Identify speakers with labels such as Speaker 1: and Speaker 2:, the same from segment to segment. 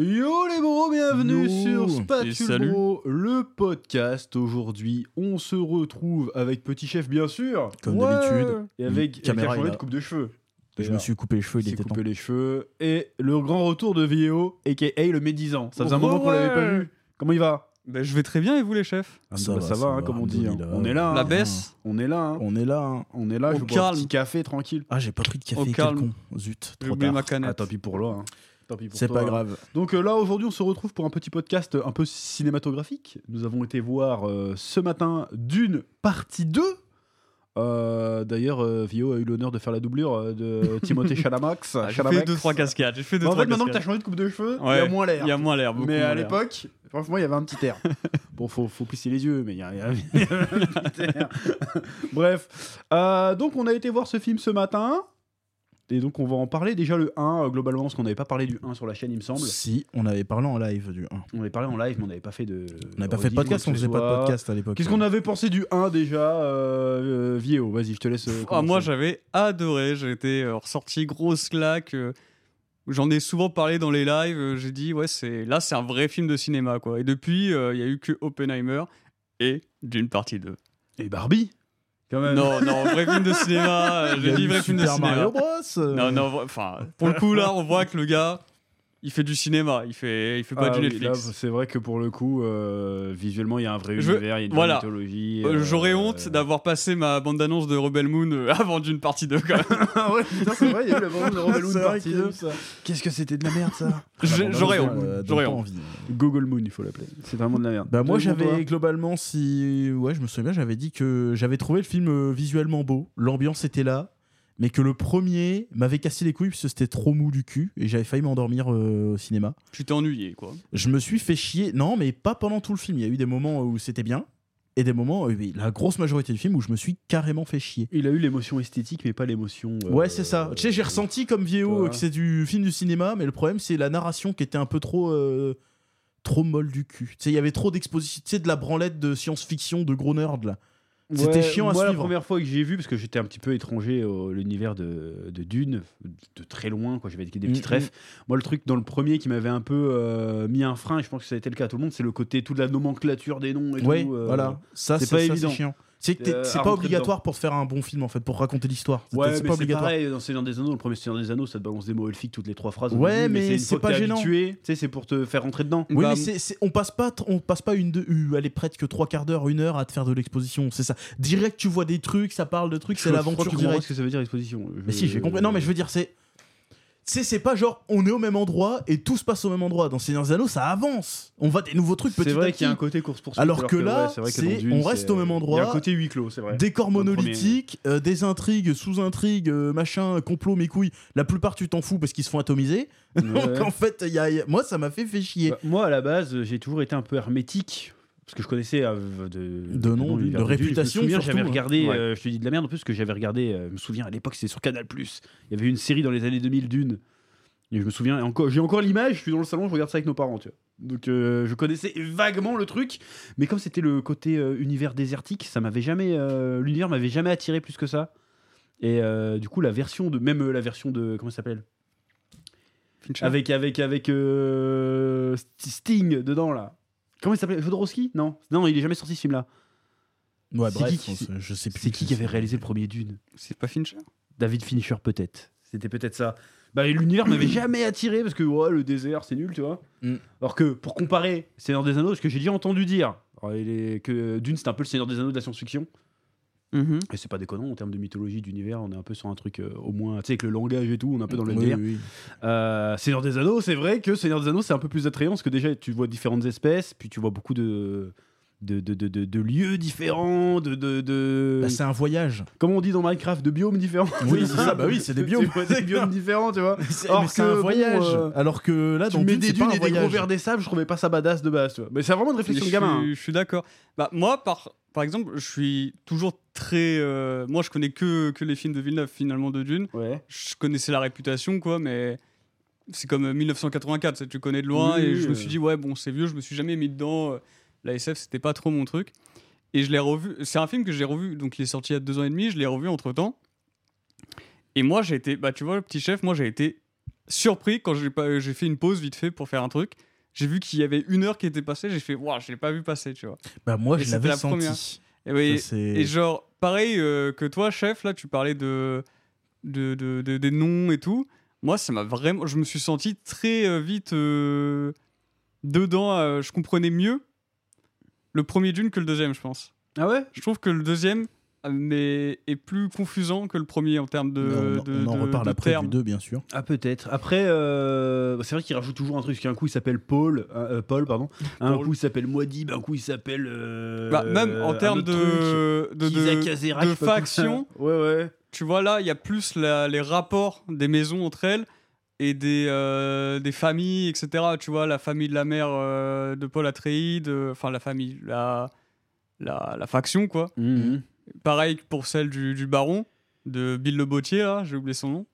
Speaker 1: Yo les bros, bienvenue sur
Speaker 2: Yo, et
Speaker 1: Spatule
Speaker 2: salut.
Speaker 1: Bro, le podcast. Aujourd'hui, on se retrouve avec Petit Chef, bien sûr.
Speaker 2: Comme d'habitude.
Speaker 1: Et avec
Speaker 2: Une caméra,
Speaker 1: avec la journée
Speaker 2: il a-
Speaker 1: de coupe de cheveux.
Speaker 2: Je me suis coupé les cheveux, il
Speaker 1: s'est
Speaker 2: était temps.
Speaker 1: coupé les cheveux. Et le grand retour de Vio, a.k.a. le médisant. Ça faisait un
Speaker 3: Oh,
Speaker 1: moment qu'on l'avait pas
Speaker 3: ouais.
Speaker 1: vu. Comment il va
Speaker 2: Ah,
Speaker 3: Ben, je vais très bien et vous les chefs
Speaker 1: Ah, bah, ça va, hein, comme on dit, hein.
Speaker 2: Alhamdoulilah.
Speaker 1: On est là, Ah,
Speaker 3: La
Speaker 1: hein.
Speaker 3: baisse
Speaker 1: On est là, hein.
Speaker 2: On est là. hein.
Speaker 1: On est là,
Speaker 3: Au
Speaker 1: je vous bois un
Speaker 3: calme.
Speaker 1: petit café tranquille.
Speaker 2: Ah, j'ai pas pris de café,
Speaker 3: Au
Speaker 2: quel
Speaker 3: calme.
Speaker 2: con. Zut,
Speaker 3: J'ai
Speaker 2: trop
Speaker 3: oublié
Speaker 2: tard.
Speaker 3: ma canette.
Speaker 1: Ah, tant pis pour là. hein. Tant pis pour
Speaker 2: C'est
Speaker 1: toi,
Speaker 2: pas
Speaker 1: hein.
Speaker 2: grave.
Speaker 1: Donc euh, là, aujourd'hui, on se retrouve pour un petit podcast euh, un peu cinématographique. Nous avons été voir euh, ce matin d'une partie 2. Euh, D'ailleurs, euh, Vio a eu l'honneur de faire la doublure euh, de Timothée Chalamax.
Speaker 3: Ah, j'ai fait
Speaker 1: Chalamax.
Speaker 3: deux trois cascades. J'ai fait deux
Speaker 1: Bah, en
Speaker 3: trois
Speaker 1: fait, maintenant que t'as
Speaker 3: cascades.
Speaker 1: changé de coupe de cheveux, il y a
Speaker 3: Ouais.
Speaker 1: moins l'air.
Speaker 3: Il y a moins l'air. beaucoup
Speaker 1: Mais à
Speaker 3: moins l'air.
Speaker 1: l'époque, franchement, il y avait un petit air. bon, faut, faut plisser les yeux, mais il y a, il y a- il y avait un petit air. Bref. Euh, donc, on a été voir ce film ce matin. Et donc, on va en parler déjà le 1, euh, globalement, parce qu'on n'avait pas parlé du 1 sur la chaîne, il me semble.
Speaker 2: Si, on avait parlé en live du 1.
Speaker 1: On avait parlé en live, mais on n'avait pas fait de.
Speaker 2: On n'avait pas fait de podcast, on faisait pas de podcast à l'époque.
Speaker 1: Qu'est-ce qu'on avait pensé du 1 déjà euh, euh, Vieo, vas-y, je te laisse. euh,
Speaker 3: Ah,
Speaker 1: commencer.
Speaker 3: moi, j'avais adoré. J'étais euh, ressorti grosse claque. euh, J'en ai souvent parlé dans les lives. euh, J'ai dit ouais, c'est là, c'est un vrai film de cinéma quoi. Et depuis, euh, il y a eu que Oppenheimer et d'une partie 2.
Speaker 1: Et Barbie Quand même.
Speaker 3: Non, non, vrai film de cinéma. euh,
Speaker 2: Il y
Speaker 3: J'ai
Speaker 2: a
Speaker 3: dit
Speaker 2: eu
Speaker 3: vrai film de
Speaker 2: Super
Speaker 3: cinéma.
Speaker 2: Mario Bros. euh,
Speaker 3: Non, non, vra- enfin, pour le coup là, on voit que le gars, il fait du cinéma. Il fait, il fait pas
Speaker 1: Ah
Speaker 3: du
Speaker 1: oui,
Speaker 3: Netflix.
Speaker 1: là, c'est vrai que pour le coup, euh, visuellement, il y a un vrai
Speaker 3: Je-
Speaker 1: univers, il y a une vraie
Speaker 3: voilà.
Speaker 1: mythologie.
Speaker 3: Euh,
Speaker 1: euh,
Speaker 3: J'aurais honte
Speaker 1: euh,
Speaker 3: d'avoir passé ma bande-annonce de Rebel Moon euh, avant d'une partie 2 quand même.
Speaker 1: ah ouais, putain, c'est vrai, il y a eu la bande de Rebel Moon
Speaker 2: C'est vrai
Speaker 1: partie
Speaker 2: qu'il y a eu
Speaker 1: 2. Qu'est-ce que c'était de la merde ça
Speaker 3: J'ai- J'aurais
Speaker 2: euh,
Speaker 3: honte.
Speaker 2: donne
Speaker 3: J'aurais
Speaker 2: pas
Speaker 3: honte.
Speaker 2: envie.
Speaker 1: Google Moon, il faut l'appeler. C'est vraiment de la merde.
Speaker 2: Bah moi
Speaker 1: Toi, toi
Speaker 2: j'avais globalement si ouais je me souviens j'avais dit que j'avais trouvé le film euh, visuellement beau l'ambiance était là mais que le premier m'avait cassé les couilles parce que c'était trop mou du cul et j'avais failli m'endormir euh, au cinéma
Speaker 3: Tu t'es ennuyé quoi.
Speaker 2: je me suis fait chier non mais pas pendant tout le film il y a eu des moments où c'était bien et des moments euh, oui, la grosse majorité du film où je me suis carrément fait chier
Speaker 1: Il a eu l'émotion esthétique, mais pas l'émotion. euh,
Speaker 2: Ouais, c'est ça. Tu sais, j'ai
Speaker 1: euh,
Speaker 2: ressenti comme Vieo
Speaker 1: vois.
Speaker 2: euh, que c'est du film du cinéma, mais le problème, c'est la narration qui était un peu trop. euh, trop molle du cul. Tu sais, il y avait trop d'exposition. Tu sais, de la branlette de science-fiction de gros nerd, là. C'était
Speaker 1: Ouais,
Speaker 2: chiant à
Speaker 1: moi,
Speaker 2: suivre.
Speaker 1: la première fois que j'ai vu, parce que j'étais un petit peu étranger à l'univers de, de Dune, de très loin, quoi. J'avais des des petites
Speaker 2: Mm, mm.
Speaker 1: refs. Moi, le truc dans le premier qui m'avait un peu euh, mis un frein, et je pense que ça a été le cas à tout le monde, c'est le côté toute la nomenclature des noms et
Speaker 2: ouais,
Speaker 1: tout. euh,
Speaker 2: voilà. Ça,
Speaker 1: c'est
Speaker 2: c'est
Speaker 1: pas
Speaker 2: ça, c'est
Speaker 1: évident.
Speaker 2: chiant. C'est que
Speaker 1: Euh,
Speaker 2: t'es- c'est
Speaker 1: à
Speaker 2: pas
Speaker 1: rentrer
Speaker 2: obligatoire pour te faire un bon film, en fait, pour raconter l'histoire. C'est-
Speaker 1: Ouais,
Speaker 2: c'est
Speaker 1: mais
Speaker 2: pas
Speaker 1: c'est
Speaker 2: obligatoire.
Speaker 1: pareil dans Seigneur des Anneaux, le premier Seigneur des Anneaux, ça te balance des mots elfiques toutes les trois phrases. au
Speaker 2: Ouais,
Speaker 1: début,
Speaker 2: mais
Speaker 1: une
Speaker 2: c'est
Speaker 1: fois que
Speaker 2: pas
Speaker 1: t'es
Speaker 2: gênant.
Speaker 1: habitué, Tu sais, c'est pour te faire rentrer dedans.
Speaker 2: Oui,
Speaker 3: Bah,
Speaker 2: mais c'est c'est- on passe pas, tr- on passe pas une, deux, euh, elle est prête que trois quarts d'heure, une heure à te faire de l'exposition. C'est ça. Direct, tu vois des trucs, ça parle de trucs,
Speaker 1: Je
Speaker 2: c'est
Speaker 1: crois que
Speaker 2: l'aventure
Speaker 1: tu comprends
Speaker 2: directe.
Speaker 1: ce que ça veut dire exposition. Je-
Speaker 2: Mais si, j'ai compris. Non, mais je veux dire, c'est. C'est, c'est pas genre on est au même endroit et tout se passe au même endroit. Dans Seigneur des Anneaux, ça avance. On voit des nouveaux trucs petit
Speaker 1: C'est vrai
Speaker 2: à
Speaker 1: qu'il
Speaker 2: petit.
Speaker 1: y a un côté course poursuite.
Speaker 2: Alors que là,
Speaker 1: ouais, vrai que
Speaker 2: c'est-
Speaker 1: dans Dune,
Speaker 2: on reste
Speaker 1: c'est- euh,
Speaker 2: au même
Speaker 1: Il y a un
Speaker 2: endroit.
Speaker 1: côté huis clos, c'est vrai.
Speaker 2: Des corps
Speaker 1: Dans le premier,
Speaker 2: monolithiques, euh, des intrigues, sous-intrigues, euh, machin, complot, mes couilles. La plupart, tu t'en fous parce qu'ils se font atomiser.
Speaker 1: Ouais.
Speaker 2: Donc en fait, il y a- il y a- moi, ça m'a fait, fait chier.
Speaker 1: Bah, moi, à la base, euh, j'ai toujours été un peu hermétique. Parce que je connaissais euh, de,
Speaker 2: De nom,
Speaker 1: l'univers
Speaker 2: de
Speaker 1: Dune.
Speaker 2: réputation,
Speaker 1: Je me souviens,
Speaker 2: surtout,
Speaker 1: j'avais
Speaker 2: hein.
Speaker 1: regardé,
Speaker 3: Ouais.
Speaker 1: euh, je te dis de la merde en plus, que j'avais regardé, euh, je me souviens à l'époque, c'était sur Canal. Il y avait une série dans les années 2000 d'une. Et je me souviens, et encore, j'ai encore l'image, je suis dans le salon, je regarde ça avec nos parents, tu vois. Donc euh, je connaissais vaguement le truc, mais comme c'était le côté euh, univers désertique, ça m'avait jamais. euh, L'univers m'avait jamais attiré plus que ça. Et euh, du coup, la version de. Même euh, la version de. Comment ça s'appelle
Speaker 3: Fincher.
Speaker 1: avec avec avec euh, St- Sting dedans là. Comment il s'appelait Jodorowsky Non, non, il est jamais sorti ce film-là.
Speaker 2: Ouais,
Speaker 1: C'est
Speaker 2: bref,
Speaker 1: qui-
Speaker 2: on se- je sais plus.
Speaker 1: C'est qui qui avait réalisé le premier Dune
Speaker 3: C'est pas Fincher
Speaker 1: David Fincher peut-être. C'était peut-être ça. Bah et l'univers m'avait jamais attiré parce que ouais, le désert c'est nul, tu vois.
Speaker 2: Mm.
Speaker 1: Alors que pour comparer Seigneur des Anneaux, ce que j'ai déjà entendu dire, alors, il est- que Dune c'est un peu le Seigneur des Anneaux de la science-fiction. Et c'est pas déconnant en termes de mythologie d'univers, on est un peu sur un truc euh, au moins, tu sais, avec le langage et tout, on est un peu dans le
Speaker 2: Oui,
Speaker 1: délire.
Speaker 2: oui.
Speaker 1: Euh, Seigneur des Anneaux, c'est vrai que Seigneur des Anneaux, c'est un peu plus attrayant parce que déjà, tu vois différentes espèces, puis tu vois beaucoup de, de, de, de, de- de lieux différents, de. de, de...
Speaker 2: Bah, c'est un voyage.
Speaker 1: Comment on dit dans Minecraft, de biomes différents.
Speaker 2: Oui, c'est ça, bah oui, c'est des biomes.
Speaker 1: Tu vois des biomes différents, tu vois.
Speaker 2: C'est
Speaker 1: Or
Speaker 2: mais c'est
Speaker 1: que,
Speaker 2: un
Speaker 1: bon,
Speaker 2: voyage.
Speaker 1: euh,
Speaker 2: Alors que là,
Speaker 1: tu
Speaker 2: dans
Speaker 1: mets
Speaker 2: Dune,
Speaker 1: des
Speaker 2: c'est pas
Speaker 1: dunes
Speaker 2: un
Speaker 1: et des gros
Speaker 2: voyage.
Speaker 1: vers des sables, je trouvais pas ça badass de base, tu vois. Mais c'est vraiment une réflexion
Speaker 3: Je
Speaker 1: de gamin.
Speaker 3: suis-
Speaker 1: hein.
Speaker 3: je suis d'accord. Bah, moi, par, par exemple, je suis toujours très. euh, moi, je connais que, que les films de Villeneuve, finalement, de Dune.
Speaker 1: Ouais.
Speaker 3: Je connaissais la réputation, quoi, mais c'est comme euh, 1984, ça, tu connais de loin.
Speaker 1: Oui,
Speaker 3: et
Speaker 1: oui,
Speaker 3: je
Speaker 1: euh.
Speaker 3: me suis dit, ouais, bon, c'est vieux, je me suis jamais mis dedans. euh, La SF, c'était pas trop mon truc. Et je l'ai revu. C'est un film que j'ai revu, donc il est sorti il y a deux ans et demi, je l'ai revu entre temps. Et moi, j'ai été. Bah, tu vois, le petit chef, moi, j'ai été surpris quand j'ai pas- j'ai fait une pause vite fait pour faire un truc. J'ai vu qu'il y avait une heure qui était passée, j'ai fait, waouh, je l'ai pas vu passer, tu vois.
Speaker 2: Bah, moi,
Speaker 3: Et
Speaker 2: je
Speaker 3: c'était
Speaker 2: l'avais
Speaker 3: la première.
Speaker 2: senti.
Speaker 3: Et, oui,
Speaker 2: Ça, c'est-
Speaker 3: et genre, pareil euh, que toi, chef, là, tu parlais de, de, de- de- des noms et tout. Moi, ça m'a vraiment. Je me suis senti très euh, vite euh, dedans. euh, je comprenais mieux le premier Dune que le deuxième, je pense.
Speaker 1: Ah ouais
Speaker 3: Je trouve que le deuxième euh, n'est- est plus confusant que le premier en termes de.
Speaker 2: Mais on, en-
Speaker 3: de-
Speaker 2: on en
Speaker 3: de-
Speaker 2: reparle
Speaker 3: de
Speaker 2: après
Speaker 3: termes.
Speaker 2: du 2, bien sûr.
Speaker 1: Ah peut-être. Après, euh, c'est vrai qu'il rajoute toujours un truc. Un coup il s'appelle Paul, euh, euh, Paul pardon. Un
Speaker 3: Paul.
Speaker 1: coup il s'appelle Moadib, un coup il s'appelle. euh,
Speaker 3: Bah, même en
Speaker 1: un
Speaker 3: termes
Speaker 1: autre truc.
Speaker 3: de, de, de-
Speaker 1: Kizak Azerak,
Speaker 3: de
Speaker 1: je sais pas
Speaker 3: factions.
Speaker 1: comment. Ouais ouais.
Speaker 3: Tu vois, là, il y a plus la- les rapports des maisons entre elles et des, euh, des familles, etc. Tu vois, la famille de la mère euh, de Paul Atreides, euh, enfin, la famille, la, la, la faction, quoi. Pareil que pour celle du, du baron, de Bill Le Bottier, là, j'ai oublié son nom.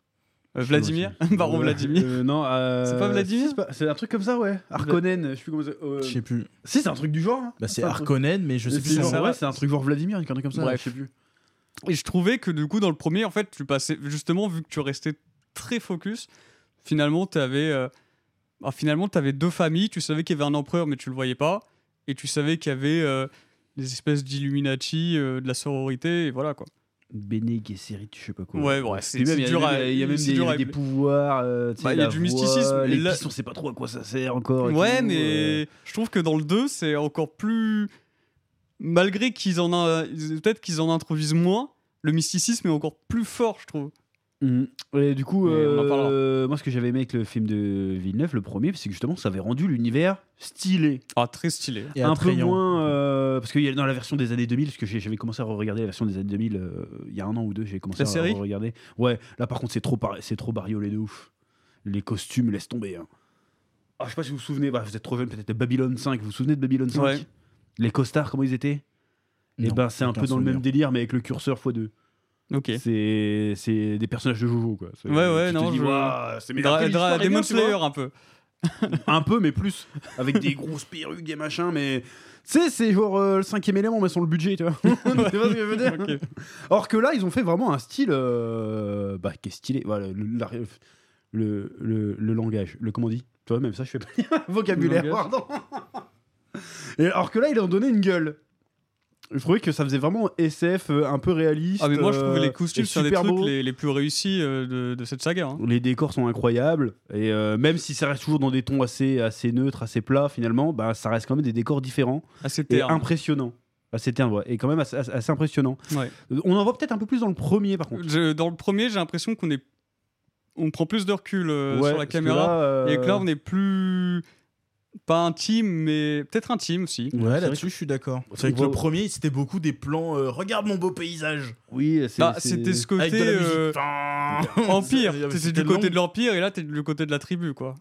Speaker 3: Euh, Vladimir, baron
Speaker 1: Ouais,
Speaker 3: Vladimir.
Speaker 1: euh, Non. euh,
Speaker 3: C'est pas Vladimir
Speaker 1: si, c'est pas- C'est un truc comme ça ouais. Harkonnen, je sais plus comment. ça- euh,
Speaker 2: Je sais plus.
Speaker 1: Si c'est un truc du genre. hein.
Speaker 2: Bah, c'est
Speaker 1: Enfin, un truc-
Speaker 2: Harkonnen, mais je sais plus.
Speaker 1: C'est
Speaker 2: son
Speaker 1: genre-
Speaker 3: ça.
Speaker 2: nom.
Speaker 1: ouais, c'est un truc genre Vladimir, un truc comme ça.
Speaker 3: Bref.
Speaker 1: Je sais plus.
Speaker 3: Et je trouvais que du coup, dans le premier, en fait, tu passais. Justement, vu que tu restais très focus, finalement, tu avais. finalement, t'avais deux familles. Tu savais qu'il y avait un empereur, mais tu le voyais pas. Et tu savais qu'il y avait euh, des espèces d'illuminati, euh, de la sororité, et voilà quoi.
Speaker 1: Bene Gesserit, je sais pas quoi.
Speaker 3: Ouais, ouais, c'est-
Speaker 1: Et même,
Speaker 3: c'est
Speaker 1: il y a-
Speaker 3: dur à-
Speaker 1: Il y a même
Speaker 3: c'est
Speaker 1: des,
Speaker 3: dur à-
Speaker 1: des pouvoirs. euh, tu sais,
Speaker 3: Bah, il y a
Speaker 1: la
Speaker 3: du
Speaker 1: voix,
Speaker 3: mysticisme, et
Speaker 1: Les
Speaker 3: là-
Speaker 1: pistons, on sait pas trop à quoi ça sert encore. et
Speaker 3: ouais,
Speaker 1: tout, euh.
Speaker 3: mais je trouve que dans le 2, c'est encore plus. Malgré qu'ils en. a- ils- Peut-être qu'ils en introduisent moins, le mysticisme est encore plus fort, je trouve.
Speaker 1: Mhm. Et du coup,
Speaker 3: Mais on en
Speaker 1: euh,
Speaker 3: parlera.
Speaker 1: moi, ce que j'avais aimé avec le film de Villeneuve, le premier, c'est que justement, ça avait rendu l'univers stylé.
Speaker 3: Ah, très stylé.
Speaker 2: Et
Speaker 1: un peu
Speaker 2: attrayant.
Speaker 1: moins. euh, parce que dans la version des années 2000, parce que j'ai- j'avais commencé à regarder la version des années 2000 euh, il y a un an ou deux, j'ai commencé
Speaker 3: La série
Speaker 1: à regarder. Ouais, là, par contre, c'est trop, par- c'est trop bariolé de ouf. Les costumes, laisse tomber. hein. Ah, je sais pas si vous vous souvenez, bah, vous êtes trop jeune, peut-être de Babylone 5. Vous vous souvenez de Babylone 5
Speaker 3: Ouais.
Speaker 1: Les costards, comment ils étaient Et
Speaker 2: Non,
Speaker 1: ben, c'est un
Speaker 2: aucun
Speaker 1: peu dans le même
Speaker 2: souvenir.
Speaker 1: délire, mais avec le curseur x2.
Speaker 3: Ok.
Speaker 1: C'est c'est des personnages de Jojo, quoi. C'est-
Speaker 3: Ouais, ouais,
Speaker 1: tu te
Speaker 3: non,
Speaker 1: dis,
Speaker 3: je-
Speaker 1: Ouah, c'est mais
Speaker 3: Dra-
Speaker 1: après, l'histoire
Speaker 3: Dra-
Speaker 1: est bien,
Speaker 3: Demon
Speaker 1: tu vois.
Speaker 3: Slayer, un peu.
Speaker 1: Un peu, mais plus. Avec des grosses perruques, des machins, mais. Tu sais, c'est genre euh, le cinquième élément, mais sans le budget, tu vois. tu vois ce que je veux dire
Speaker 3: Ok.
Speaker 1: Or que là, ils ont fait vraiment un style. euh, Bah, qui est stylé. Voilà, le, la- le, le- le langage. Le comment on dit Tu vois, même ça, je fais pas vocabulaire,
Speaker 3: Le
Speaker 1: pardon.
Speaker 3: langage.
Speaker 1: Et alors que là, ils ont donné une gueule. Je trouvais que ça faisait vraiment SF, euh, un peu réaliste.
Speaker 3: Ah mais moi je trouvais
Speaker 1: euh,
Speaker 3: les costumes
Speaker 1: et
Speaker 3: c'est un des
Speaker 1: super
Speaker 3: trucs
Speaker 1: beau.
Speaker 3: les, les plus réussis euh, de, de cette saga. hein.
Speaker 1: Les décors sont incroyables et euh, même si ça reste toujours dans des tons assez assez neutres, assez plats finalement, bah ça reste quand même des décors différents
Speaker 3: Assez
Speaker 1: et
Speaker 3: terne.
Speaker 1: impressionnants. Assez ternes, ouais, et quand même assez, assez- assez impressionnants.
Speaker 3: Ouais.
Speaker 1: Euh, On en voit peut-être un peu plus dans le premier par contre.
Speaker 3: Je- dans le premier j'ai l'impression qu'on est on prend plus de recul euh,
Speaker 1: Ouais,
Speaker 3: sur
Speaker 1: parce
Speaker 3: la
Speaker 1: que
Speaker 3: caméra
Speaker 1: là, euh,
Speaker 3: et que là on est plus pas intime mais peut-être intime aussi.
Speaker 1: C'est vrai
Speaker 2: Ouais, là-dessus, je suis d'accord. C'est vrai que
Speaker 1: Wow.
Speaker 2: le premier, c'était beaucoup des plans. euh, Regarde mon beau paysage
Speaker 1: oui, c'est-
Speaker 3: Bah,
Speaker 1: c'est-
Speaker 3: c'était ce
Speaker 2: Avec
Speaker 3: côté
Speaker 2: de la musique.
Speaker 3: euh,
Speaker 2: Tin.
Speaker 3: empire.
Speaker 2: C'était-
Speaker 3: C'était
Speaker 2: c'était
Speaker 3: du côté
Speaker 2: long.
Speaker 3: de l'empire et là t'es du côté de la tribu quoi.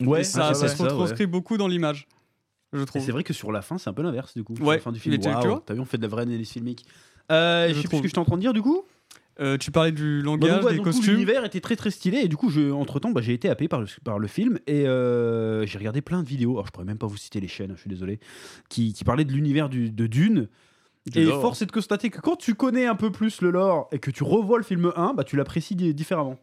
Speaker 1: Ouais,
Speaker 3: et ça,
Speaker 1: ouais,
Speaker 3: ça
Speaker 1: ouais,
Speaker 3: se
Speaker 1: Ah, ça, ouais.
Speaker 3: retranscrit beaucoup dans l'image. Je
Speaker 1: Et
Speaker 3: trouve.
Speaker 1: c'est vrai que sur la fin, c'est un peu l'inverse du coup. Sur
Speaker 3: Ouais,
Speaker 1: la fin du film,
Speaker 3: mais tu- tu
Speaker 1: Waouh,
Speaker 3: vois
Speaker 1: t'as vu, on fait de la vraie analyse filmique. Euh, je,
Speaker 3: Je
Speaker 1: sais plus
Speaker 3: trouve.
Speaker 1: ce que j'étais en train de dire du coup.
Speaker 3: Euh, tu parlais du
Speaker 1: Bah,
Speaker 3: langage
Speaker 1: donc, ouais,
Speaker 3: des
Speaker 1: donc, tout
Speaker 3: costumes.
Speaker 1: L'univers était très très stylé et du coup, je, entre temps, j'ai été happé par le, par le film et euh, j'ai regardé plein de vidéos. Alors, je pourrais même pas vous citer les chaînes, hein, je suis désolé, qui, qui parlaient de l'univers du- de Dune.
Speaker 3: Du
Speaker 1: et
Speaker 3: lore.
Speaker 1: force est de constater que quand tu connais un peu plus le lore et que tu revois le film 1, bah, tu l'apprécies di- différemment.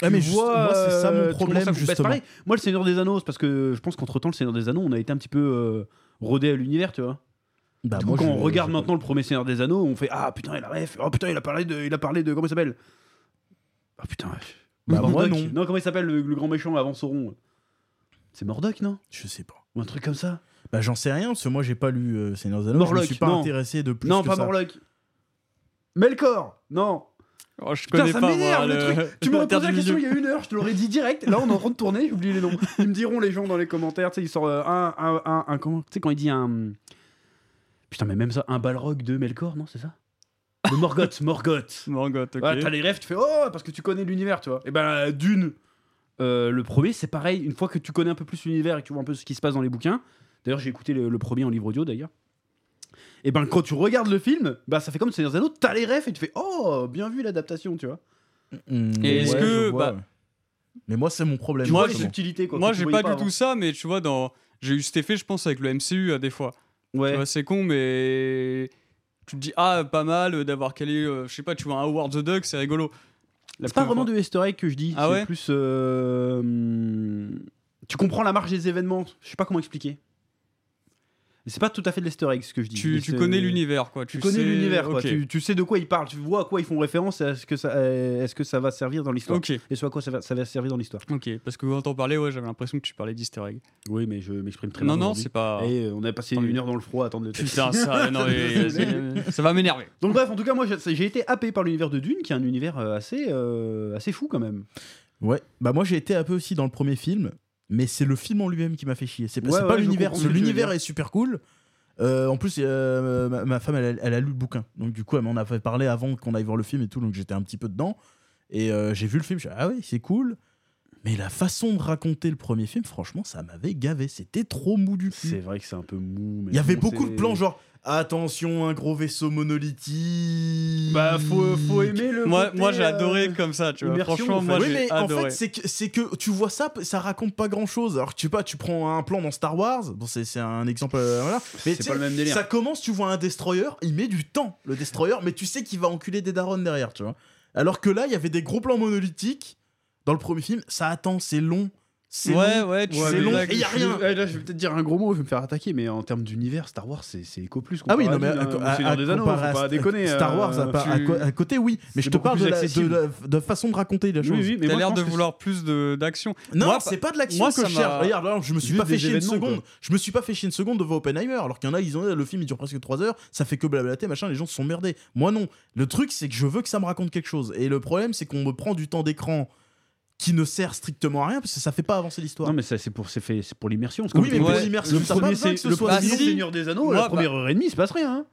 Speaker 2: Ah, mais
Speaker 1: Tu
Speaker 2: juste-
Speaker 1: vois,
Speaker 2: moi, c'est ça
Speaker 1: euh, tu
Speaker 2: mon
Speaker 1: commences
Speaker 2: problème,
Speaker 1: à- bah, c'est
Speaker 2: justement.
Speaker 1: pareil. moi, le Seigneur des Anneaux, c'est parce que je pense qu'entre temps, le Seigneur des Anneaux, on a été un petit peu euh, rodé à l'univers, tu vois.
Speaker 2: Bah,
Speaker 1: Du coup,
Speaker 2: moi,
Speaker 1: quand
Speaker 2: je-
Speaker 1: on regarde
Speaker 2: je-
Speaker 1: maintenant le premier Seigneur des Anneaux, on fait Ah putain, il a ref, oh putain, il a parlé de. Il a parlé de comment il s'appelle Ah putain, wesh.
Speaker 2: Bah,
Speaker 1: Ou
Speaker 2: moi,
Speaker 1: Mordok.
Speaker 2: non.
Speaker 1: comment il s'appelle le, le grand méchant avant Sauron C'est Mordoc, non
Speaker 2: Je sais pas.
Speaker 1: Ou un truc comme ça
Speaker 2: Bah, j'en sais rien, parce que moi, j'ai pas lu euh, Seigneur des Anneaux. Je me
Speaker 1: Morlock,
Speaker 2: suis pas
Speaker 1: non.
Speaker 2: intéressé de plus.
Speaker 1: Non,
Speaker 2: que
Speaker 1: pas
Speaker 2: ça.
Speaker 1: Morloc Melkor Non
Speaker 3: Oh, je
Speaker 1: Putain,
Speaker 3: connais
Speaker 1: ça
Speaker 3: pas.
Speaker 1: m'énerve
Speaker 3: moi,
Speaker 1: le
Speaker 3: le-
Speaker 1: truc Tu m'aurais
Speaker 3: terre
Speaker 1: posé la
Speaker 3: du
Speaker 1: question
Speaker 3: milieu.
Speaker 1: il y a une heure, je te l'aurais dit direct. Là, on est en train de tourner, j'ai oublié les noms. Ils me diront les gens dans les commentaires, tu sais, ils sortent euh, un, un, un, un- comment Tu sais, quand il dit un. Putain, mais même ça, un Balrog de Melkor, non, c'est ça De Morgoth, Morgoth
Speaker 3: Morgoth, ok.
Speaker 1: Voilà, t'as les rêves, tu fais oh parce que tu connais l'univers, tu vois. Et ben euh, Dune, euh, le premier, c'est pareil. Une fois que tu connais un peu plus l'univers et que tu vois un peu ce qui se passe dans les bouquins. D'ailleurs, j'ai écouté le, le premier en livre audio d'ailleurs. Et ben quand tu regardes le film, bah ça fait comme Seigneur des Anneaux, t'as les rêves et tu fais oh bien vu l'adaptation, tu vois.
Speaker 2: Mmh,
Speaker 3: Et
Speaker 1: est-ce
Speaker 2: ouais,
Speaker 3: que,
Speaker 2: je vois,
Speaker 3: bah-
Speaker 2: ouais. Mais moi, c'est mon problème.
Speaker 1: Tu
Speaker 3: Moi,
Speaker 1: vois les
Speaker 3: je-
Speaker 2: justement.
Speaker 1: subtilités quoi.
Speaker 3: Moi,
Speaker 1: que tu
Speaker 3: j'ai pas
Speaker 1: voyais
Speaker 3: du
Speaker 1: avant.
Speaker 3: tout ça, mais tu vois, dans... j'ai eu cet effet, je pense, avec le MCU à hein, des fois. Tu
Speaker 1: Ouais.
Speaker 3: vois, c'est con, mais tu te dis, ah, pas mal euh, d'avoir calé, euh, je sais pas, tu vois, un Howard the Duck, c'est rigolo. La
Speaker 1: C'est pas
Speaker 3: première
Speaker 1: vraiment
Speaker 3: fois.
Speaker 1: de easter egg que je dis.
Speaker 3: Ah
Speaker 1: c'est
Speaker 3: ouais
Speaker 1: plus. euh, hum, tu comprends la marche des événements. Je sais pas comment expliquer. Mais C'est pas tout à fait de l'easter egg ce que je dis.
Speaker 3: Tu,
Speaker 1: mais
Speaker 3: tu
Speaker 1: c'est-
Speaker 3: connais l'univers, quoi.
Speaker 1: Tu, connais
Speaker 3: sais-
Speaker 1: l'univers, quoi.
Speaker 3: Ok.
Speaker 1: Tu, tu sais de quoi ils parlent. Tu vois à quoi ils font référence et à ce que ça, euh, est-ce que ça va servir dans l'histoire.
Speaker 3: Ok,
Speaker 1: Et ce à quoi ça va, ça va servir dans l'histoire.
Speaker 3: ok. Parce que quand on parlait, ouais, j'avais l'impression que tu parlais d'easter egg.
Speaker 1: Oui, mais je m'exprime très
Speaker 3: Non, non, c'est pas.
Speaker 1: Et euh, on a passé
Speaker 3: Tant
Speaker 1: une
Speaker 3: mieux.
Speaker 1: heure dans le froid à attendre le texte.
Speaker 3: Putain, ça, non, mais- ça va m'énerver.
Speaker 1: Donc bref, en tout cas, moi, j'ai j'ai été happé par l'univers de Dune, qui est un univers euh, assez, euh, assez fou quand même.
Speaker 2: Ouais, bah moi j'ai été un peu aussi dans le premier film, mais c'est le film en lui-même qui m'a fait chier. C'est pas,
Speaker 1: Ouais,
Speaker 2: c'est pas
Speaker 1: ouais, je
Speaker 2: l'univers.
Speaker 1: comprends ce
Speaker 2: parce que
Speaker 1: que tu veux
Speaker 2: L'univers
Speaker 1: dire.
Speaker 2: est super cool. Euh, en plus, euh, ma, ma femme, elle, a- elle a lu le bouquin. Donc du coup, elle m'en a fait parler avant qu'on aille voir le film et tout, donc j'étais un petit peu dedans. Et euh, j'ai vu le film, je suis ah oui, c'est cool. Mais la façon de raconter le premier film, franchement, ça m'avait gavé. C'était trop mou du
Speaker 1: C'est
Speaker 2: cul.
Speaker 1: vrai que c'est un peu mou. mais
Speaker 2: Il y avait
Speaker 1: bon,
Speaker 2: beaucoup de
Speaker 1: c'est-
Speaker 2: plans genre attention, un gros vaisseau monolithique.
Speaker 1: Bah, faut, faut aimer le.
Speaker 3: Moi,
Speaker 1: côté,
Speaker 3: moi j'ai
Speaker 1: euh,
Speaker 3: adoré comme ça, tu vois.
Speaker 1: immersion,
Speaker 3: Franchement,
Speaker 1: en fait.
Speaker 3: moi,
Speaker 2: oui,
Speaker 3: j'ai
Speaker 2: mais en
Speaker 3: adoré.
Speaker 2: fait, c'est que, c'est que tu vois ça, ça raconte pas grand chose. Alors, tu sais pas, tu prends un plan dans Star Wars, bon, c'est c'est un exemple, euh, voilà. Mais tu
Speaker 1: C'est pas
Speaker 2: sais,
Speaker 1: le même délire.
Speaker 2: Ça commence, tu vois un destroyer, il met du temps, le destroyer, mais tu sais qu'il va enculer des darons derrière, tu vois. Alors que là, il y avait des gros plans monolithiques dans le premier film, ça attend, c'est long. C'est
Speaker 3: ouais,
Speaker 2: long.
Speaker 3: ouais, tu
Speaker 2: Ouais,
Speaker 3: sais,
Speaker 2: mais
Speaker 3: long.
Speaker 2: là,
Speaker 3: Et y a
Speaker 2: je-
Speaker 3: rien.
Speaker 1: Ouais, là, je vais peut-être dire un gros mot, je vais me faire attaquer, mais en termes d'univers, Star Wars, c'est c'est éco plus.
Speaker 2: Ah oui, non, mais
Speaker 1: comparé à
Speaker 2: à,
Speaker 1: Dune, hein,
Speaker 2: à-
Speaker 1: au Seigneur
Speaker 2: à-
Speaker 1: des Anneaux,
Speaker 2: comparé
Speaker 1: faut
Speaker 2: à
Speaker 1: pas déconner.
Speaker 2: Star Wars,
Speaker 1: euh,
Speaker 2: à, part- à
Speaker 3: tu-
Speaker 2: co- à côté, oui, mais je te
Speaker 1: beaucoup
Speaker 2: parle
Speaker 1: plus
Speaker 2: de la, de,
Speaker 1: accessible.
Speaker 2: la- de façon de raconter la
Speaker 1: Oui,
Speaker 2: chose.
Speaker 1: oui, mais moi,
Speaker 3: T'as
Speaker 1: je
Speaker 3: l'air
Speaker 1: pense
Speaker 3: de
Speaker 1: que c'est-
Speaker 3: vouloir plus de- d'action.
Speaker 2: Non,
Speaker 3: Moi,
Speaker 2: c'est pas de l'action
Speaker 3: moi,
Speaker 2: que
Speaker 3: ça
Speaker 2: je
Speaker 3: m'a-
Speaker 2: cherche. Regarde, là, je me suis
Speaker 1: Juste
Speaker 2: pas fait
Speaker 1: des
Speaker 2: chier une
Speaker 1: événements,
Speaker 2: seconde. Je me suis pas fait chier une seconde devant Oppenheimer, alors qu'il y en a, ils ont le film, il dure presque 3 heures, ça fait que blablater, machin, les gens se sont merdés. Moi, non. Le truc, c'est que je veux que ça me raconte quelque chose. Et le problème, c'est qu'on me prend du temps d'écran qui ne sert strictement à rien, parce que ça fait pas avancer l'histoire.
Speaker 1: Non, mais ça, c'est pour, c'est fait- c'est pour l'immersion. c'est
Speaker 2: Oui,
Speaker 1: comme
Speaker 2: mais
Speaker 1: tout.
Speaker 3: Ouais.
Speaker 2: pour l'immersion,
Speaker 1: Le
Speaker 2: ça
Speaker 1: premier,
Speaker 2: parle pas
Speaker 1: c'est
Speaker 2: que ce
Speaker 1: le
Speaker 2: soit
Speaker 1: premier
Speaker 3: Ah, si.
Speaker 1: Seigneur des Anneaux, la
Speaker 3: Moi,
Speaker 1: première heure et demie, il se passe rien. hein.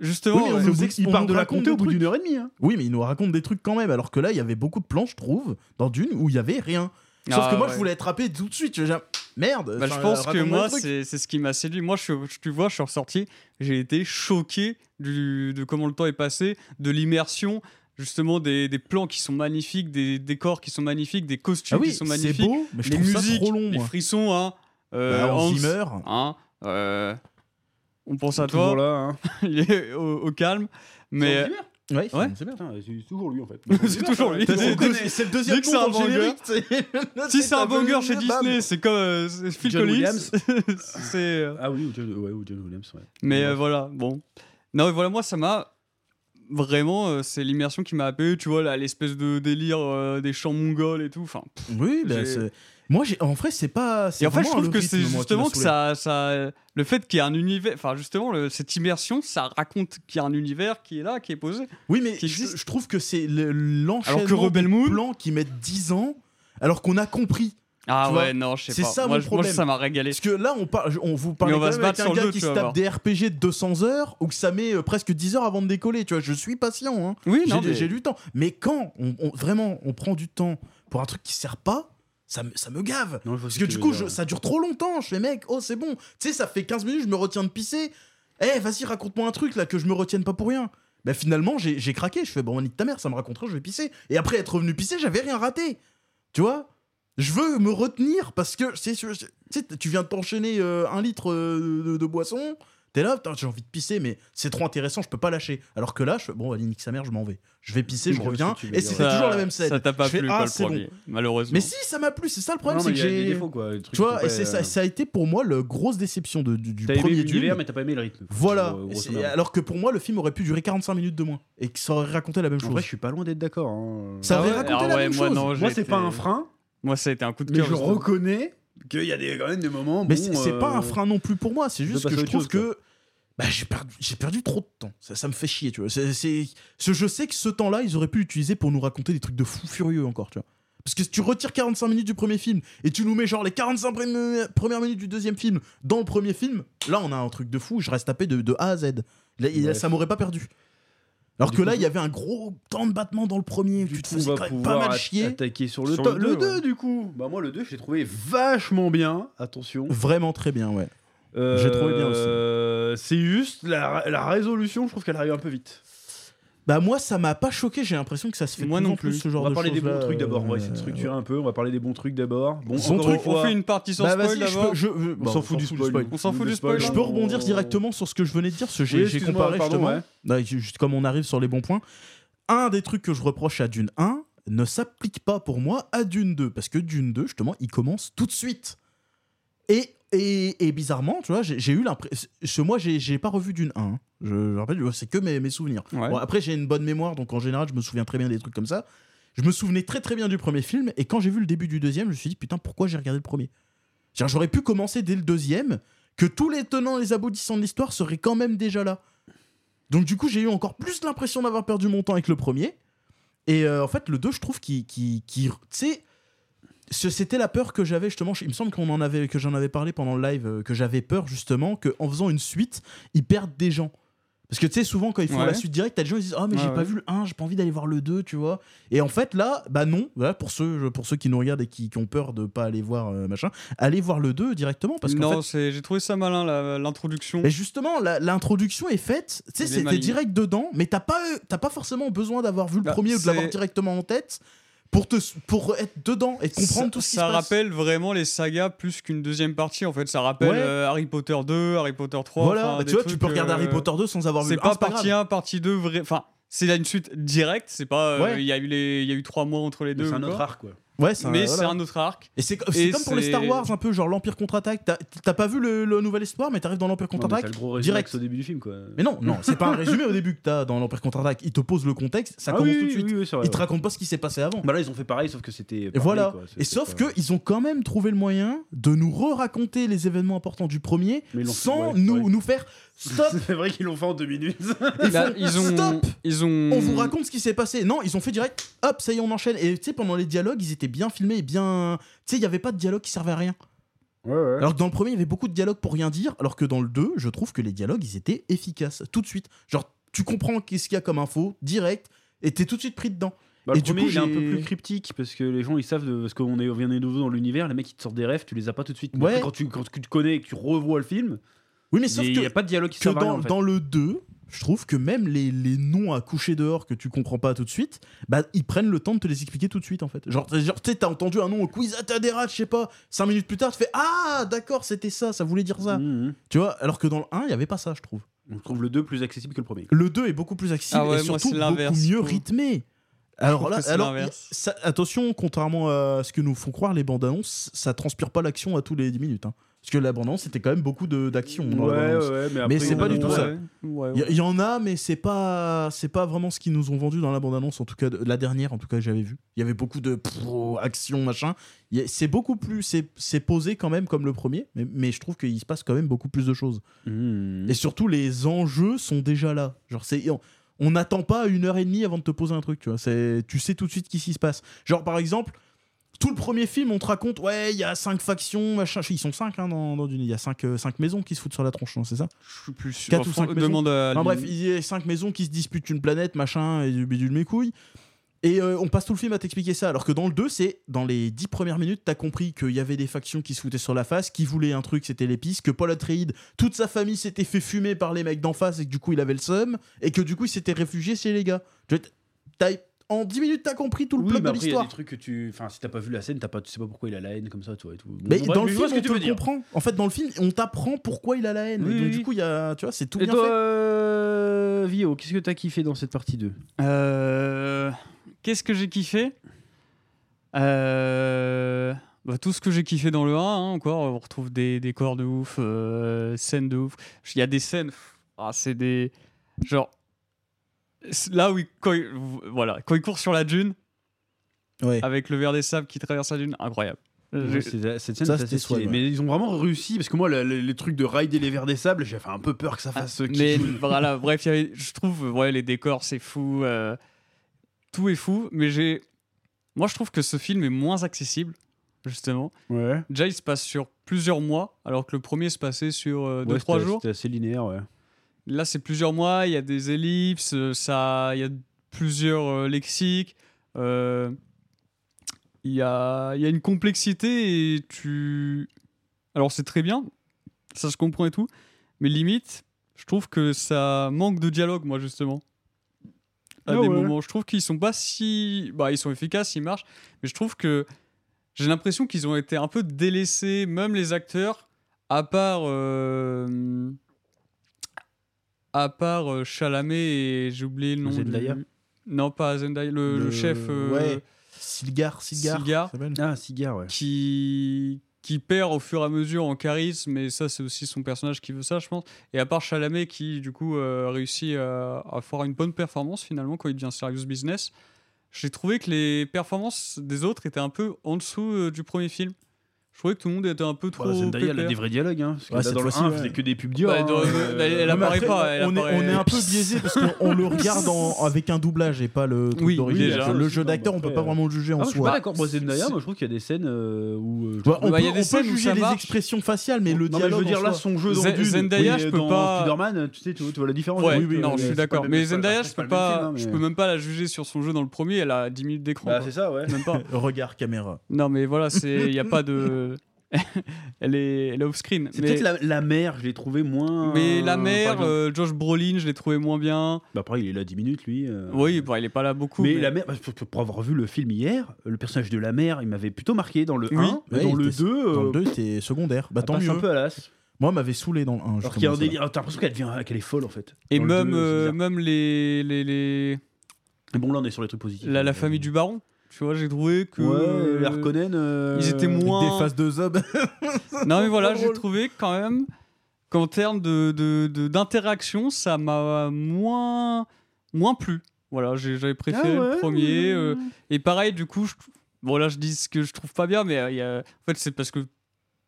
Speaker 3: Justement,
Speaker 2: Oui, mais
Speaker 3: ouais.
Speaker 2: on
Speaker 1: C'est au
Speaker 2: nous
Speaker 1: bout-
Speaker 2: ex-
Speaker 1: il
Speaker 2: on
Speaker 1: part
Speaker 2: nous
Speaker 1: de la
Speaker 2: raconte
Speaker 1: compter
Speaker 2: des
Speaker 1: au bout
Speaker 2: trucs.
Speaker 1: d'une heure et demie. hein.
Speaker 2: Oui, mais ils nous racontent des trucs quand même, alors que là, il y avait beaucoup de plans, je trouve, dans Dune, où il y avait rien. Sauf
Speaker 3: Ah,
Speaker 2: que moi,
Speaker 3: ouais.
Speaker 2: je voulais attraper tout de suite. je- j'ai- Merde.
Speaker 3: Bah, je
Speaker 2: enfin,
Speaker 3: pense que
Speaker 2: raconte-moi le
Speaker 3: moi,
Speaker 2: truc.
Speaker 3: c'est c'est ce qui m'a séduit. Moi, je, je- tu vois, je suis ressorti, j'ai été choqué du, de comment le temps est passé, de l'immersion, justement, des, des plans qui sont magnifiques, des décors qui sont magnifiques, des costumes
Speaker 2: Ah oui,
Speaker 3: qui sont
Speaker 2: c'est
Speaker 3: magnifiques,
Speaker 2: beau, mais je
Speaker 3: les
Speaker 2: trouve ça
Speaker 3: musiques,
Speaker 2: trop long,
Speaker 3: les
Speaker 2: moi.
Speaker 3: frissons, hein. euh,
Speaker 2: Bah, Hans
Speaker 3: Hans,
Speaker 2: Zimmer.
Speaker 3: hein, euh, on pense à
Speaker 1: Toujours
Speaker 3: toi,
Speaker 1: là, hein.
Speaker 3: il est au, au calme, mais
Speaker 2: Ouais,
Speaker 3: Ouais.
Speaker 2: c'est bien.
Speaker 1: Putain, c'est toujours lui en fait.
Speaker 3: c'est toujours lui.
Speaker 1: T'as-
Speaker 3: C'est-
Speaker 1: on connaît.
Speaker 2: C'est le
Speaker 3: deuxième nom dans le euh, Si c'est un banger chez Disney, c'est comme euh, c'est Phil
Speaker 1: John
Speaker 3: Collins.
Speaker 1: Williams.
Speaker 3: c'est, euh,
Speaker 1: Ah oui, ou John, ouais, ou John Williams, ouais.
Speaker 3: Mais
Speaker 1: Ouais.
Speaker 3: euh, voilà, bon. Non, mais voilà, moi, ça m'a. Vraiment, euh, c'est l'immersion qui m'a appelé, tu vois, là, l'espèce de délire euh, des chants mongols et tout. Enfin, pff.
Speaker 2: Oui, bah,
Speaker 3: J'ai-
Speaker 2: c'est- moi, j'ai- en vrai, c'est pas. c'est
Speaker 3: et en fait, je
Speaker 2: vraiment
Speaker 3: trouve
Speaker 2: le
Speaker 3: que
Speaker 2: rythme,
Speaker 3: c'est
Speaker 2: moi, qui
Speaker 3: justement
Speaker 2: m'a
Speaker 3: que
Speaker 2: saoulé.
Speaker 3: ça, ça. Le fait qu'il y ait un univers. Enfin, justement, le- cette immersion, ça raconte qu'il y a un univers qui est là, qui est posé.
Speaker 2: Oui, mais
Speaker 3: qui
Speaker 2: je,
Speaker 3: existe.
Speaker 2: je trouve que c'est le- l'enchaînement.
Speaker 3: Alors que Rebel
Speaker 2: des
Speaker 3: Moon-
Speaker 2: plans qui mettent 10 ans, alors qu'on a compris.
Speaker 3: Ah
Speaker 2: Tu
Speaker 3: ouais,
Speaker 2: vois,
Speaker 3: non, je sais
Speaker 2: c'est
Speaker 3: pas.
Speaker 2: ça mon
Speaker 3: moi, je- moi,
Speaker 2: problème.
Speaker 3: ça m'a régalé.
Speaker 2: Parce que là, on, parle, on vous parle
Speaker 3: Mais on
Speaker 2: quand
Speaker 3: va
Speaker 2: même
Speaker 3: se
Speaker 2: avec
Speaker 3: battre
Speaker 2: un
Speaker 3: sur le
Speaker 2: gars
Speaker 3: dos,
Speaker 2: qui
Speaker 3: tu
Speaker 2: se
Speaker 3: vas
Speaker 2: tape
Speaker 3: voir.
Speaker 2: des RPG de 200 heures ou que ça met euh, presque 10 heures avant de décoller. Tu vois, je suis patient. Hein.
Speaker 3: Oui,
Speaker 2: J'ai
Speaker 3: non, mais-
Speaker 2: j'ai du temps. Mais quand on- on- vraiment on prend du temps pour un truc qui sert pas, ça me- ça me gave.
Speaker 1: Non, je vois
Speaker 2: Parce
Speaker 1: ce
Speaker 2: que
Speaker 1: tu
Speaker 2: du
Speaker 1: veux
Speaker 2: coup,
Speaker 1: dire.
Speaker 2: je- ça dure trop longtemps. Je fais, mec, oh, c'est bon. Tu sais, ça fait 15 minutes, je me retiens de pisser. Eh, vas-y, raconte-moi un truc là, que je me retienne pas pour rien. Bah, finalement, j'ai j'ai craqué. Je fais, bon, nique ta mère, ça me racontera, je vais pisser. Et après être revenu pisser, j'avais rien raté. Tu vois Je veux me retenir parce que c'est sûr- c'est- tu sais, tu viens de t'enchaîner euh, un litre euh, de, de boisson. T'es là, putain, j'ai envie de pisser, mais c'est trop intéressant, je peux pas lâcher. Alors que là, je fais, bon, vas-y, nique sa mère, je m'en vais. Je vais pisser,
Speaker 1: Je
Speaker 2: je
Speaker 1: vois ce que
Speaker 2: reviens.
Speaker 1: tu veux
Speaker 2: Et
Speaker 1: dire.
Speaker 2: c'est
Speaker 1: Ça-
Speaker 2: toujours la même scène.
Speaker 3: Ça t'a pas
Speaker 2: Je fais,
Speaker 3: plu,
Speaker 2: ah,
Speaker 3: pas le
Speaker 2: c'est bon.
Speaker 3: premier, malheureusement.
Speaker 2: Mais si, ça m'a plu, c'est ça le problème,
Speaker 1: Non,
Speaker 2: c'est
Speaker 1: mais
Speaker 2: que
Speaker 1: il y a des
Speaker 2: j'ai.
Speaker 1: défauts, quoi, des trucs
Speaker 2: Tu vois,
Speaker 1: qui
Speaker 2: et
Speaker 1: sont
Speaker 2: c'est
Speaker 1: pas, euh,
Speaker 2: ça, ça a été pour moi la grosse déception de, du, du
Speaker 1: T'as aimé
Speaker 2: premier
Speaker 1: l'univers,
Speaker 2: Dune.
Speaker 1: mais t'as pas aimé le rythme.
Speaker 2: Voilà.
Speaker 1: Gros-
Speaker 2: Et
Speaker 1: grosso
Speaker 2: c'est-
Speaker 1: merdo.
Speaker 2: alors que pour moi, le film aurait pu durer 45 minutes de moins et que ça aurait raconté la même
Speaker 1: En
Speaker 2: chose.
Speaker 1: vrai, je suis pas loin d'être d'accord. hein.
Speaker 2: Ça
Speaker 3: Ah
Speaker 2: aurait
Speaker 3: ouais,
Speaker 2: raconté
Speaker 3: alors
Speaker 2: la
Speaker 3: ouais,
Speaker 2: même
Speaker 3: moi,
Speaker 2: chose.
Speaker 3: non,
Speaker 1: Moi,
Speaker 3: j'ai
Speaker 1: c'est
Speaker 3: été-
Speaker 1: pas un frein,
Speaker 3: Moi, ça a été un coup de
Speaker 1: mais
Speaker 3: cœur.
Speaker 1: je
Speaker 3: justement.
Speaker 1: reconnais qu'il y a des, quand même des moments.
Speaker 2: Mais
Speaker 1: bon,
Speaker 2: c'est c'est
Speaker 1: euh,
Speaker 2: pas un frein non plus pour moi, c'est
Speaker 1: de
Speaker 2: juste
Speaker 1: passer à
Speaker 2: que je
Speaker 1: autre
Speaker 2: trouve
Speaker 1: chose,
Speaker 2: que bah, j'ai perdu, j'ai perdu trop de temps. Ça, ça me fait chier, tu vois. C'est- c'est- ce, je sais que ce temps-là, ils auraient pu l'utiliser pour nous raconter des trucs de fous furieux encore, tu vois. Parce que si tu retires 45 minutes du premier film et tu nous mets genre les 45 premi- premières minutes du deuxième film dans le premier film, là on a un truc de fou, je reste tapé de, de A à Z. Là, il-
Speaker 1: Bref.
Speaker 2: ça m'aurait pas perdu. Alors
Speaker 1: Du
Speaker 2: que
Speaker 1: coup,
Speaker 2: là, il y avait un gros temps de battement dans le premier,
Speaker 1: Du
Speaker 2: tu te
Speaker 1: coup, on
Speaker 2: faisais
Speaker 1: va
Speaker 2: quand même pas
Speaker 1: pouvoir
Speaker 2: mal
Speaker 1: at-
Speaker 2: chier.
Speaker 1: attaquer sur le
Speaker 3: Sur
Speaker 1: top.
Speaker 3: le
Speaker 1: Le
Speaker 3: deux,
Speaker 1: 2, du coup. Bah, moi, le 2, je l'ai trouvé vachement bien. Attention.
Speaker 2: Vraiment très bien, ouais. J'ai trouvé bien aussi.
Speaker 1: Euh, C'est juste la, la résolution, je trouve qu'elle arrive un peu vite.
Speaker 2: Bah moi ça m'a pas choqué, j'ai l'impression que ça se fait
Speaker 3: Moi
Speaker 2: de plus
Speaker 3: non
Speaker 2: en plus,
Speaker 3: plus.
Speaker 2: ce genre
Speaker 1: on va
Speaker 2: de
Speaker 1: parler des bons
Speaker 2: choses-là,
Speaker 1: trucs d'abord. On va
Speaker 2: euh,
Speaker 1: essayer de structurer un peu. On va parler des bons trucs d'abord. Bon,
Speaker 2: Son
Speaker 1: encore
Speaker 2: truc,
Speaker 1: une
Speaker 3: On
Speaker 1: fois,
Speaker 3: fait une partie sans
Speaker 2: Bah,
Speaker 3: spoil
Speaker 2: vas-y, je
Speaker 3: d'abord.
Speaker 2: peux, je, euh,
Speaker 1: on
Speaker 2: bah,
Speaker 1: s'en fout du spoil.
Speaker 3: On s'en fout du spoil.
Speaker 2: Je peux rebondir directement sur ce que je venais de dire, parce que j'ai
Speaker 1: Oui,
Speaker 2: j'ai
Speaker 1: excuse-moi,
Speaker 2: comparé
Speaker 1: pardon,
Speaker 2: justement,
Speaker 1: ouais.
Speaker 2: Bah, ju- juste comme on arrive sur les bons points. Un des trucs que je reproche à Dune 1, ne s'applique pas pour moi à Dune 2. Parce que Dune 2, justement, il commence tout de suite. Et, et, et bizarrement, tu vois, j'ai j'ai eu l'impression. ce- Moi, j'ai j'ai pas revu Dune 1. hein. Je, je rappelle, c'est que mes, mes souvenirs.
Speaker 3: Ouais.
Speaker 2: Bon, après, j'ai une bonne mémoire, donc en général, je me souviens très bien des trucs comme ça. Je me souvenais très très bien du premier film, et quand j'ai vu le début du deuxième, je me suis dit, putain, pourquoi j'ai regardé le premier C'est-à-dire, J'aurais pu commencer dès le deuxième, que tous les tenants et les aboutissants de l'histoire seraient quand même déjà là. Donc du coup, j'ai eu encore plus l'impression d'avoir perdu mon temps avec le premier. Et euh, en fait, le 2, je trouve qui qui qui tu sais ce- c'était la peur que j'avais justement, il me semble qu'on en avait que j'en avais parlé pendant le live euh, que j'avais peur justement que en faisant une suite, ils perdent des gens. Parce que tu sais souvent quand ils font
Speaker 3: Ouais.
Speaker 2: la suite directe, t'as des gens ils disent "Ah mais
Speaker 3: Ouais,
Speaker 2: j'ai
Speaker 3: ouais.
Speaker 2: pas vu le 1, j'ai pas envie d'aller voir le 2", tu vois. Et en fait là, bah non, voilà pour ceux pour ceux qui nous regardent et qui, qui ont peur de pas aller voir euh, machin, allez voir le 2 directement parce qu'en fait
Speaker 3: non, c'est- j'ai trouvé ça malin la- l'introduction.
Speaker 2: mais justement, la- l'introduction est faite, tu sais,
Speaker 3: Elle est
Speaker 2: c'était
Speaker 3: maligne.
Speaker 2: direct dedans, mais t'as pas, eu- t'as pas forcément besoin d'avoir vu le
Speaker 3: Bah,
Speaker 2: premier ou de
Speaker 3: c'est-
Speaker 2: l'avoir directement en tête pour, te, pour être dedans et comprendre
Speaker 3: ça,
Speaker 2: tout ce qui
Speaker 3: ça
Speaker 2: se passe.
Speaker 3: rappelle vraiment les sagas plus qu'une deuxième partie en fait. Ça rappelle
Speaker 2: Ouais.
Speaker 3: euh, Harry Potter 2, Harry Potter 3.
Speaker 2: Voilà,
Speaker 3: enfin,
Speaker 2: bah,
Speaker 3: des
Speaker 2: tu vois, tu
Speaker 3: trucs,
Speaker 2: peux regarder
Speaker 3: euh,
Speaker 2: Harry Potter 2 sans avoir vu
Speaker 3: C'est
Speaker 2: le un,
Speaker 3: pas
Speaker 2: c'est pas
Speaker 3: partie
Speaker 2: grave.
Speaker 3: 1, partie 2, vrai. Enfin, c'est là une suite directe. C'est pas. euh,
Speaker 2: Ouais.
Speaker 3: Il y a eu les, il y a eu trois mois entre les deux.
Speaker 1: C'est un
Speaker 3: ou
Speaker 1: autre
Speaker 3: quoi.
Speaker 1: art, quoi.
Speaker 2: Ouais, c'est un-
Speaker 3: Mais
Speaker 2: voilà.
Speaker 3: c'est un autre arc.
Speaker 2: Et c'est c'est
Speaker 3: et
Speaker 2: comme pour les
Speaker 3: c'est-
Speaker 2: Star Wars, un peu genre l'Empire contre-attaque. T'as- T'as pas vu le, le Nouvel Espoir, mais t'arrives dans l'Empire
Speaker 1: Non, mais t'as
Speaker 2: contre-attaque.
Speaker 1: le gros
Speaker 2: direct.
Speaker 1: réflexe au début du film, quoi.
Speaker 2: Mais non, non, c'est pas un résumé au début que t'as dans l'Empire contre-attaque. Il te pose le contexte, ça
Speaker 1: Ah
Speaker 2: commence
Speaker 1: oui,
Speaker 2: tout de suite.
Speaker 1: oui, oui, c'est vrai,
Speaker 2: Il te
Speaker 1: ouais.
Speaker 2: raconte pas ce qui s'est passé avant.
Speaker 1: Bah là, ils ont fait pareil, sauf que c'était.
Speaker 2: Et
Speaker 1: parlé,
Speaker 2: voilà.
Speaker 1: quoi. C'est-
Speaker 2: Et
Speaker 1: c'est
Speaker 2: sauf
Speaker 1: pas-
Speaker 2: que ils ont quand même trouvé le moyen de nous re-raconter les événements importants du premier
Speaker 1: Mais ils l'ont fait,
Speaker 2: sans
Speaker 1: ouais,
Speaker 2: nous,
Speaker 1: ouais.
Speaker 2: nous faire stop.
Speaker 1: C'est vrai qu'ils l'ont fait en deux minutes.
Speaker 2: Ils
Speaker 3: Là,
Speaker 2: font
Speaker 3: Bah, ils ont.
Speaker 2: stop.
Speaker 3: Ils ont.
Speaker 2: On vous raconte ce qui s'est passé. Non, ils ont fait direct. Hop, ça y est, on enchaîne. Et tu sais, pendant les dialogues, ils étaient bien filmés, et bien. Tu sais, il y avait pas de dialogue qui servait à rien.
Speaker 1: ouais, ouais.
Speaker 2: Alors que dans le premier, il y avait beaucoup de dialogues pour rien dire, alors que dans le 2, je trouve que les dialogues, ils étaient efficaces tout de suite. Genre, tu comprends qu'est-ce qu'il y a comme info direct, et t'es tout de suite pris dedans.
Speaker 1: Bah,
Speaker 2: Et
Speaker 1: le
Speaker 2: du
Speaker 1: premier,
Speaker 2: coup,
Speaker 1: il est un
Speaker 2: j'ai-
Speaker 1: peu plus cryptique parce que les gens ils savent de... parce qu'on est... on vient des nouveaux dans l'univers, les mecs ils te sortent des rêves, tu les as pas tout de suite. Mais
Speaker 2: Ouais.
Speaker 1: après, quand, tu... quand tu te connais et que tu revois le film,
Speaker 2: Oui, mais
Speaker 1: il
Speaker 2: sauf
Speaker 1: n'y
Speaker 2: que
Speaker 1: a pas de dialogue qui
Speaker 2: que
Speaker 1: sert à rien,
Speaker 2: dans,
Speaker 1: en fait.
Speaker 2: dans le 2, je trouve que même les, les noms à coucher dehors que tu comprends pas tout de suite, bah ils prennent le temps de te les expliquer tout de suite en fait. Genre, t'es- genre tu sais, t'as entendu un nom au quiz, ah t'as des rats, je sais pas, 5 minutes plus tard, tu fais Ah d'accord, c'était ça, ça voulait dire
Speaker 3: Mm.
Speaker 2: ça.
Speaker 1: Mhm.
Speaker 2: Tu vois, alors que dans le 1, il y avait pas ça, je trouve.
Speaker 1: On trouve le 2 plus accessible que le premier.
Speaker 2: Le 2 est beaucoup plus accessible
Speaker 3: Ah ouais,
Speaker 2: et
Speaker 3: moi,
Speaker 2: surtout
Speaker 3: c'est
Speaker 2: beaucoup
Speaker 3: l'inverse, je
Speaker 2: mieux
Speaker 3: trouve.
Speaker 2: rythmé. Alors
Speaker 3: trouve
Speaker 2: là,
Speaker 3: que c'est
Speaker 2: alors,
Speaker 3: l'inverse.
Speaker 2: y- ça- attention, contrairement à ce que nous font croire les bandes annonces, ça transpire pas l'action à tous les 10 minutes. hein. Parce que la bande annonce, c'était quand même beaucoup de- d'action. hein, dans la bande-annonce. Mais c'est
Speaker 1: euh,
Speaker 2: pas du tout ça.
Speaker 3: Ouais, ouais,
Speaker 2: Il
Speaker 3: ouais.
Speaker 2: y- il y, en a, mais c'est pas c'est pas vraiment ce qu'ils nous ont vendu dans la bande-annonce, en tout cas de- la dernière, en tout cas que j'avais vue. Il y avait beaucoup de pff, oh, action machin. Il y a- C'est beaucoup plus c'est c'est posé quand même comme le premier, mais, mais je trouve qu'il se passe quand même beaucoup plus de choses.
Speaker 1: Mhm.
Speaker 2: Et surtout les enjeux sont déjà là. Genre c'est on- on n'attend pas une heure et demie avant de te poser un truc, tu vois. C'est tu sais tout de suite qui s'y se passe. Genre par exemple. Tout le premier film, on te raconte, ouais, il y a cinq factions, machin. Ils sont cinq hein, dans, dans Dune. Il y a cinq, euh, cinq maisons qui se foutent sur la tronche, non, c'est ça
Speaker 3: Je suis plus sûr.
Speaker 2: Quatre ou
Speaker 3: Enfin,
Speaker 2: cinq maisons.
Speaker 3: Demande à.
Speaker 2: Enfin, bref,
Speaker 3: Lynn.
Speaker 2: il y a cinq maisons qui se disputent une planète, machin, et du bidule mes couilles. Et euh, on passe tout le film à t'expliquer ça. Alors que dans le 2, c'est dans les dix premières minutes, t'as compris qu'il y avait des factions qui se foutaient sur la face, qui voulaient un truc, c'était l'épice, que Paul Atreides, toute sa famille s'était fait fumer par les mecs d'en face et que du coup il avait le seum, et que du coup il s'était réfugié chez les gars. Tu vois, t'as- En 10 minutes, t'as compris tout le
Speaker 1: Oui,
Speaker 2: plot
Speaker 1: mais
Speaker 2: de
Speaker 1: après, il y a
Speaker 2: l'histoire.
Speaker 1: des trucs que tu. Enfin, si t'as pas vu la scène, t'as pas... tu sais pas pourquoi il a la haine comme ça, toi et tout. Bon,
Speaker 2: Mais
Speaker 1: bref,
Speaker 2: dans le
Speaker 1: mais je vois
Speaker 2: film,
Speaker 1: ce
Speaker 2: on
Speaker 1: que
Speaker 2: te
Speaker 1: tu veux
Speaker 2: le
Speaker 1: dire.
Speaker 2: comprend. En fait, dans le film, on t'apprend pourquoi il a la haine.
Speaker 1: Oui,
Speaker 2: Et donc,
Speaker 1: oui,
Speaker 2: du
Speaker 1: oui.
Speaker 2: coup, il y a, tu vois, c'est tout
Speaker 1: Et
Speaker 2: bien
Speaker 1: toi,
Speaker 2: fait.
Speaker 1: euh, Vio, qu'est-ce que t'as kiffé dans cette partie 2
Speaker 3: Euh, Qu'est-ce que j'ai kiffé Euh, bah, Tout ce que j'ai kiffé dans le 1, hein, encore, on retrouve des décors de ouf, euh, scènes de ouf. Il y a des scènes, pff, ah, c'est des... Genre, c'est là où il, quand, il- voilà, quand il court sur la dune,
Speaker 2: Ouais.
Speaker 3: avec le verre des sables qui traverse la dune, incroyable.
Speaker 1: Ouais,
Speaker 3: J'ai-
Speaker 1: c'est- Cette scène,
Speaker 2: Ça,
Speaker 1: c'est assez
Speaker 2: c'était swag,
Speaker 1: stylé.
Speaker 2: ouais.
Speaker 1: Mais ils ont vraiment réussi, parce que moi, le- le- les trucs de rider les vers des sables, j'ai fait un peu peur que ça fasse. euh,
Speaker 3: mais
Speaker 1: kikoun.
Speaker 3: voilà, bref, il y avait- je trouve, ouais, les décors, c'est fou. euh, tout est fou, mais j'ai... Moi, je trouve que ce film est moins accessible, justement.
Speaker 1: Ouais.
Speaker 3: Déjà, il se passe sur plusieurs mois, alors que le premier se passait sur 2-3
Speaker 1: Ouais, c'était-
Speaker 3: jours.
Speaker 1: C'était assez linéaire, ouais.
Speaker 3: Là, c'est plusieurs mois, il y a des ellipses, euh, ça, il y a plusieurs euh, lexiques. euh, Il y, a, il y a une complexité et tu. Alors, c'est très bien, ça se comprend et tout, mais limite, je trouve que ça manque de dialogue, moi, justement.
Speaker 1: Ah
Speaker 3: À des
Speaker 1: ouais.
Speaker 3: moments, je trouve qu'ils sont pas si. Bah, ils sont efficaces, ils marchent, mais je trouve que j'ai l'impression qu'ils ont été un peu délaissés, même les acteurs, à part. euh, à part euh, Chalamet et j'ai oublié le nom.
Speaker 1: Zendaya
Speaker 3: du- Non, pas Zendaya, le, le chef. euh,
Speaker 2: Ouais. Silgar, Silgar.
Speaker 3: Silgar.
Speaker 2: ça s'appelle.
Speaker 1: Ah, cigare, ouais.
Speaker 3: qui qui perd au fur et à mesure en charisme, mais ça c'est aussi son personnage qui veut ça, je pense. Et à part Chalamet qui du coup euh, réussit à, à faire une bonne performance finalement quand il devient Serious Business, j'ai trouvé que les performances des autres étaient un peu en dessous euh, du premier film. Je trouvais que tout le monde était un peu trop.
Speaker 1: Voilà, Bah, Zendaya, elle a
Speaker 3: pépère.
Speaker 1: des vrais dialogues. Hein, parce que
Speaker 2: Ouais,
Speaker 1: là,
Speaker 2: cette
Speaker 1: dans le
Speaker 2: fois-ci,
Speaker 1: 1,
Speaker 2: ouais.
Speaker 1: elle faisait que des pubs durs.
Speaker 3: Bah, dans-
Speaker 1: hein,
Speaker 3: elle- elle
Speaker 1: euh,
Speaker 2: Non, mais
Speaker 3: apparaît
Speaker 2: après,
Speaker 3: pas, elle
Speaker 2: on, est,
Speaker 3: apparaît-
Speaker 2: on est un peu biaisé parce qu'on on le regarde en- avec un doublage et pas le truc
Speaker 3: Oui,
Speaker 2: d'origine.
Speaker 3: oui, déjà.
Speaker 2: le jeu d'acteur, on peut
Speaker 1: Après,
Speaker 2: pas
Speaker 1: euh,
Speaker 2: vraiment le juger en
Speaker 1: Ah, je suis pas
Speaker 2: soi.
Speaker 1: d'accord. Moi, Zendaya, moi, je trouve qu'il y a des scènes euh, où. euh, je-
Speaker 2: Ouais, on
Speaker 3: Bah,
Speaker 2: peut,
Speaker 3: il y
Speaker 2: on
Speaker 3: a des
Speaker 2: peut
Speaker 3: scènes où
Speaker 2: juger
Speaker 3: ça
Speaker 2: les
Speaker 3: marche.
Speaker 2: expressions faciales, mais le
Speaker 1: non,
Speaker 2: dialogue.
Speaker 1: mais je veux dire,
Speaker 2: en
Speaker 1: là,
Speaker 2: soi-
Speaker 1: son jeu dans
Speaker 3: Zen-
Speaker 1: Dune.
Speaker 3: Zendaya,
Speaker 1: oui,
Speaker 3: je
Speaker 1: euh,
Speaker 3: peux
Speaker 1: dans
Speaker 3: pas-
Speaker 1: Spider-Man, tu sais, tu, tu vois la différence.
Speaker 3: Ouais,
Speaker 1: Oui, oui,
Speaker 3: non, je
Speaker 1: c'est
Speaker 3: suis
Speaker 1: pas
Speaker 3: d'accord.
Speaker 1: le même-
Speaker 3: Mais
Speaker 1: c'est pas-
Speaker 3: Zendaya,
Speaker 1: c'est
Speaker 3: je peux
Speaker 1: le même
Speaker 3: pas, je
Speaker 1: film, hein,
Speaker 3: peux
Speaker 1: mais-
Speaker 3: même pas la juger sur son jeu dans le premier. Elle a 10 minutes d'écran.
Speaker 1: Bah,
Speaker 3: quoi.
Speaker 1: c'est ça, ouais.
Speaker 3: Même pas.
Speaker 2: Regard caméra.
Speaker 3: Non, mais voilà, c'est, il y a pas de, elle est, elle est off screen.
Speaker 1: C'est peut-être la, la mère, je l'ai trouvé moins. euh,
Speaker 3: Mais la
Speaker 1: par
Speaker 3: mère,
Speaker 1: exemple.
Speaker 3: euh, Josh Brolin, je l'ai trouvé moins bien.
Speaker 1: Bah, après, il est là 10 minutes, lui. euh.
Speaker 3: Oui, bah, il est pas là beaucoup.
Speaker 1: mais, la mère, parce que pour avoir vu le film hier, le personnage de la mère, il m'avait plutôt marqué dans le
Speaker 3: Oui.
Speaker 1: 1,
Speaker 2: Ouais,
Speaker 1: dans
Speaker 2: il
Speaker 1: le
Speaker 2: était-
Speaker 1: 2.
Speaker 2: Dans le
Speaker 1: euh,
Speaker 2: 2, t'es secondaire. Bah
Speaker 1: elle
Speaker 2: tant
Speaker 1: passe
Speaker 2: mieux.
Speaker 1: un peu à l'as.
Speaker 2: Moi, m'avait saoulé dans le 1.
Speaker 1: Alors qu'il y a un
Speaker 2: justement,
Speaker 1: délire. T'as l'impression qu'elle devient, euh, qu'elle est folle en fait.
Speaker 3: Et
Speaker 1: Dans le
Speaker 3: même,
Speaker 1: deux, c'est
Speaker 3: euh,
Speaker 1: bizarre.
Speaker 3: même les, les, les-
Speaker 1: Mais bon, là on est sur les trucs positifs.
Speaker 3: la, la
Speaker 1: Euh,
Speaker 3: famille du baron. Tu vois, j'ai trouvé que.
Speaker 1: Ouais, les Harkonnen. euh,
Speaker 3: Ils étaient
Speaker 2: ça.
Speaker 3: moins-
Speaker 2: Avec Des faces de zob.
Speaker 3: Non, mais
Speaker 2: Pas
Speaker 3: voilà, j'ai
Speaker 2: drôle.
Speaker 3: trouvé quand même qu'en termes de, de- de- d'interaction, ça m'a moins, moins plu. Voilà, j'ai- j'avais préféré
Speaker 1: Ah ouais, Ah,
Speaker 3: le premier.
Speaker 1: ouais,
Speaker 3: euh,
Speaker 1: ouais.
Speaker 3: et pareil, du coup, je, bon, là, je dis ce que je trouve pas bien, mais euh, il y a- en fait, c'est parce que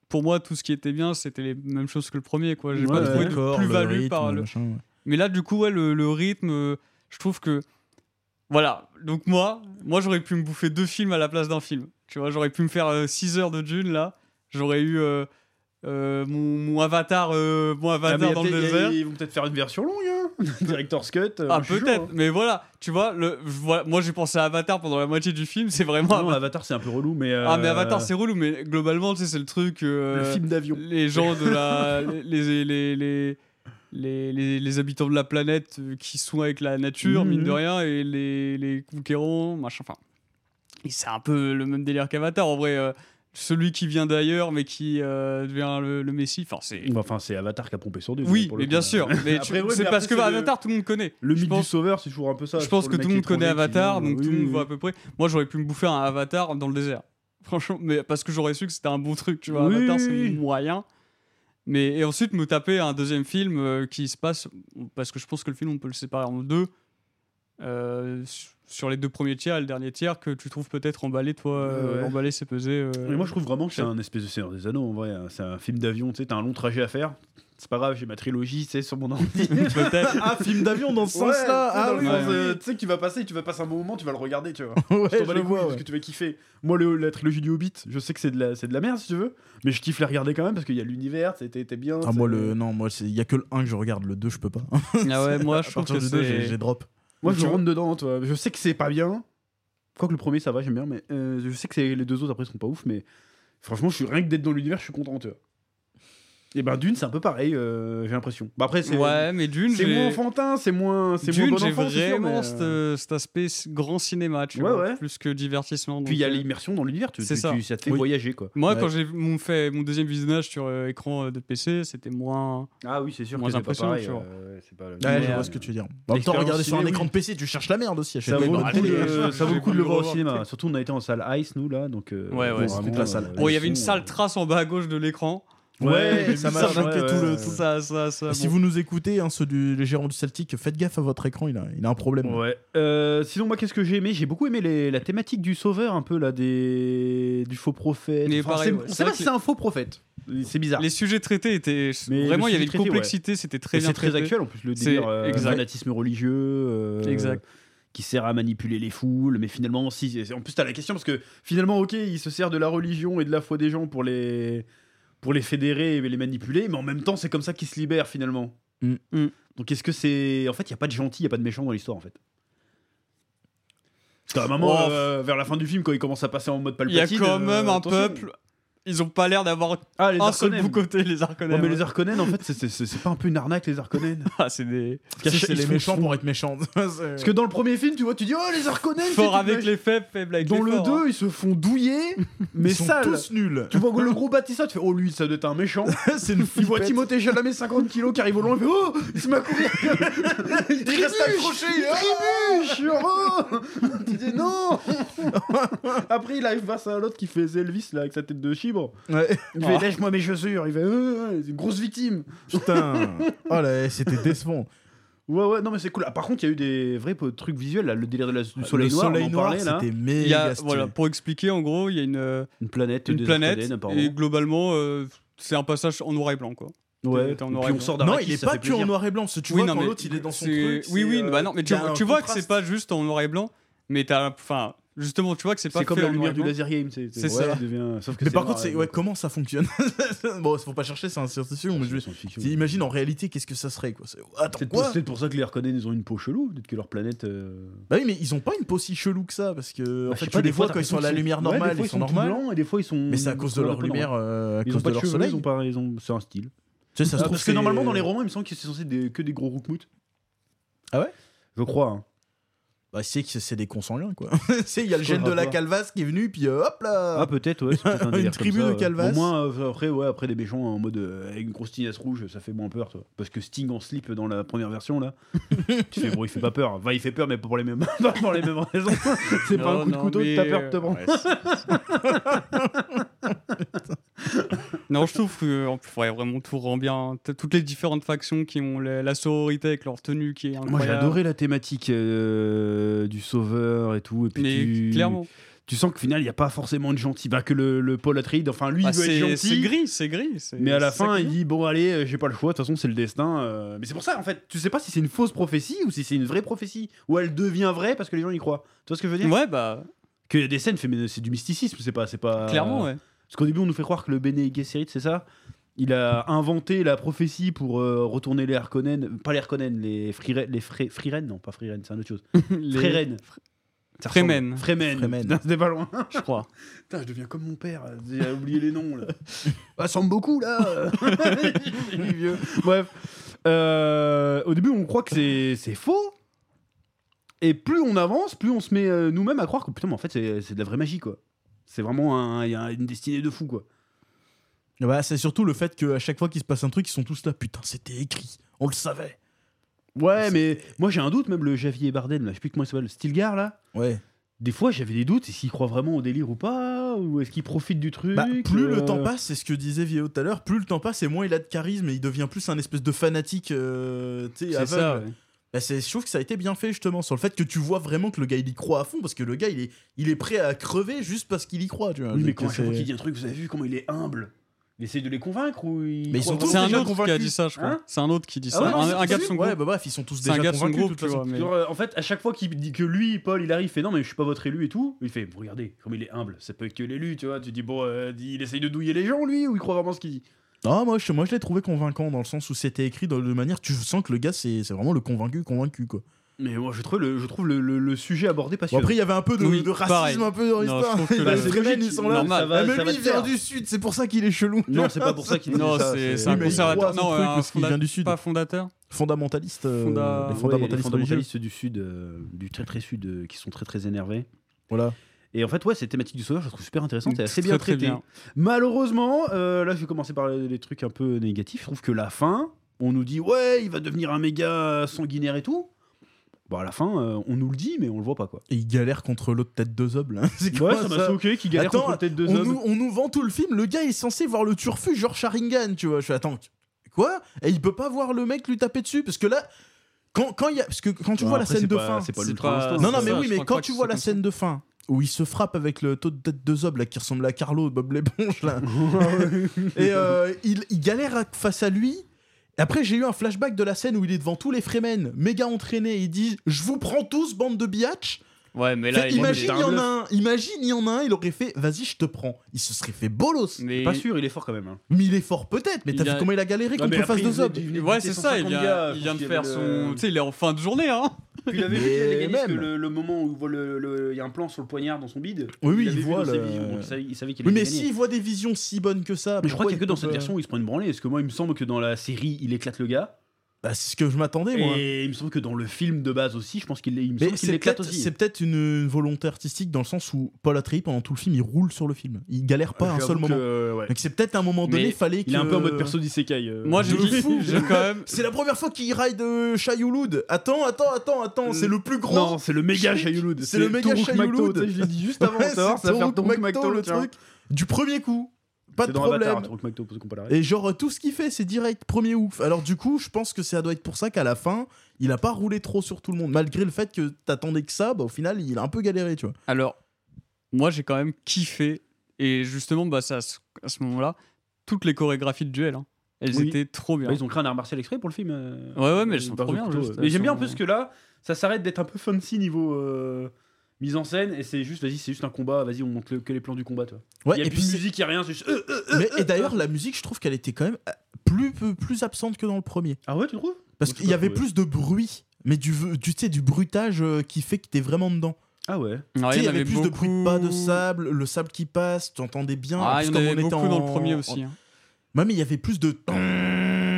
Speaker 3: pour moi, tout ce qui était bien, c'était les mêmes choses que le premier. Quoi. J'ai
Speaker 1: Ouais,
Speaker 3: pas trouvé
Speaker 1: ouais.
Speaker 3: de plus-value par le,
Speaker 2: machin, ouais.
Speaker 3: Mais là, du coup, ouais, le, le rythme, euh, je trouve que. Voilà. Donc, moi, moi j'aurais pu me bouffer deux films à la place d'un film. Tu vois, j'aurais pu me faire 6 heures de Dune, là. J'aurais eu euh, euh, mon, mon avatar, euh, mon
Speaker 1: Ah, mais
Speaker 3: avatar
Speaker 1: y a
Speaker 3: dans le
Speaker 1: peut-être- y a-
Speaker 3: désert.
Speaker 1: Ils vont peut-être faire une version longue, hein Director's Cut. euh,
Speaker 3: Ah,
Speaker 1: je suis
Speaker 3: peut-être.
Speaker 1: chaud,
Speaker 3: Mais voilà, tu vois, le, je vois- moi, j'ai pensé à Avatar pendant la moitié du film. C'est
Speaker 1: hein.
Speaker 3: vraiment.
Speaker 1: Non, Avatar, c'est un peu relou, mais.
Speaker 3: Ah,
Speaker 1: euh,
Speaker 3: mais Avatar, c'est relou. Mais globalement, tu sais, c'est le truc. euh,
Speaker 1: Le film d'avion.
Speaker 3: les gens de la les les, les, les, les- les- les habitants de la planète euh, qui sont avec la nature
Speaker 1: Mhm.
Speaker 3: mine de rien et les, les conquérants machin enfin et c'est un peu le même délire qu'Avatar en vrai euh, celui qui vient d'ailleurs mais qui euh, devient le, le messie enfin c'est
Speaker 1: Enfin, c'est Avatar qui a pompé son dieu.
Speaker 3: oui
Speaker 1: pour le
Speaker 3: mais
Speaker 1: coup,
Speaker 3: bien
Speaker 1: hein.
Speaker 3: sûr mais tu-
Speaker 1: Après, ouais,
Speaker 3: c'est
Speaker 1: mais
Speaker 3: parce
Speaker 1: après,
Speaker 3: que
Speaker 1: c'est le-
Speaker 3: Avatar tout le monde connaît
Speaker 1: Le mythe
Speaker 3: je pense,
Speaker 1: du sauveur, c'est toujours un peu ça.
Speaker 3: je pense que tout le monde connaît Avatar donc tout le monde voit à peu près moi j'aurais pu me bouffer un Avatar dans le désert franchement mais parce que j'aurais su que c'était un bon truc tu vois
Speaker 1: Oui,
Speaker 3: Avatar
Speaker 1: oui,
Speaker 3: c'est
Speaker 1: oui.
Speaker 3: moyen mais et ensuite me taper un deuxième film euh, qui se passe parce que je pense que le film on peut le séparer en deux euh, su- sur les deux premiers tiers et le dernier tiers que tu trouves peut-être emballé toi euh,
Speaker 1: Ouais, ouais.
Speaker 3: emballé c'est pesé euh,
Speaker 1: Mais moi, je trouve vraiment que c'est un espèce de Seigneur des Anneaux en vrai. hein. C'est un film d'avion, tu sais, t'as un long trajet à faire. C'est pas grave, j'ai ma trilogie, c'est sur mon ordi.
Speaker 3: peut-être
Speaker 2: Ah, film d'avion dans ce
Speaker 1: Ouais,
Speaker 2: sens-là.
Speaker 1: tu sais,
Speaker 2: Ah
Speaker 1: dans le
Speaker 2: oui,
Speaker 1: sens,
Speaker 3: oui,
Speaker 1: euh, tu sais que tu vas passer, tu vas passer un bon moment, tu vas le regarder, tu vois.
Speaker 2: ouais,
Speaker 1: Je t'en bats
Speaker 2: je
Speaker 1: les couilles
Speaker 2: vois,
Speaker 1: parce
Speaker 2: ouais.
Speaker 1: que tu vas kiffer. Moi, le- la trilogie du Hobbit, je sais que c'est de la, c'est de la merde si tu veux, mais je kiffe la regarder quand même parce qu'il y a l'univers, c'était t'es bien.
Speaker 2: Ah,
Speaker 1: c'est-
Speaker 2: moi, le... non, moi, c'est- il y a que le 1 que je regarde, le 2, je peux pas.
Speaker 3: ah ouais moi je
Speaker 2: À
Speaker 3: trouve
Speaker 2: partir
Speaker 3: que
Speaker 2: du 2, j'ai j'ai
Speaker 3: c'est
Speaker 2: drop.
Speaker 1: Moi, je
Speaker 3: Tu-
Speaker 1: rentre dedans, toi. Je sais que c'est pas bien. Quoique le premier, ça va, j'aime bien, mais euh, je sais que c'est- les deux autres après sont pas ouf, mais franchement, je suis rien que d'être dans l'univers, je suis content, tu vois. Et ben Dune, c'est un peu pareil, euh, j'ai l'impression. Bah après, c'est
Speaker 3: ouais mais d'une
Speaker 1: c'est
Speaker 3: j'ai-
Speaker 1: moins enfantin, c'est moins, c'est moins
Speaker 3: Dune,
Speaker 1: bon
Speaker 3: j'ai
Speaker 1: enfant, c'est sûr, mais,
Speaker 3: vraiment
Speaker 1: euh,
Speaker 3: cet, cet aspect c- grand cinéma, tu
Speaker 1: Ouais,
Speaker 3: vois,
Speaker 1: ouais.
Speaker 3: plus que divertissement.
Speaker 1: Puis il y a
Speaker 3: donc, euh,
Speaker 1: l'immersion dans l'univers, tu,
Speaker 3: C'est
Speaker 1: tu-
Speaker 3: ça.
Speaker 1: tu- ça te fait
Speaker 2: Oui.
Speaker 1: voyager, quoi.
Speaker 3: Moi,
Speaker 2: Ouais.
Speaker 3: quand j'ai mon, fait, mon deuxième visionnage sur euh, écran euh, de PC, c'était moins.
Speaker 1: Ah oui, c'est sûr
Speaker 3: Moins
Speaker 1: que c'est pas
Speaker 3: impressionnant,
Speaker 1: pareil.
Speaker 3: tu vois.
Speaker 1: euh, ouais, c'est pas le-
Speaker 2: Ouais,
Speaker 3: Mais,
Speaker 2: je
Speaker 3: euh,
Speaker 2: vois ce que tu veux dire. En même temps,
Speaker 1: l'expérience
Speaker 2: regarder sur un
Speaker 1: ciné,
Speaker 2: écran
Speaker 1: oui.
Speaker 2: de PC, tu cherches la merde aussi.
Speaker 1: Ça vaut, le coup de, ça vaut le coup de le voir au
Speaker 3: J'ai
Speaker 1: cinéma, surtout on a été en salle Ice nous là, donc euh,
Speaker 3: Ouais, ouais,
Speaker 1: vraiment,
Speaker 2: c'était toute la salle.
Speaker 1: euh,
Speaker 3: Bon, il y avait une
Speaker 1: sont,
Speaker 3: sale
Speaker 1: euh,
Speaker 3: trace en bas à gauche de l'écran.
Speaker 1: Ouais,
Speaker 2: Ouais, ça
Speaker 1: j'ai
Speaker 2: m'a
Speaker 1: vu ça,
Speaker 2: choqué
Speaker 1: ouais,
Speaker 2: tout le.
Speaker 1: ouais,
Speaker 2: tout
Speaker 1: ouais.
Speaker 2: le-
Speaker 3: Ça, ça, ça.
Speaker 2: Si
Speaker 3: bon.
Speaker 2: vous nous écoutez, hein, ceux du les gérants du Celtic, faites gaffe à votre écran, il a, il a un problème.
Speaker 1: Ouais. Euh, sinon moi qu'est-ce que j'ai aimé J'ai beaucoup aimé les- la thématique du sauveur un peu là des du faux prophète.
Speaker 3: Mais pareil,
Speaker 1: c'est-
Speaker 3: ouais,
Speaker 1: on
Speaker 3: c'est
Speaker 1: sait
Speaker 3: vrai
Speaker 1: pas si
Speaker 3: que
Speaker 1: c'est un faux prophète. C'est bizarre.
Speaker 3: Les sujets traités étaient.
Speaker 1: Mais le
Speaker 3: Vraiment, il y
Speaker 1: sujet
Speaker 3: avait une
Speaker 1: traité, ouais.
Speaker 3: complexité, c'était très
Speaker 1: Et
Speaker 3: bien
Speaker 1: c'est très
Speaker 3: traité.
Speaker 1: actuel en plus le
Speaker 3: C'est
Speaker 1: délire euh,
Speaker 3: exact.
Speaker 1: fanatisme religieux euh,
Speaker 3: Exact.
Speaker 1: qui sert à manipuler les foules mais finalement si en plus t'as la question parce que finalement ok il se sert de la religion et de la foi des gens pour les pour les fédérer et les manipuler mais en même temps c'est comme ça qu'ils se libèrent finalement
Speaker 2: Mm.
Speaker 3: Mm.
Speaker 1: donc est-ce que c'est en fait il y a pas de gentil il y a pas de méchant dans l'histoire en fait parce qu'à un moment
Speaker 3: Oh.
Speaker 1: euh, vers la fin du film quand il commence à passer en mode
Speaker 3: Il y a
Speaker 1: palpatine
Speaker 3: quand
Speaker 1: euh,
Speaker 3: même un
Speaker 1: attention.
Speaker 3: peuple ils ont pas l'air d'avoir
Speaker 1: Ah, les
Speaker 3: un seul
Speaker 1: Harkonnen.
Speaker 3: bon côté, les Harkonnen.
Speaker 1: Ouais, mais
Speaker 3: ouais.
Speaker 1: les Harkonnen, en fait, c'est- c'est c'est- c'est pas un peu une arnaque, les Harkonnen
Speaker 3: Ah, c'est des.
Speaker 2: Ça,
Speaker 1: Parce que
Speaker 2: c'est
Speaker 1: ils
Speaker 2: les
Speaker 1: sont
Speaker 2: méchants
Speaker 1: fous.
Speaker 2: pour être méchants. C'est-
Speaker 1: Parce que dans le premier film, tu vois, tu dis Oh, les Harkonnen
Speaker 3: Fort
Speaker 1: c'est
Speaker 3: avec
Speaker 1: une-
Speaker 3: les faibles, faible avec
Speaker 1: Dans
Speaker 3: les
Speaker 1: le
Speaker 3: forts. hein.
Speaker 1: 2, ils se font douiller, mais
Speaker 2: ils sont
Speaker 1: sales.
Speaker 2: tous nuls.
Speaker 1: Tu vois le gros bâtisseur, tu fais Oh, lui, ça doit être un méchant.
Speaker 2: c'est une
Speaker 1: Tu vois
Speaker 2: flippette.
Speaker 1: Timothée Chalamet, 50 kilos, qui arrive au loin, il fait Oh, il se m'a couru Il reste accroché, il trébuche oh Tu dis Non Après, il arrive face à l'autre qui fait Elvis, là, avec sa tête de chibre.
Speaker 2: Ouais.
Speaker 1: Il
Speaker 3: Ah.
Speaker 1: fait Lèche-moi mes chaussures. Il fait Euh, euh, c'est une grosse victime.
Speaker 2: Putain. Oh là, c'était décevant.
Speaker 1: Ouais, ouais, non, mais c'est cool. Ah, par contre, il y a eu des vrais po- trucs visuels, là, le délire de la- du
Speaker 2: Ah, Le
Speaker 1: soleil noir, on en parlait, là.
Speaker 2: c'était
Speaker 3: Il y a-
Speaker 2: méga stylé.
Speaker 3: voilà, pour expliquer, en gros, il y a une, euh,
Speaker 1: Une planète,
Speaker 3: une
Speaker 1: des
Speaker 3: planète,
Speaker 1: Arcanéennes, apparemment.
Speaker 3: et globalement, euh, c'est un passage en noir et blanc, quoi.
Speaker 1: Ouais,
Speaker 3: t'es-
Speaker 1: et
Speaker 3: t'es
Speaker 1: puis
Speaker 3: en noir et
Speaker 1: on
Speaker 3: blanc.
Speaker 1: sort
Speaker 2: Non,
Speaker 1: d'Arrakis,
Speaker 2: il est
Speaker 1: ça
Speaker 2: pas
Speaker 1: fait
Speaker 2: que en
Speaker 1: plaisir.
Speaker 2: noir et blanc. parce que Tu
Speaker 3: Oui,
Speaker 2: vois,
Speaker 3: non,
Speaker 2: quand
Speaker 3: mais
Speaker 2: l'autre, il est dans son
Speaker 3: c'est-
Speaker 2: truc.
Speaker 3: Oui,
Speaker 2: c'est,
Speaker 3: oui,
Speaker 2: euh,
Speaker 3: bah non, mais tu,
Speaker 2: il y a un
Speaker 3: tu vois que c'est
Speaker 2: contraste.
Speaker 3: pas juste en noir et blanc, mais t'as. Enfin, justement, tu vois que c'est pas
Speaker 1: C'est comme
Speaker 3: fait
Speaker 1: la
Speaker 3: en
Speaker 1: lumière
Speaker 3: noir et
Speaker 1: du
Speaker 3: blanc.
Speaker 1: laser game, c'est
Speaker 3: C'est
Speaker 1: ouais,
Speaker 3: ça.
Speaker 1: il devient- Sauf que
Speaker 2: Mais par
Speaker 1: noir
Speaker 2: contre,
Speaker 1: et
Speaker 2: c'est
Speaker 1: blanc.
Speaker 2: ouais, comment ça fonctionne Bon, faut pas chercher, c'est un science-fiction. mais je-
Speaker 1: C'est une fiction.
Speaker 2: Imagine en réalité, qu'est-ce que ça serait quoi C'est- Attends,
Speaker 1: C'est
Speaker 2: quoi
Speaker 1: peut-être pour ça que les Harkonnen ils ont une peau chelou, peut-être que leur planète. euh,
Speaker 2: Bah oui, mais ils ont pas une peau si chelou que ça parce que Euh, en
Speaker 1: bah, je
Speaker 2: fait,
Speaker 1: sais
Speaker 2: tu vois, des
Speaker 1: fois,
Speaker 2: fois
Speaker 1: t'as
Speaker 2: quand ils sont à la
Speaker 1: l'impression
Speaker 2: lumière
Speaker 1: qu'ils sont- ouais,
Speaker 2: normale,
Speaker 1: des fois,
Speaker 2: ils sont
Speaker 1: tout
Speaker 2: normaux.
Speaker 1: blancs, et des fois ils sont.
Speaker 2: Mais c'est à cause de
Speaker 1: couleur
Speaker 2: leur
Speaker 1: peau
Speaker 2: lumière,
Speaker 1: normale.
Speaker 2: euh, à
Speaker 1: Ils ont
Speaker 2: cause
Speaker 1: pas
Speaker 2: de
Speaker 1: de
Speaker 2: leur
Speaker 1: cheveux,
Speaker 2: soleil.
Speaker 1: ils ont pas ils ont- C'est un style.
Speaker 2: Tu sais, ça se
Speaker 1: Ah,
Speaker 2: trouve,
Speaker 1: parce que
Speaker 2: c'est-
Speaker 1: normalement dans les romans, il me semble que c'est censé des- que des gros roukmout.
Speaker 2: Ah ouais
Speaker 1: Je crois. hein.
Speaker 2: Bah, c'est que c'est des consanguins quoi. Tu sais, il y a le
Speaker 1: Quoi,
Speaker 2: gène de la
Speaker 1: rapport
Speaker 2: calvasse qui est venu, puis euh, hop là
Speaker 1: Ah peut-être ouais. c'est peut-être un
Speaker 2: Une
Speaker 1: délire comme
Speaker 2: tribu
Speaker 1: ça,
Speaker 2: de
Speaker 1: ouais.
Speaker 2: calvasses.
Speaker 1: Au moins euh, après ouais après des méchants en mode euh, avec une grosse tignasse rouge ça fait moins peur toi. Parce que Sting en slip dans la première version là. tu fais bon il fait pas peur. Enfin il fait peur mais pas pour les mêmes pas pour les mêmes raisons. C'est pas un
Speaker 3: Non,
Speaker 1: coup de
Speaker 3: non,
Speaker 1: couteau
Speaker 3: mais,
Speaker 1: t'as peur de te prendre.
Speaker 3: euh, ouais, non, je trouve que en plus, ouais, vraiment tout rend bien. T'as toutes les différentes factions qui ont la, la sororité avec leur tenue qui est
Speaker 1: Moi
Speaker 3: incroyable.
Speaker 1: j'ai adoré la thématique euh, du sauveur et tout. Et puis
Speaker 3: Mais
Speaker 1: tu,
Speaker 3: clairement,
Speaker 1: tu sens qu'au final il n'y a pas forcément de gentil. Bah, que le, le Paul Atreides, enfin lui
Speaker 3: Bah,
Speaker 1: il veut être
Speaker 3: c'est c'est
Speaker 1: gentil.
Speaker 3: gris, c'est gris. c'est-
Speaker 1: Mais à la
Speaker 3: c'est ça
Speaker 1: fin
Speaker 3: qui est
Speaker 1: il
Speaker 3: bien.
Speaker 1: dit bon allez euh, j'ai pas le choix, de toute façon c'est le destin. euh. Mais c'est pour ça en fait, tu sais pas si c'est une fausse prophétie ou si c'est une vraie prophétie. Ou elle devient vraie parce que les gens y croient. Tu vois ce que je veux dire
Speaker 3: Ouais, bah,
Speaker 1: Qu'il y a des scènes, fait, mais c'est du mysticisme, c'est pas, c'est pas.
Speaker 3: clairement, ouais.
Speaker 1: Parce qu'au début on nous fait croire que le Bene Gesserit c'est ça il a inventé la prophétie pour euh, retourner les Harkonnen, pas les Harkonnen, les Freeren, les Fre- Freeren, non pas Freeren, c'est un autre chose.
Speaker 3: Les-
Speaker 1: Fréren. Ça ressemble.
Speaker 3: Fremen.
Speaker 1: Fremen.
Speaker 2: Fremen.
Speaker 1: Putain, C'était pas loin.
Speaker 3: Je crois.
Speaker 1: Putain, je deviens comme mon père. euh, J'ai oublié les noms, là. Ça semble beaucoup, là. Je suis vieux. Bref. Euh, au début, on croit que c'est- c'est faux. Et plus on avance, plus on se met euh, nous-mêmes à croire que putain, mais en fait, c'est c'est de la vraie magie, quoi. C'est vraiment un- il y a une destinée de fou, quoi.
Speaker 2: Bah, c'est surtout le fait qu'à chaque fois qu'il se passe un truc, ils sont tous là. Putain, c'était écrit, on le savait.
Speaker 1: Ouais,
Speaker 2: C'est-
Speaker 1: mais moi, j'ai un doute, même le Javier Bardem, là, je sais plus comment il s'appelle, Stilgar, là.
Speaker 2: Ouais.
Speaker 1: Des fois, j'avais des doutes, est-ce qu'il croit vraiment au délire ou pas Ou est-ce qu'il profite du truc
Speaker 2: Bah, plus
Speaker 1: euh,
Speaker 2: le temps passe, c'est ce que disait Vieillot tout à l'heure, plus le temps passe et moins il a de charisme et il devient plus un espèce de fanatique euh, tu sais,
Speaker 3: C'est
Speaker 2: aveugle.
Speaker 3: ça. ouais.
Speaker 2: Bah, c'est- je trouve que ça a été bien fait justement sur le fait que tu vois vraiment que le gars il y croit à fond parce que le gars il est, il est prêt à crever juste parce qu'il y croit. Tu vois,
Speaker 1: Oui, mais
Speaker 2: Donc,
Speaker 1: quand
Speaker 2: euh,
Speaker 1: à chaque
Speaker 2: c'est-
Speaker 1: fois qu'il dit un truc, vous avez vu comment il est humble Il essaie de les convaincre ou il.
Speaker 2: Mais
Speaker 1: croit
Speaker 2: ils sont
Speaker 1: vraiment-
Speaker 3: C'est
Speaker 2: tous
Speaker 3: un
Speaker 2: déjà
Speaker 3: autre qui a
Speaker 2: convaincus.
Speaker 3: dit ça, je crois.
Speaker 1: Hein
Speaker 3: c'est un autre qui dit ça.
Speaker 1: Ah ouais,
Speaker 3: un,
Speaker 1: mais
Speaker 3: un gars de son
Speaker 2: Ouais,
Speaker 3: groupe.
Speaker 2: bah, bref, ils sont tous
Speaker 3: C'est un
Speaker 2: déjà
Speaker 3: gars de son
Speaker 2: convaincus de toute
Speaker 3: groupe, tu
Speaker 2: façon.
Speaker 3: vois. mais-
Speaker 1: Genre, euh, en fait, à chaque fois qu'il dit que lui, Paul, il arrive, il fait non, mais je suis pas votre élu et tout, il fait regardez, comme il est humble, ça peut être que l'élu, tu vois. Tu dis bon, euh, il essaye de douiller les gens, lui, ou il croit vraiment ce qu'il dit
Speaker 2: Non, Ah, moi je, moi je l'ai trouvé convaincant dans le sens où c'était écrit de, de manière. Tu sens que le gars c'est c'est vraiment le convaincu, convaincu quoi.
Speaker 1: Mais moi, je trouve le, je trouve le, le- le sujet abordé
Speaker 2: Bon,
Speaker 1: passionnant.
Speaker 2: après il y avait un peu de,
Speaker 3: Oui,
Speaker 2: de racisme
Speaker 3: pareil.
Speaker 2: un peu dans
Speaker 3: Non, je
Speaker 2: l'histoire.
Speaker 3: trouve que
Speaker 2: Les
Speaker 3: là,
Speaker 1: c'est
Speaker 2: Fremen,
Speaker 1: le mec
Speaker 2: ils
Speaker 1: qui-
Speaker 2: sont là.
Speaker 3: normal.
Speaker 1: ça va-
Speaker 2: Ah,
Speaker 1: ça
Speaker 2: mais
Speaker 1: va
Speaker 2: lui
Speaker 1: te
Speaker 2: il vient
Speaker 1: faire.
Speaker 2: du sud, c'est pour ça qu'il est chelou.
Speaker 1: Non, c'est pas pour ça qu'il dit
Speaker 3: Non,
Speaker 1: ça.
Speaker 3: c'est c'est un
Speaker 2: Oui, mais il croit à
Speaker 3: conservateur.
Speaker 2: son
Speaker 3: Non,
Speaker 2: truc
Speaker 3: un
Speaker 2: parce qu'il
Speaker 3: fonda-
Speaker 2: vient du Sud.
Speaker 3: Pas fondateur.
Speaker 2: Fondamentaliste. euh,
Speaker 3: Fonda-
Speaker 2: les
Speaker 1: Ouais,
Speaker 2: fondamentalistes
Speaker 1: les
Speaker 2: religieux.
Speaker 1: fondamentalistes du sud, euh, du très très sud, euh, qui sont très très énervés.
Speaker 2: Voilà.
Speaker 1: Et en fait, ouais, cette thématique du sauveur, je la trouve super intéressante et assez bien hein.
Speaker 3: Très, très
Speaker 1: traitée.
Speaker 3: bien.
Speaker 1: Malheureusement, euh, là je vais commencer par les les trucs un peu négatifs. Je trouve que la fin, on nous dit ouais, il va devenir un méga sanguinaire et tout. Bah à la fin, euh, on nous le dit, mais on le voit pas quoi.
Speaker 2: Et il galère contre l'autre tête de zob là. C'est quoi ça
Speaker 1: choqué qu'il
Speaker 2: galère contre
Speaker 1: tête de
Speaker 2: on nous, on nous vend tout le film, le gars est censé voir le turfu genre Sharingan, tu vois. Je fais, attends, quoi Et il peut pas voir le mec lui taper dessus Parce que là, quand, quand, il y a, parce que quand tu vois la scène de fin.
Speaker 1: c'est pas
Speaker 3: c'est
Speaker 1: l'ultra
Speaker 3: pas-
Speaker 1: instinct.
Speaker 2: Non,
Speaker 3: c'est
Speaker 2: non, mais
Speaker 3: ça,
Speaker 2: oui,
Speaker 3: je
Speaker 2: mais
Speaker 3: crois
Speaker 2: quand
Speaker 3: pas
Speaker 2: tu
Speaker 3: que
Speaker 2: vois
Speaker 3: ce
Speaker 2: la
Speaker 3: soit
Speaker 2: scène de fin où il se frappe avec le taux de tête de Zob là, qui ressemble à Carlo de Bob l'éponge là, et euh, il, il galère à- face à lui. Après, j'ai eu un flashback de la scène où il est devant tous les Fremen, méga entraînés, et il dit Je vous prends tous, bande de biatch
Speaker 3: Ouais, mais
Speaker 2: Fait,
Speaker 3: là, il est-
Speaker 2: imagine,
Speaker 1: mais
Speaker 2: il y en
Speaker 1: t'as
Speaker 2: a
Speaker 1: un
Speaker 2: un, imagine, il y en a un, il aurait fait, vas-y, je te prends. Il se serait fait bolos.
Speaker 3: mais-
Speaker 1: Pas sûr, il est fort quand même. hein.
Speaker 2: Mais il est fort peut-être, mais t'as
Speaker 3: Il
Speaker 2: vu
Speaker 3: a-
Speaker 2: comment il a galéré
Speaker 1: Ah,
Speaker 2: contre Face de Zob.
Speaker 3: Ouais, c'est ça, il
Speaker 2: euh,
Speaker 3: vient, il vient de faire son. Tu sais, il est en fin de journée, hein
Speaker 1: Puis il avait vu
Speaker 2: Mais
Speaker 1: qu'il y a les gars,
Speaker 2: même.
Speaker 1: le, le moment où il voit le- le- il y a un plan sur le poignard dans son bide.
Speaker 2: Oui, oui, il
Speaker 1: l'avait vu
Speaker 2: voit
Speaker 1: dans
Speaker 2: le-
Speaker 1: ses visions, donc il savait, il savait qu'il
Speaker 2: Oui,
Speaker 1: allait
Speaker 2: mais
Speaker 1: gagner.
Speaker 2: s'il voit des visions si bonnes que ça.
Speaker 1: Ah, Mais je crois
Speaker 2: pourquoi
Speaker 1: qu'il y a que
Speaker 2: il
Speaker 1: dans
Speaker 2: peut
Speaker 1: cette
Speaker 2: pas-
Speaker 1: version où il se prend une branlée. Parce que moi, il me semble que dans la série, il éclate le gars.
Speaker 2: Bah, c'est ce que je m'attendais, moi.
Speaker 1: Et il me semble que dans le film de base aussi, je pense qu'il l'est- il me
Speaker 2: Mais
Speaker 1: semble qu'il
Speaker 2: c'est
Speaker 1: l'éclate
Speaker 2: peut-être
Speaker 1: aussi.
Speaker 2: c'est peut-être une, une volonté artistique dans le sens où Paul Atreides, pendant tout le film, il roule sur le film. Il galère pas un
Speaker 1: J'avoue
Speaker 2: seul
Speaker 1: que,
Speaker 2: moment.
Speaker 1: euh, ouais.
Speaker 2: Donc c'est peut-être à un moment donné,
Speaker 3: Mais
Speaker 2: fallait
Speaker 1: Il est
Speaker 2: que-
Speaker 1: un peu en mode perso d'Isekai. euh.
Speaker 3: Moi, j'ai
Speaker 2: De
Speaker 3: dit,
Speaker 2: fou.
Speaker 3: j'ai quand même.
Speaker 2: C'est la première fois qu'il ride euh, Shai Hulud. Attends, attends, attends, attends, c'est le plus grand.
Speaker 1: Euh, Non, c'est le méga
Speaker 2: Shai-
Speaker 1: Shayulud.
Speaker 2: c'est le méga Shai Hulud.
Speaker 1: Je l'ai dit juste
Speaker 2: Ouais,
Speaker 1: avant, ça va,
Speaker 2: c'est
Speaker 1: ça va faire
Speaker 2: Toruk
Speaker 1: Toruk
Speaker 2: Makto,
Speaker 1: Makto,
Speaker 2: le
Speaker 1: tiens.
Speaker 2: truc. Du premier coup, pas
Speaker 1: C'est
Speaker 2: de
Speaker 1: dans
Speaker 2: problème.
Speaker 1: Avatar, Toruk Makto, pour ceux qui ont pas la ref.
Speaker 2: Et genre, euh, tout ce qu'il fait, c'est direct, premier ouf. Alors, du coup, je pense que ça doit être pour ça qu'à la fin, il a pas roulé trop sur tout le monde. Malgré le fait que t'attendais que ça, bah, au final, il a un peu galéré, tu vois.
Speaker 3: Alors, moi, j'ai quand même kiffé. Et justement, bah, ça, à ce- à ce moment-là, toutes les chorégraphies de duel, hein, elles
Speaker 1: Oui.
Speaker 3: étaient trop bien.
Speaker 1: Bah, Ils ont créé un art martial exprès pour le film. euh,
Speaker 3: Ouais, ouais, mais elles
Speaker 1: euh,
Speaker 3: sont
Speaker 1: Barbe
Speaker 3: trop bien,
Speaker 1: Couteau,
Speaker 3: juste,
Speaker 1: euh. Mais
Speaker 3: elles
Speaker 1: j'aime bien
Speaker 3: sont-
Speaker 1: parce que là, ça s'arrête d'être un peu fancy niveau euh, mise en scène et c'est juste, vas-y, c'est juste un combat, vas-y, on monte le- que les plans du combat, toi.
Speaker 2: Ouais,
Speaker 1: Il y a
Speaker 2: et
Speaker 1: plus
Speaker 2: puis,
Speaker 1: de
Speaker 2: c'est-
Speaker 1: musique, il y a rien, c'est juste. euh, euh, euh,
Speaker 2: mais,
Speaker 1: euh,
Speaker 2: et d'ailleurs, la musique, je trouve qu'elle était quand même euh, plus, peu- plus absente que dans le premier.
Speaker 1: Ah ouais, tu trouves
Speaker 2: Parce
Speaker 1: Moi, je
Speaker 2: qu'il y
Speaker 1: peux
Speaker 2: avait
Speaker 1: trouver.
Speaker 2: plus de bruit, mais du, du, tu sais, du bruitage euh, qui fait que t'es vraiment dedans.
Speaker 1: Ah ouais.
Speaker 3: Ouais,
Speaker 2: Tu sais, il y
Speaker 3: en
Speaker 2: avait, plus de bruit de pas de hein,
Speaker 3: beaucoup.
Speaker 2: sable, le sable qui passe, t'entendais bien. En
Speaker 3: Ah, il
Speaker 2: plus,
Speaker 3: y en
Speaker 2: comme on
Speaker 3: avait
Speaker 2: était
Speaker 3: beaucoup
Speaker 2: en-
Speaker 3: dans le premier
Speaker 2: en-
Speaker 3: aussi. hein.
Speaker 2: Ouais, mais il y avait plus de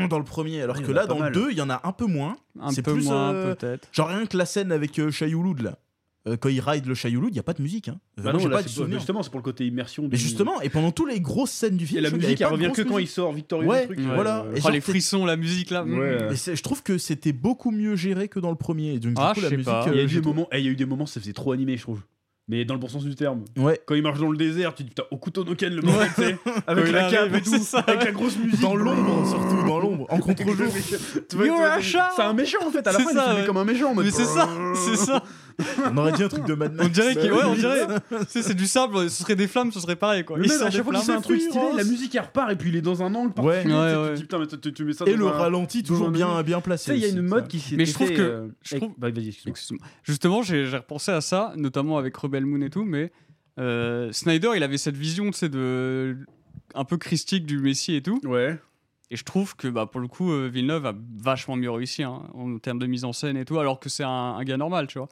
Speaker 2: dans le premier, alors
Speaker 1: Mmh. Il y
Speaker 2: que
Speaker 1: en a
Speaker 2: là,
Speaker 1: pas
Speaker 2: dans
Speaker 1: mal.
Speaker 2: le deux, il y en a un peu moins.
Speaker 3: Un
Speaker 2: C'est
Speaker 3: peu
Speaker 2: plus,
Speaker 3: moins,
Speaker 2: euh,
Speaker 3: peut-être.
Speaker 2: Genre rien que la scène avec euh, Shai Hulud, là, Euh, quand il ride le Shai Hulud, il n'y a pas de musique. Hein. Euh,
Speaker 1: Bah
Speaker 2: moi,
Speaker 1: non,
Speaker 2: j'ai
Speaker 1: là,
Speaker 2: pas de
Speaker 1: c'est-
Speaker 2: souvenir.
Speaker 1: justement, c'est pour le côté immersion.
Speaker 2: Mais
Speaker 1: du-
Speaker 2: justement, et pendant toutes les grosses scènes du film,
Speaker 1: Et la
Speaker 2: je trouve
Speaker 1: musique,
Speaker 2: qu'il
Speaker 1: elle
Speaker 2: y avait pas de
Speaker 1: revient que
Speaker 2: grosse
Speaker 1: quand il
Speaker 2: musique.
Speaker 1: sort victorieux
Speaker 2: Ouais,
Speaker 1: du truc.
Speaker 2: voilà.
Speaker 1: euh,
Speaker 2: Et
Speaker 3: Oh,
Speaker 2: genre,
Speaker 3: les
Speaker 2: t'es-
Speaker 3: frissons, la musique là. mm.
Speaker 1: Ouais.
Speaker 2: Et c'est- je trouve que c'était beaucoup mieux géré que dans le premier. Et donc, du
Speaker 3: Ah,
Speaker 2: coup,
Speaker 3: je
Speaker 2: la
Speaker 3: sais
Speaker 2: musique.
Speaker 3: pas.
Speaker 1: Il y, a
Speaker 2: euh,
Speaker 1: eu
Speaker 2: j'ai
Speaker 1: des moments, eh, il y a eu des moments, ça faisait trop animé, je trouve. Mais dans le bon sens du terme.
Speaker 2: trouvé- Ouais.
Speaker 1: Quand il marche dans le désert, tu te dis putain, au couteau Noken, le mec, tu sais, avec
Speaker 3: il
Speaker 1: la cape
Speaker 3: arrive,
Speaker 1: et tout,
Speaker 3: c'est ça,
Speaker 1: avec
Speaker 3: ouais.
Speaker 1: la grosse musique.
Speaker 2: Dans l'ombre, surtout, dans l'ombre, en
Speaker 1: Avec le
Speaker 2: contre-jour.
Speaker 1: mec- tu vois,
Speaker 3: You're
Speaker 1: tu vois,
Speaker 3: a chat
Speaker 1: C'est un méchant en fait, à la
Speaker 3: C'est
Speaker 1: fin, il
Speaker 3: ça,
Speaker 1: est filmé
Speaker 3: ouais.
Speaker 1: comme un méchant. en mode-
Speaker 3: Mais c'est ça, c'est ça.
Speaker 2: On aurait dit un truc de Mad
Speaker 1: Bah
Speaker 2: Max.
Speaker 3: On dirait que,
Speaker 2: Euh,
Speaker 3: ouais, on dirait. tu sais, c'est du sable, ce serait des flammes, ce serait pareil quoi.
Speaker 1: Mais
Speaker 3: Il
Speaker 1: même,
Speaker 3: sort
Speaker 1: à
Speaker 3: des
Speaker 1: chaque fois qu'il fait
Speaker 3: flammes,
Speaker 1: un truc stylé,
Speaker 3: fulgurance.
Speaker 1: la musique elle repart et puis il est dans un angle particulier. tu
Speaker 3: Ouais,
Speaker 1: sais,
Speaker 3: ouais.
Speaker 1: Tu, te dis, putain, mais toi, tu- tu mets ça
Speaker 2: Et
Speaker 1: dans
Speaker 2: le
Speaker 1: un-
Speaker 2: ralenti, toujours
Speaker 1: dans un-
Speaker 2: bien, bien
Speaker 1: Tu
Speaker 2: placé.
Speaker 1: sais, il y a
Speaker 2: aussi,
Speaker 1: une
Speaker 2: ça.
Speaker 1: mode qui s'est.
Speaker 3: Mais je trouve
Speaker 1: fait,
Speaker 3: que-
Speaker 1: euh,
Speaker 3: je
Speaker 1: avec-
Speaker 3: trouve-
Speaker 1: Bah, vas-y, excuse-moi.
Speaker 3: Excuse-moi. Justement, j'ai j'ai repensé à ça, notamment avec Rebel Moon et tout, mais euh, Snyder, il avait cette vision, tu sais, de un peu christique du Messie et tout.
Speaker 1: Ouais.
Speaker 3: Et je trouve que, bah, pour le coup, euh, Villeneuve a vachement mieux réussi hein, en termes de mise en scène et tout, alors que c'est un, un gars normal, tu vois.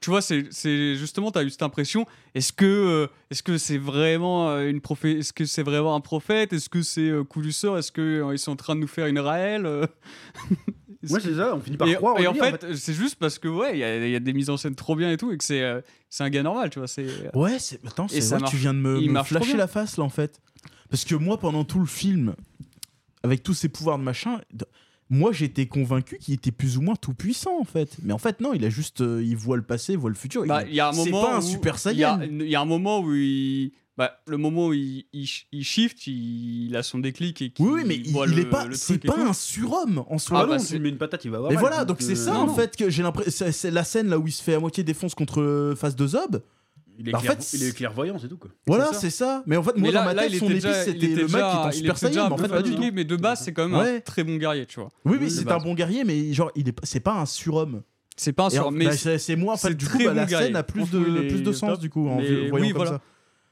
Speaker 3: Tu vois, c'est c'est- justement, tu as eu cette impression. Est-ce que euh, est-ce que c'est vraiment euh, une prophète Est-ce que c'est vraiment un prophète Est-ce que c'est euh, coup du sort Est-ce qu'ils sont en train de nous faire une Raël Euh,
Speaker 1: Ouais, c'est ça, on finit par
Speaker 3: et,
Speaker 1: croire. au
Speaker 3: et Bah, en,
Speaker 1: délire,
Speaker 3: fait, c'est juste parce que ouais, il y, a- il y a des mises en scène trop bien et tout, et que c'est euh, c'est un gars normal, tu vois. C'est euh,
Speaker 2: Ouais, c'est... Attends, c'est
Speaker 3: ça
Speaker 2: vrai que tu
Speaker 3: marche-
Speaker 2: viens de me,
Speaker 3: il
Speaker 2: me
Speaker 3: marche trop
Speaker 2: flasher
Speaker 3: bien.
Speaker 2: la face, là, en fait. Parce que moi, pendant tout le film, avec tous ses pouvoirs de machin, de- moi, j'étais convaincu qu'il était plus ou moins tout-puissant, en fait. Mais en fait, non, il a juste... euh, il voit le passé, il voit le futur.
Speaker 3: Bah,
Speaker 2: il-
Speaker 3: il y a un
Speaker 2: c'est
Speaker 3: moment
Speaker 2: pas un
Speaker 3: où-
Speaker 2: Super
Speaker 3: il y a-
Speaker 2: Saiyan.
Speaker 3: Il y a un moment où il bah, le moment où il, il, il shift, il, il a son déclic et qu'il
Speaker 2: Oui, oui, mais il,
Speaker 3: voit
Speaker 2: il
Speaker 3: le-
Speaker 2: est pas...
Speaker 3: le
Speaker 2: C'est
Speaker 3: truc et
Speaker 2: pas
Speaker 3: tout.
Speaker 2: un surhomme, en soi.
Speaker 1: Ah,
Speaker 3: Ah, bah,
Speaker 1: non, tu
Speaker 3: c'est-
Speaker 1: lui mets une patate, il va avoir.
Speaker 2: Mais
Speaker 1: mal,
Speaker 2: voilà,
Speaker 1: donc,
Speaker 2: donc
Speaker 1: euh,
Speaker 2: c'est ça
Speaker 1: non,
Speaker 2: en
Speaker 1: non.
Speaker 2: fait que j'ai l'impression. c'est- C'est la scène là où il se fait à moitié défonce contre euh, face de Zob.
Speaker 1: Il est
Speaker 2: Bah, en
Speaker 1: clairvo-
Speaker 2: fait,
Speaker 1: il est clairvoyant, c'est tout quoi.
Speaker 2: Voilà,
Speaker 3: C'est ça.
Speaker 2: c'est ça. Mais en fait, moi
Speaker 3: Mais là,
Speaker 2: dans ma
Speaker 3: là,
Speaker 2: tête,
Speaker 3: il
Speaker 2: son
Speaker 3: était
Speaker 2: épice
Speaker 3: déjà- il
Speaker 2: c'était
Speaker 3: était
Speaker 2: le mec qui est
Speaker 3: déjà-
Speaker 2: en
Speaker 3: il
Speaker 2: super
Speaker 3: était déjà
Speaker 2: saiyan,
Speaker 3: un
Speaker 2: mais en
Speaker 3: peu
Speaker 2: fait pas du tout.
Speaker 3: fatigué, Mais de base, c'est quand même
Speaker 2: Ouais.
Speaker 3: un très bon guerrier, tu vois.
Speaker 2: Oui,
Speaker 1: Oui,
Speaker 2: oui,
Speaker 1: de
Speaker 2: c'est
Speaker 1: base.
Speaker 2: un bon guerrier, mais genre il est, pas- c'est pas un surhomme.
Speaker 3: C'est pas un
Speaker 2: Et en-
Speaker 3: sort, mais
Speaker 2: bah, c'est c'est moi en
Speaker 3: c'est
Speaker 2: fait. Du coup,
Speaker 3: très
Speaker 2: bah,
Speaker 3: bon
Speaker 2: la
Speaker 3: guerrier.
Speaker 2: scène a plus de
Speaker 3: Franchement, il est
Speaker 2: plus de sens
Speaker 3: top.
Speaker 2: du coup en
Speaker 3: Mais
Speaker 2: vi- voyant
Speaker 3: oui,
Speaker 2: comme
Speaker 3: voilà.
Speaker 2: ça.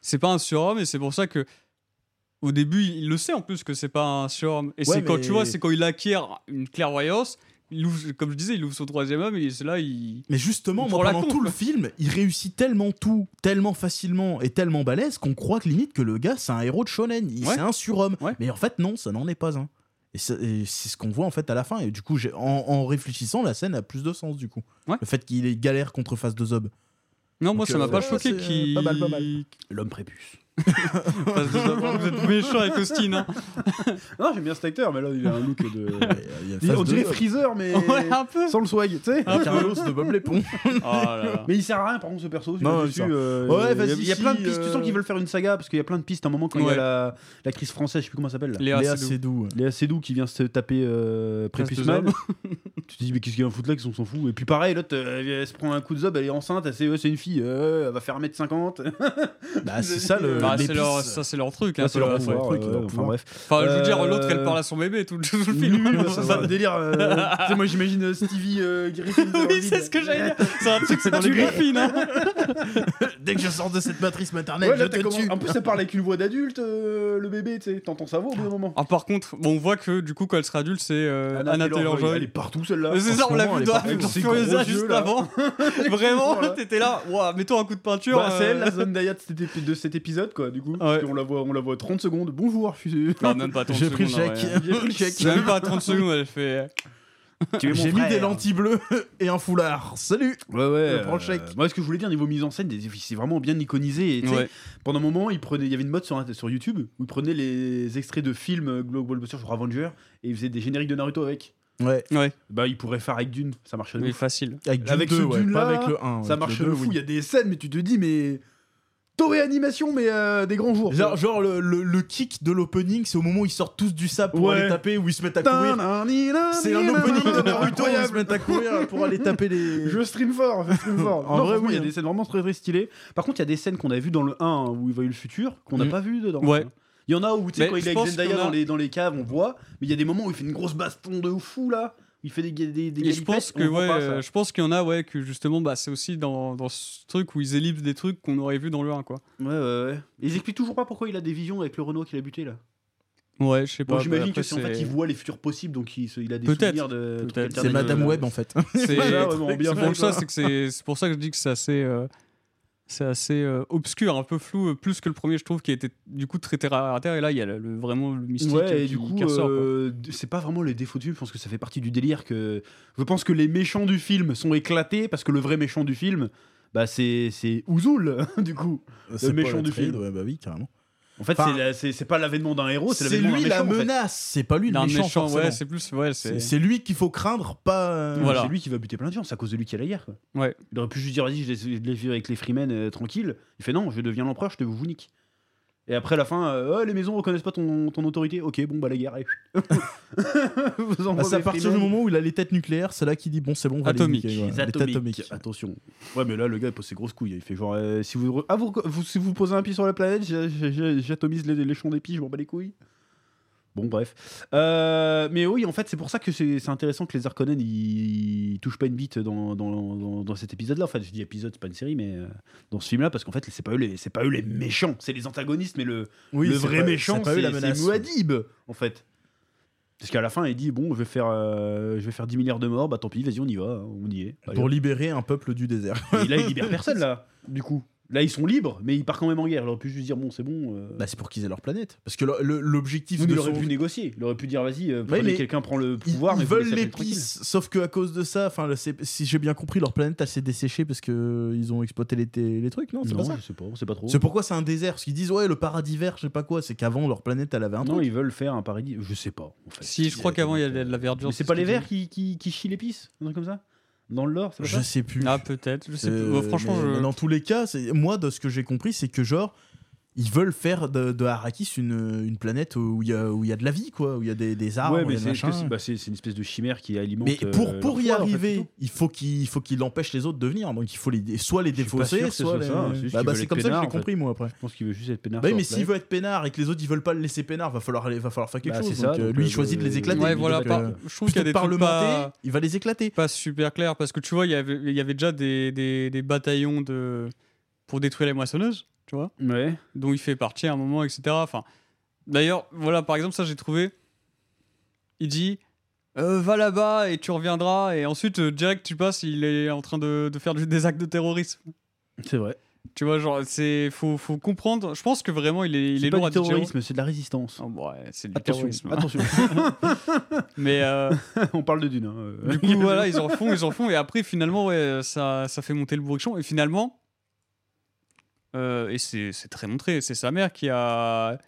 Speaker 3: c'est pas un surhomme et c'est pour ça que au début il le sait en plus que c'est pas un surhomme et
Speaker 2: Ouais,
Speaker 3: c'est quand
Speaker 2: mais-
Speaker 3: tu vois c'est quand il acquiert une clairvoyance il ouvre- comme je disais il ouvre son troisième homme et c'est là il
Speaker 2: Mais justement,
Speaker 3: Il
Speaker 2: moi,
Speaker 3: prend la
Speaker 2: pendant
Speaker 3: con,
Speaker 2: tout
Speaker 3: quoi.
Speaker 2: le film, il réussit tellement tout, tellement facilement et tellement balèze qu'on croit que limite que le gars, c'est un héros de shonen, il
Speaker 3: Ouais.
Speaker 2: c'est un surhomme.
Speaker 3: Ouais.
Speaker 2: Mais en fait, non, ça n'en est pas un. Et ça- et c'est ce qu'on voit en fait à la fin. Et du coup, j'ai- en, en réfléchissant, la scène a plus de sens du coup.
Speaker 3: Ouais.
Speaker 2: Le fait qu'il ait galère contre face de Zob.
Speaker 3: non moi
Speaker 2: Donc,
Speaker 3: ça m'a
Speaker 2: euh,
Speaker 3: pas
Speaker 2: ouais,
Speaker 3: choqué
Speaker 2: c'est
Speaker 3: qu'il
Speaker 2: pas mal, pas mal.
Speaker 1: L'homme prépuce.
Speaker 3: Parce que vous êtes méchant avec Austin hein.
Speaker 1: Non, j'aime bien cet acteur, mais là, il a un look de.
Speaker 2: Et, euh, il y a
Speaker 1: Il-
Speaker 2: Face
Speaker 1: on
Speaker 2: de
Speaker 1: dirait
Speaker 2: Zob.
Speaker 1: Freezer, mais
Speaker 3: ouais un peu
Speaker 1: sans le swag, tu sais.
Speaker 3: Ah,
Speaker 2: Carlos de Bob l'éponge.
Speaker 3: Oh là là.
Speaker 1: Mais il sert à rien, par contre, ce perso.
Speaker 2: Non,
Speaker 1: Non,
Speaker 2: il sert- Ouais,
Speaker 1: ouais,
Speaker 2: vas-y,
Speaker 1: euh, Il y a
Speaker 2: si,
Speaker 1: plein de pistes. Tu
Speaker 2: euh,
Speaker 1: sens qu'ils veulent faire une saga parce qu'il y a plein de pistes. À un moment, quand il y a
Speaker 3: Ouais.
Speaker 1: la, la crise française, je sais plus comment elle s'appelle. là.
Speaker 3: Léa,
Speaker 2: Léa
Speaker 3: c'est
Speaker 2: Seydoux.
Speaker 3: doux.
Speaker 2: ouais.
Speaker 1: Léa Seydoux qui vient se taper euh, Prépuce
Speaker 3: Face de
Speaker 1: Man.
Speaker 3: Zob.
Speaker 1: tu Tu te dis, mais qu'est-ce qu'il y a un foutre là qu'ils s'en fout Et puis pareil, l'autre, euh, elle, elle se prend un coup de zob, elle est enceinte, elle sait, ouais, c'est une fille, euh, elle va faire 1m50.
Speaker 2: Bah, c'est ça le.
Speaker 3: Bah,
Speaker 2: les
Speaker 3: c'est leur-
Speaker 2: pistes.
Speaker 3: ça, c'est leur truc.
Speaker 1: Ouais,
Speaker 3: hein,
Speaker 1: c'est
Speaker 3: peu-
Speaker 1: leur
Speaker 3: enfin,
Speaker 1: pouvoir,
Speaker 2: truc,
Speaker 1: euh,
Speaker 2: leur
Speaker 1: enfin
Speaker 2: pouvoir.
Speaker 1: bref.
Speaker 3: je veux dire,
Speaker 1: Euh,
Speaker 3: l'autre, qu'elle parle à son bébé tout le, tout le film.
Speaker 1: Nul, ça, c'est
Speaker 3: Ça-
Speaker 1: un délire. euh, tu sais, moi j'imagine euh, Stevie euh, Griffin. dans le
Speaker 3: oui, c'est
Speaker 1: vide.
Speaker 3: ce que j'allais dire. C'est un truc, c'est dans les griffines. Hein.
Speaker 2: Dès que je sors de cette matrice maternelle,
Speaker 1: Ouais,
Speaker 2: je
Speaker 1: là,
Speaker 2: te
Speaker 1: t'as comment-
Speaker 2: tue.
Speaker 1: En plus, ça parle avec une voix d'adulte, euh, le bébé, tu sais. T'entends sa voix au bout d'un moment.
Speaker 3: Ah, par contre, bon, on voit que du coup, quand elle sera adulte, c'est euh, Anna Taylor-Joy.
Speaker 1: Elle est partout celle-là.
Speaker 3: Euh, C'est
Speaker 1: En
Speaker 3: ça,
Speaker 1: ce
Speaker 3: on l'a
Speaker 1: moment, elle
Speaker 3: vu
Speaker 1: est
Speaker 3: dans
Speaker 1: partout,
Speaker 3: dans
Speaker 1: ses
Speaker 3: Furiosa
Speaker 1: gros yeux,
Speaker 3: juste
Speaker 1: là.
Speaker 3: avant.
Speaker 1: Voilà.
Speaker 3: Vraiment, t'étais là, Ouah, mets-toi un coup de peinture.
Speaker 1: Bah, c'est
Speaker 3: euh.
Speaker 1: elle la zone d'Ayat de, cet ép- de cet épisode, quoi, du coup. Parce qu'on la voit, on la voit 30 secondes. Bonjour, fusil.
Speaker 3: Non, même pas 30
Speaker 2: J'ai pris le
Speaker 3: secondes, en
Speaker 2: chèque.
Speaker 1: hein,
Speaker 3: vrai.
Speaker 2: J'ai pris le chèque.
Speaker 3: Même pas 30 secondes, elle fait.
Speaker 2: J'ai mis des lentilles bleues et un foulard. Salut
Speaker 1: Ouais, ouais.
Speaker 2: Je prends le chèque.
Speaker 1: euh, moi, ce que je voulais dire niveau mise en scène, des- c'est vraiment bien iconisé. Et, tu sais,
Speaker 3: Ouais.
Speaker 1: Pendant un moment, il prenait, il y avait une mode sur, sur YouTube où il prenait les extraits de films euh, Global Buster sur Avenger et il faisait des génériques de Naruto avec.
Speaker 2: Ouais,
Speaker 3: Ouais,
Speaker 1: Bah, il pourrait faire avec Dune, ça marche de
Speaker 3: oui,
Speaker 1: ouf.
Speaker 3: facile.
Speaker 2: avec,
Speaker 1: Avec
Speaker 2: Dune
Speaker 1: ce
Speaker 2: 2, ouais,
Speaker 1: Dune-là,
Speaker 2: pas avec le 1.
Speaker 1: Ça
Speaker 2: avec
Speaker 1: marche
Speaker 2: le
Speaker 1: de
Speaker 2: 2,
Speaker 1: fou.
Speaker 2: oui.
Speaker 1: Il y a des scènes, mais tu te dis, mais. Toei Animation, mais euh, des grands jours.
Speaker 2: Genre, genre le, le- le kick de l'opening, c'est au moment où ils sortent tous du sable pour
Speaker 1: Ouais.
Speaker 2: aller taper, où ils se mettent à courir. C'est
Speaker 1: C'est
Speaker 2: un opening de Naruto, ils se
Speaker 1: incroyable.
Speaker 2: mettent à courir pour aller taper les.
Speaker 1: Je stream fort, je stream fort.
Speaker 2: En
Speaker 1: Non,
Speaker 2: vrai,
Speaker 1: franchement,
Speaker 2: oui,
Speaker 1: il y a
Speaker 2: hein.
Speaker 1: des scènes vraiment très très stylées. Par contre, il y a des scènes qu'on a vues dans le 1 hein, où il voyait le futur qu'on n'a
Speaker 2: Mm.
Speaker 1: pas vu dedans.
Speaker 3: Ouais.
Speaker 1: Il y en a où, tu sais,
Speaker 3: Mais
Speaker 1: quand il
Speaker 3: je
Speaker 1: est avec
Speaker 3: pense
Speaker 1: Zendaya
Speaker 3: qu'il y en a-
Speaker 1: dans, les, dans les caves, on voit. Mais il y a des moments où il fait une grosse baston de fou là. Il fait des, des, des, des
Speaker 3: Et je
Speaker 1: galipettes,
Speaker 3: pense que
Speaker 1: on voit
Speaker 3: ouais,
Speaker 1: pas, ça.
Speaker 3: euh, je pense qu'il y en a ouais que justement bah c'est aussi dans, dans ce truc où ils ellipsent des trucs qu'on aurait vu dans le 1 quoi.
Speaker 1: Ouais, ouais, ouais. Et ils expliquent toujours pas pourquoi il a des visions avec le Renault qu'il a buté là.
Speaker 3: Ouais, je sais
Speaker 1: Bon,
Speaker 3: pas.
Speaker 1: j'imagine
Speaker 3: bah,
Speaker 1: que
Speaker 3: après,
Speaker 1: c'est en fait
Speaker 3: c'est-
Speaker 1: il voit les futurs possibles donc il, se- il a des
Speaker 3: Peut-être.
Speaker 1: souvenirs de.
Speaker 3: Peut-être.
Speaker 2: C'est Madame Web en fait.
Speaker 3: c'est
Speaker 1: Voilà, ouais, bon, bien
Speaker 3: c'est
Speaker 1: fait,
Speaker 3: pour ça,
Speaker 1: quoi.
Speaker 3: c'est que c'est c'est pour ça que je dis que c'est assez euh, c'est assez euh, obscur, un peu flou, euh, plus que le premier je trouve qui était du coup très terre à terre et là il y a le, le- vraiment le mystique euh,
Speaker 1: Ouais, et
Speaker 3: qui,
Speaker 1: du coup,
Speaker 3: qui ressort, quoi.
Speaker 1: euh, d- c'est pas vraiment les défauts du film. Je pense que ça fait partie du délire que. Je pense que les méchants du film sont éclatés parce que le vrai méchant du film, bah c'est c'est Ouzoul, du coup.
Speaker 2: C'est pas
Speaker 1: méchant
Speaker 2: le
Speaker 1: du
Speaker 2: trade,
Speaker 1: film.
Speaker 2: Ouais, bah oui, carrément.
Speaker 1: En fait,
Speaker 2: Enfin,
Speaker 1: c'est la- c'est c'est pas l'avènement d'un héros, c'est
Speaker 2: C'est
Speaker 1: l'avènement d'un
Speaker 2: lui
Speaker 1: méchant.
Speaker 2: la
Speaker 1: en fait.
Speaker 2: menace, c'est pas lui
Speaker 3: Il y
Speaker 2: le
Speaker 3: a un
Speaker 2: méchant.
Speaker 3: méchant, ouais,
Speaker 2: forcément.
Speaker 3: c'est plus ouais,
Speaker 2: C'est
Speaker 3: c'est
Speaker 2: c'est lui qu'il faut craindre, pas. euh,
Speaker 1: Euh,
Speaker 3: Voilà.
Speaker 1: C'est lui qui va buter plein de gens, c'est à cause de lui qu'il y a la guerre. quoi.
Speaker 3: Ouais.
Speaker 1: Il aurait pu juste dire vas-y, je les- je les vis avec les freemen euh, tranquille. Il fait non, je deviens l'empereur, je te vous nique. Et après la fin, euh, Oh, les maisons reconnaissent pas ton, ton autorité. Ok, bon bah la guerre. allez. vous
Speaker 2: Ah,
Speaker 1: envoie
Speaker 2: c'est à
Speaker 1: mes
Speaker 2: partir du
Speaker 1: Freemen.
Speaker 2: moment où il a les têtes nucléaires, c'est là qu'il dit bon, c'est bon, on va
Speaker 3: Atomique.
Speaker 2: les niquer,
Speaker 1: Les
Speaker 2: voilà.
Speaker 1: atomiques.
Speaker 2: atomiques.
Speaker 1: Attention. Ouais, mais là, le gars, il pose ses grosses couilles. Il fait genre, euh, si, vous, ah, vous, vous- si vous posez un pied sur la planète, j'a- j'a- j'atomise les, les champs d'épis, je m'en bats les couilles. Bon, bref. Euh, mais oui, en fait, c'est pour ça que c'est c'est intéressant que les Arconen, ils, ils touchent pas une bite dans, dans, dans, dans cet épisode-là. En fait, je dis épisode, c'est pas une série, mais euh, dans ce film-là, parce qu'en fait, c'est pas, eux les- c'est pas eux les méchants, c'est les antagonistes, mais le,
Speaker 2: Oui,
Speaker 1: le
Speaker 2: c'est
Speaker 1: vrai
Speaker 2: pas-
Speaker 1: méchant,
Speaker 2: pas eux
Speaker 1: c'est
Speaker 2: la
Speaker 1: c'est
Speaker 2: menace.
Speaker 1: Muad'Dib, en fait. Parce qu'à la fin, il dit Bon, je vais faire, euh, je vais faire 10 milliards de morts, bah tant pis, vas-y, on y va, hein, on y est. Allez,
Speaker 2: Pour libérer un peuple du désert.
Speaker 1: et là, ils libèrent personne, là, du coup. Là, ils sont libres, mais ils partent quand même en guerre. Il aurait pu juste dire, bon, c'est bon. euh,
Speaker 2: Bah, c'est pour qu'ils aient leur planète. Parce que le- le- l'objectif
Speaker 1: oui, mais
Speaker 2: de
Speaker 1: il aurait
Speaker 2: son-
Speaker 1: pu négocier. Il aurait pu dire, vas-y, euh,
Speaker 2: Ouais,
Speaker 1: prenez
Speaker 2: mais
Speaker 1: quelqu'un prend le
Speaker 2: Ils,
Speaker 1: pouvoir,
Speaker 2: ils
Speaker 1: mais vous
Speaker 2: veulent
Speaker 1: laissez la
Speaker 2: les
Speaker 1: planète tranquille.
Speaker 2: pistes, sauf que à cause de ça, enfin, le- c'est- si j'ai bien compris, leur planète elle s'est desséchée parce que euh, ils ont exploité les, t- les trucs, non C'est pas
Speaker 1: Non,
Speaker 2: ça.
Speaker 1: je sais pas, c'est pas trop.
Speaker 2: C'est pourquoi c'est un désert, parce qu'ils disent ouais le paradis vert, je sais pas quoi, c'est qu'avant leur planète elle avait un
Speaker 1: Non,
Speaker 2: truc.
Speaker 1: ils veulent faire un paradis. Je sais pas, en fait.
Speaker 3: Si je crois qu'avant il y a de la- de la verdure.
Speaker 1: Mais c'est pas les verts qui, qui, qui chient l'épice Un truc comme ça Dans le lore, c'est pas
Speaker 2: Je
Speaker 1: ça
Speaker 2: sais plus.
Speaker 3: Ah peut-être, je sais plus.
Speaker 2: Euh,
Speaker 1: oh,
Speaker 3: Ouais, franchement,
Speaker 2: mais-
Speaker 3: je-
Speaker 2: mais dans tous les cas, c'est- moi de ce que j'ai compris, c'est que genre ils veulent faire de, de Arrakis une, une planète où il y a où il y a de la vie quoi, où il y a des, des arbres,
Speaker 1: Ouais, mais
Speaker 2: des
Speaker 1: c'est
Speaker 2: machins.
Speaker 1: c'est- bah, c'est- c'est une espèce de chimère qui alimente.
Speaker 2: Mais pour,
Speaker 1: euh,
Speaker 2: pour
Speaker 1: leur
Speaker 2: y
Speaker 1: foi, en fait,
Speaker 2: arriver,
Speaker 1: plutôt.
Speaker 2: il faut qu'il faut qu'il empêche les autres de venir. Donc il faut les soit les
Speaker 1: suis pas
Speaker 2: défausser,
Speaker 1: sûr que ce
Speaker 2: soit
Speaker 1: soit
Speaker 2: les...
Speaker 1: ça, c'est juste
Speaker 2: Bah,
Speaker 1: qu'ils
Speaker 2: bah,
Speaker 1: veulent
Speaker 2: c'est
Speaker 1: être
Speaker 2: comme ça que
Speaker 1: peinards,
Speaker 2: j'ai
Speaker 1: en fait.
Speaker 2: compris moi après.
Speaker 1: Je pense qu'il veut juste être peinard.
Speaker 2: Bah oui,
Speaker 1: sur
Speaker 2: mais
Speaker 1: la
Speaker 2: s'il
Speaker 1: planète.
Speaker 2: veut être peinard et que les autres ils veulent pas le laisser peinard, va falloir va falloir faire quelque
Speaker 1: Bah,
Speaker 2: chose.
Speaker 1: c'est ça,
Speaker 2: Donc, euh,
Speaker 1: donc,
Speaker 2: lui
Speaker 1: euh,
Speaker 2: il choisit de les éclater.
Speaker 1: Ouais,
Speaker 3: ouais
Speaker 1: des-
Speaker 3: voilà,
Speaker 2: donc,
Speaker 3: par-
Speaker 2: euh,
Speaker 3: je trouve
Speaker 2: plutôt
Speaker 3: qu'il y
Speaker 2: que
Speaker 3: a
Speaker 2: de
Speaker 3: des trucs
Speaker 2: parlementer,
Speaker 3: pas
Speaker 2: il va les éclater.
Speaker 3: pas super clair parce que tu vois, il y avait, il y avait déjà des, des- des bataillons de... pour détruire les moissonneuses, tu vois,
Speaker 1: Ouais.
Speaker 3: dont il fait partie à un moment, etc. Enfin, D'ailleurs, voilà, par exemple, ça j'ai trouvé. Il dit euh, Va là-bas et tu reviendras, et ensuite, euh, direct, tu passes, il est en train de, de faire du- des actes de terrorisme.
Speaker 1: C'est vrai.
Speaker 3: Tu vois, genre, c'est faut, faut comprendre. Je pense que vraiment, il est, il est
Speaker 1: C'est pas
Speaker 3: lourd à
Speaker 1: du
Speaker 3: digérer.
Speaker 1: terrorisme, c'est de la résistance.
Speaker 3: Ah, bon, ouais, c'est du
Speaker 1: Attention,
Speaker 3: terrorisme.
Speaker 1: attention.
Speaker 3: Mais euh,
Speaker 1: On parle de Dune. hein, euh.
Speaker 3: Du coup, voilà, ils en font, ils en font, et après, finalement, ouais, ça, ça fait monter le bourrichon. Et finalement, euh, et c'est c'est très montré, c'est sa mère qui a,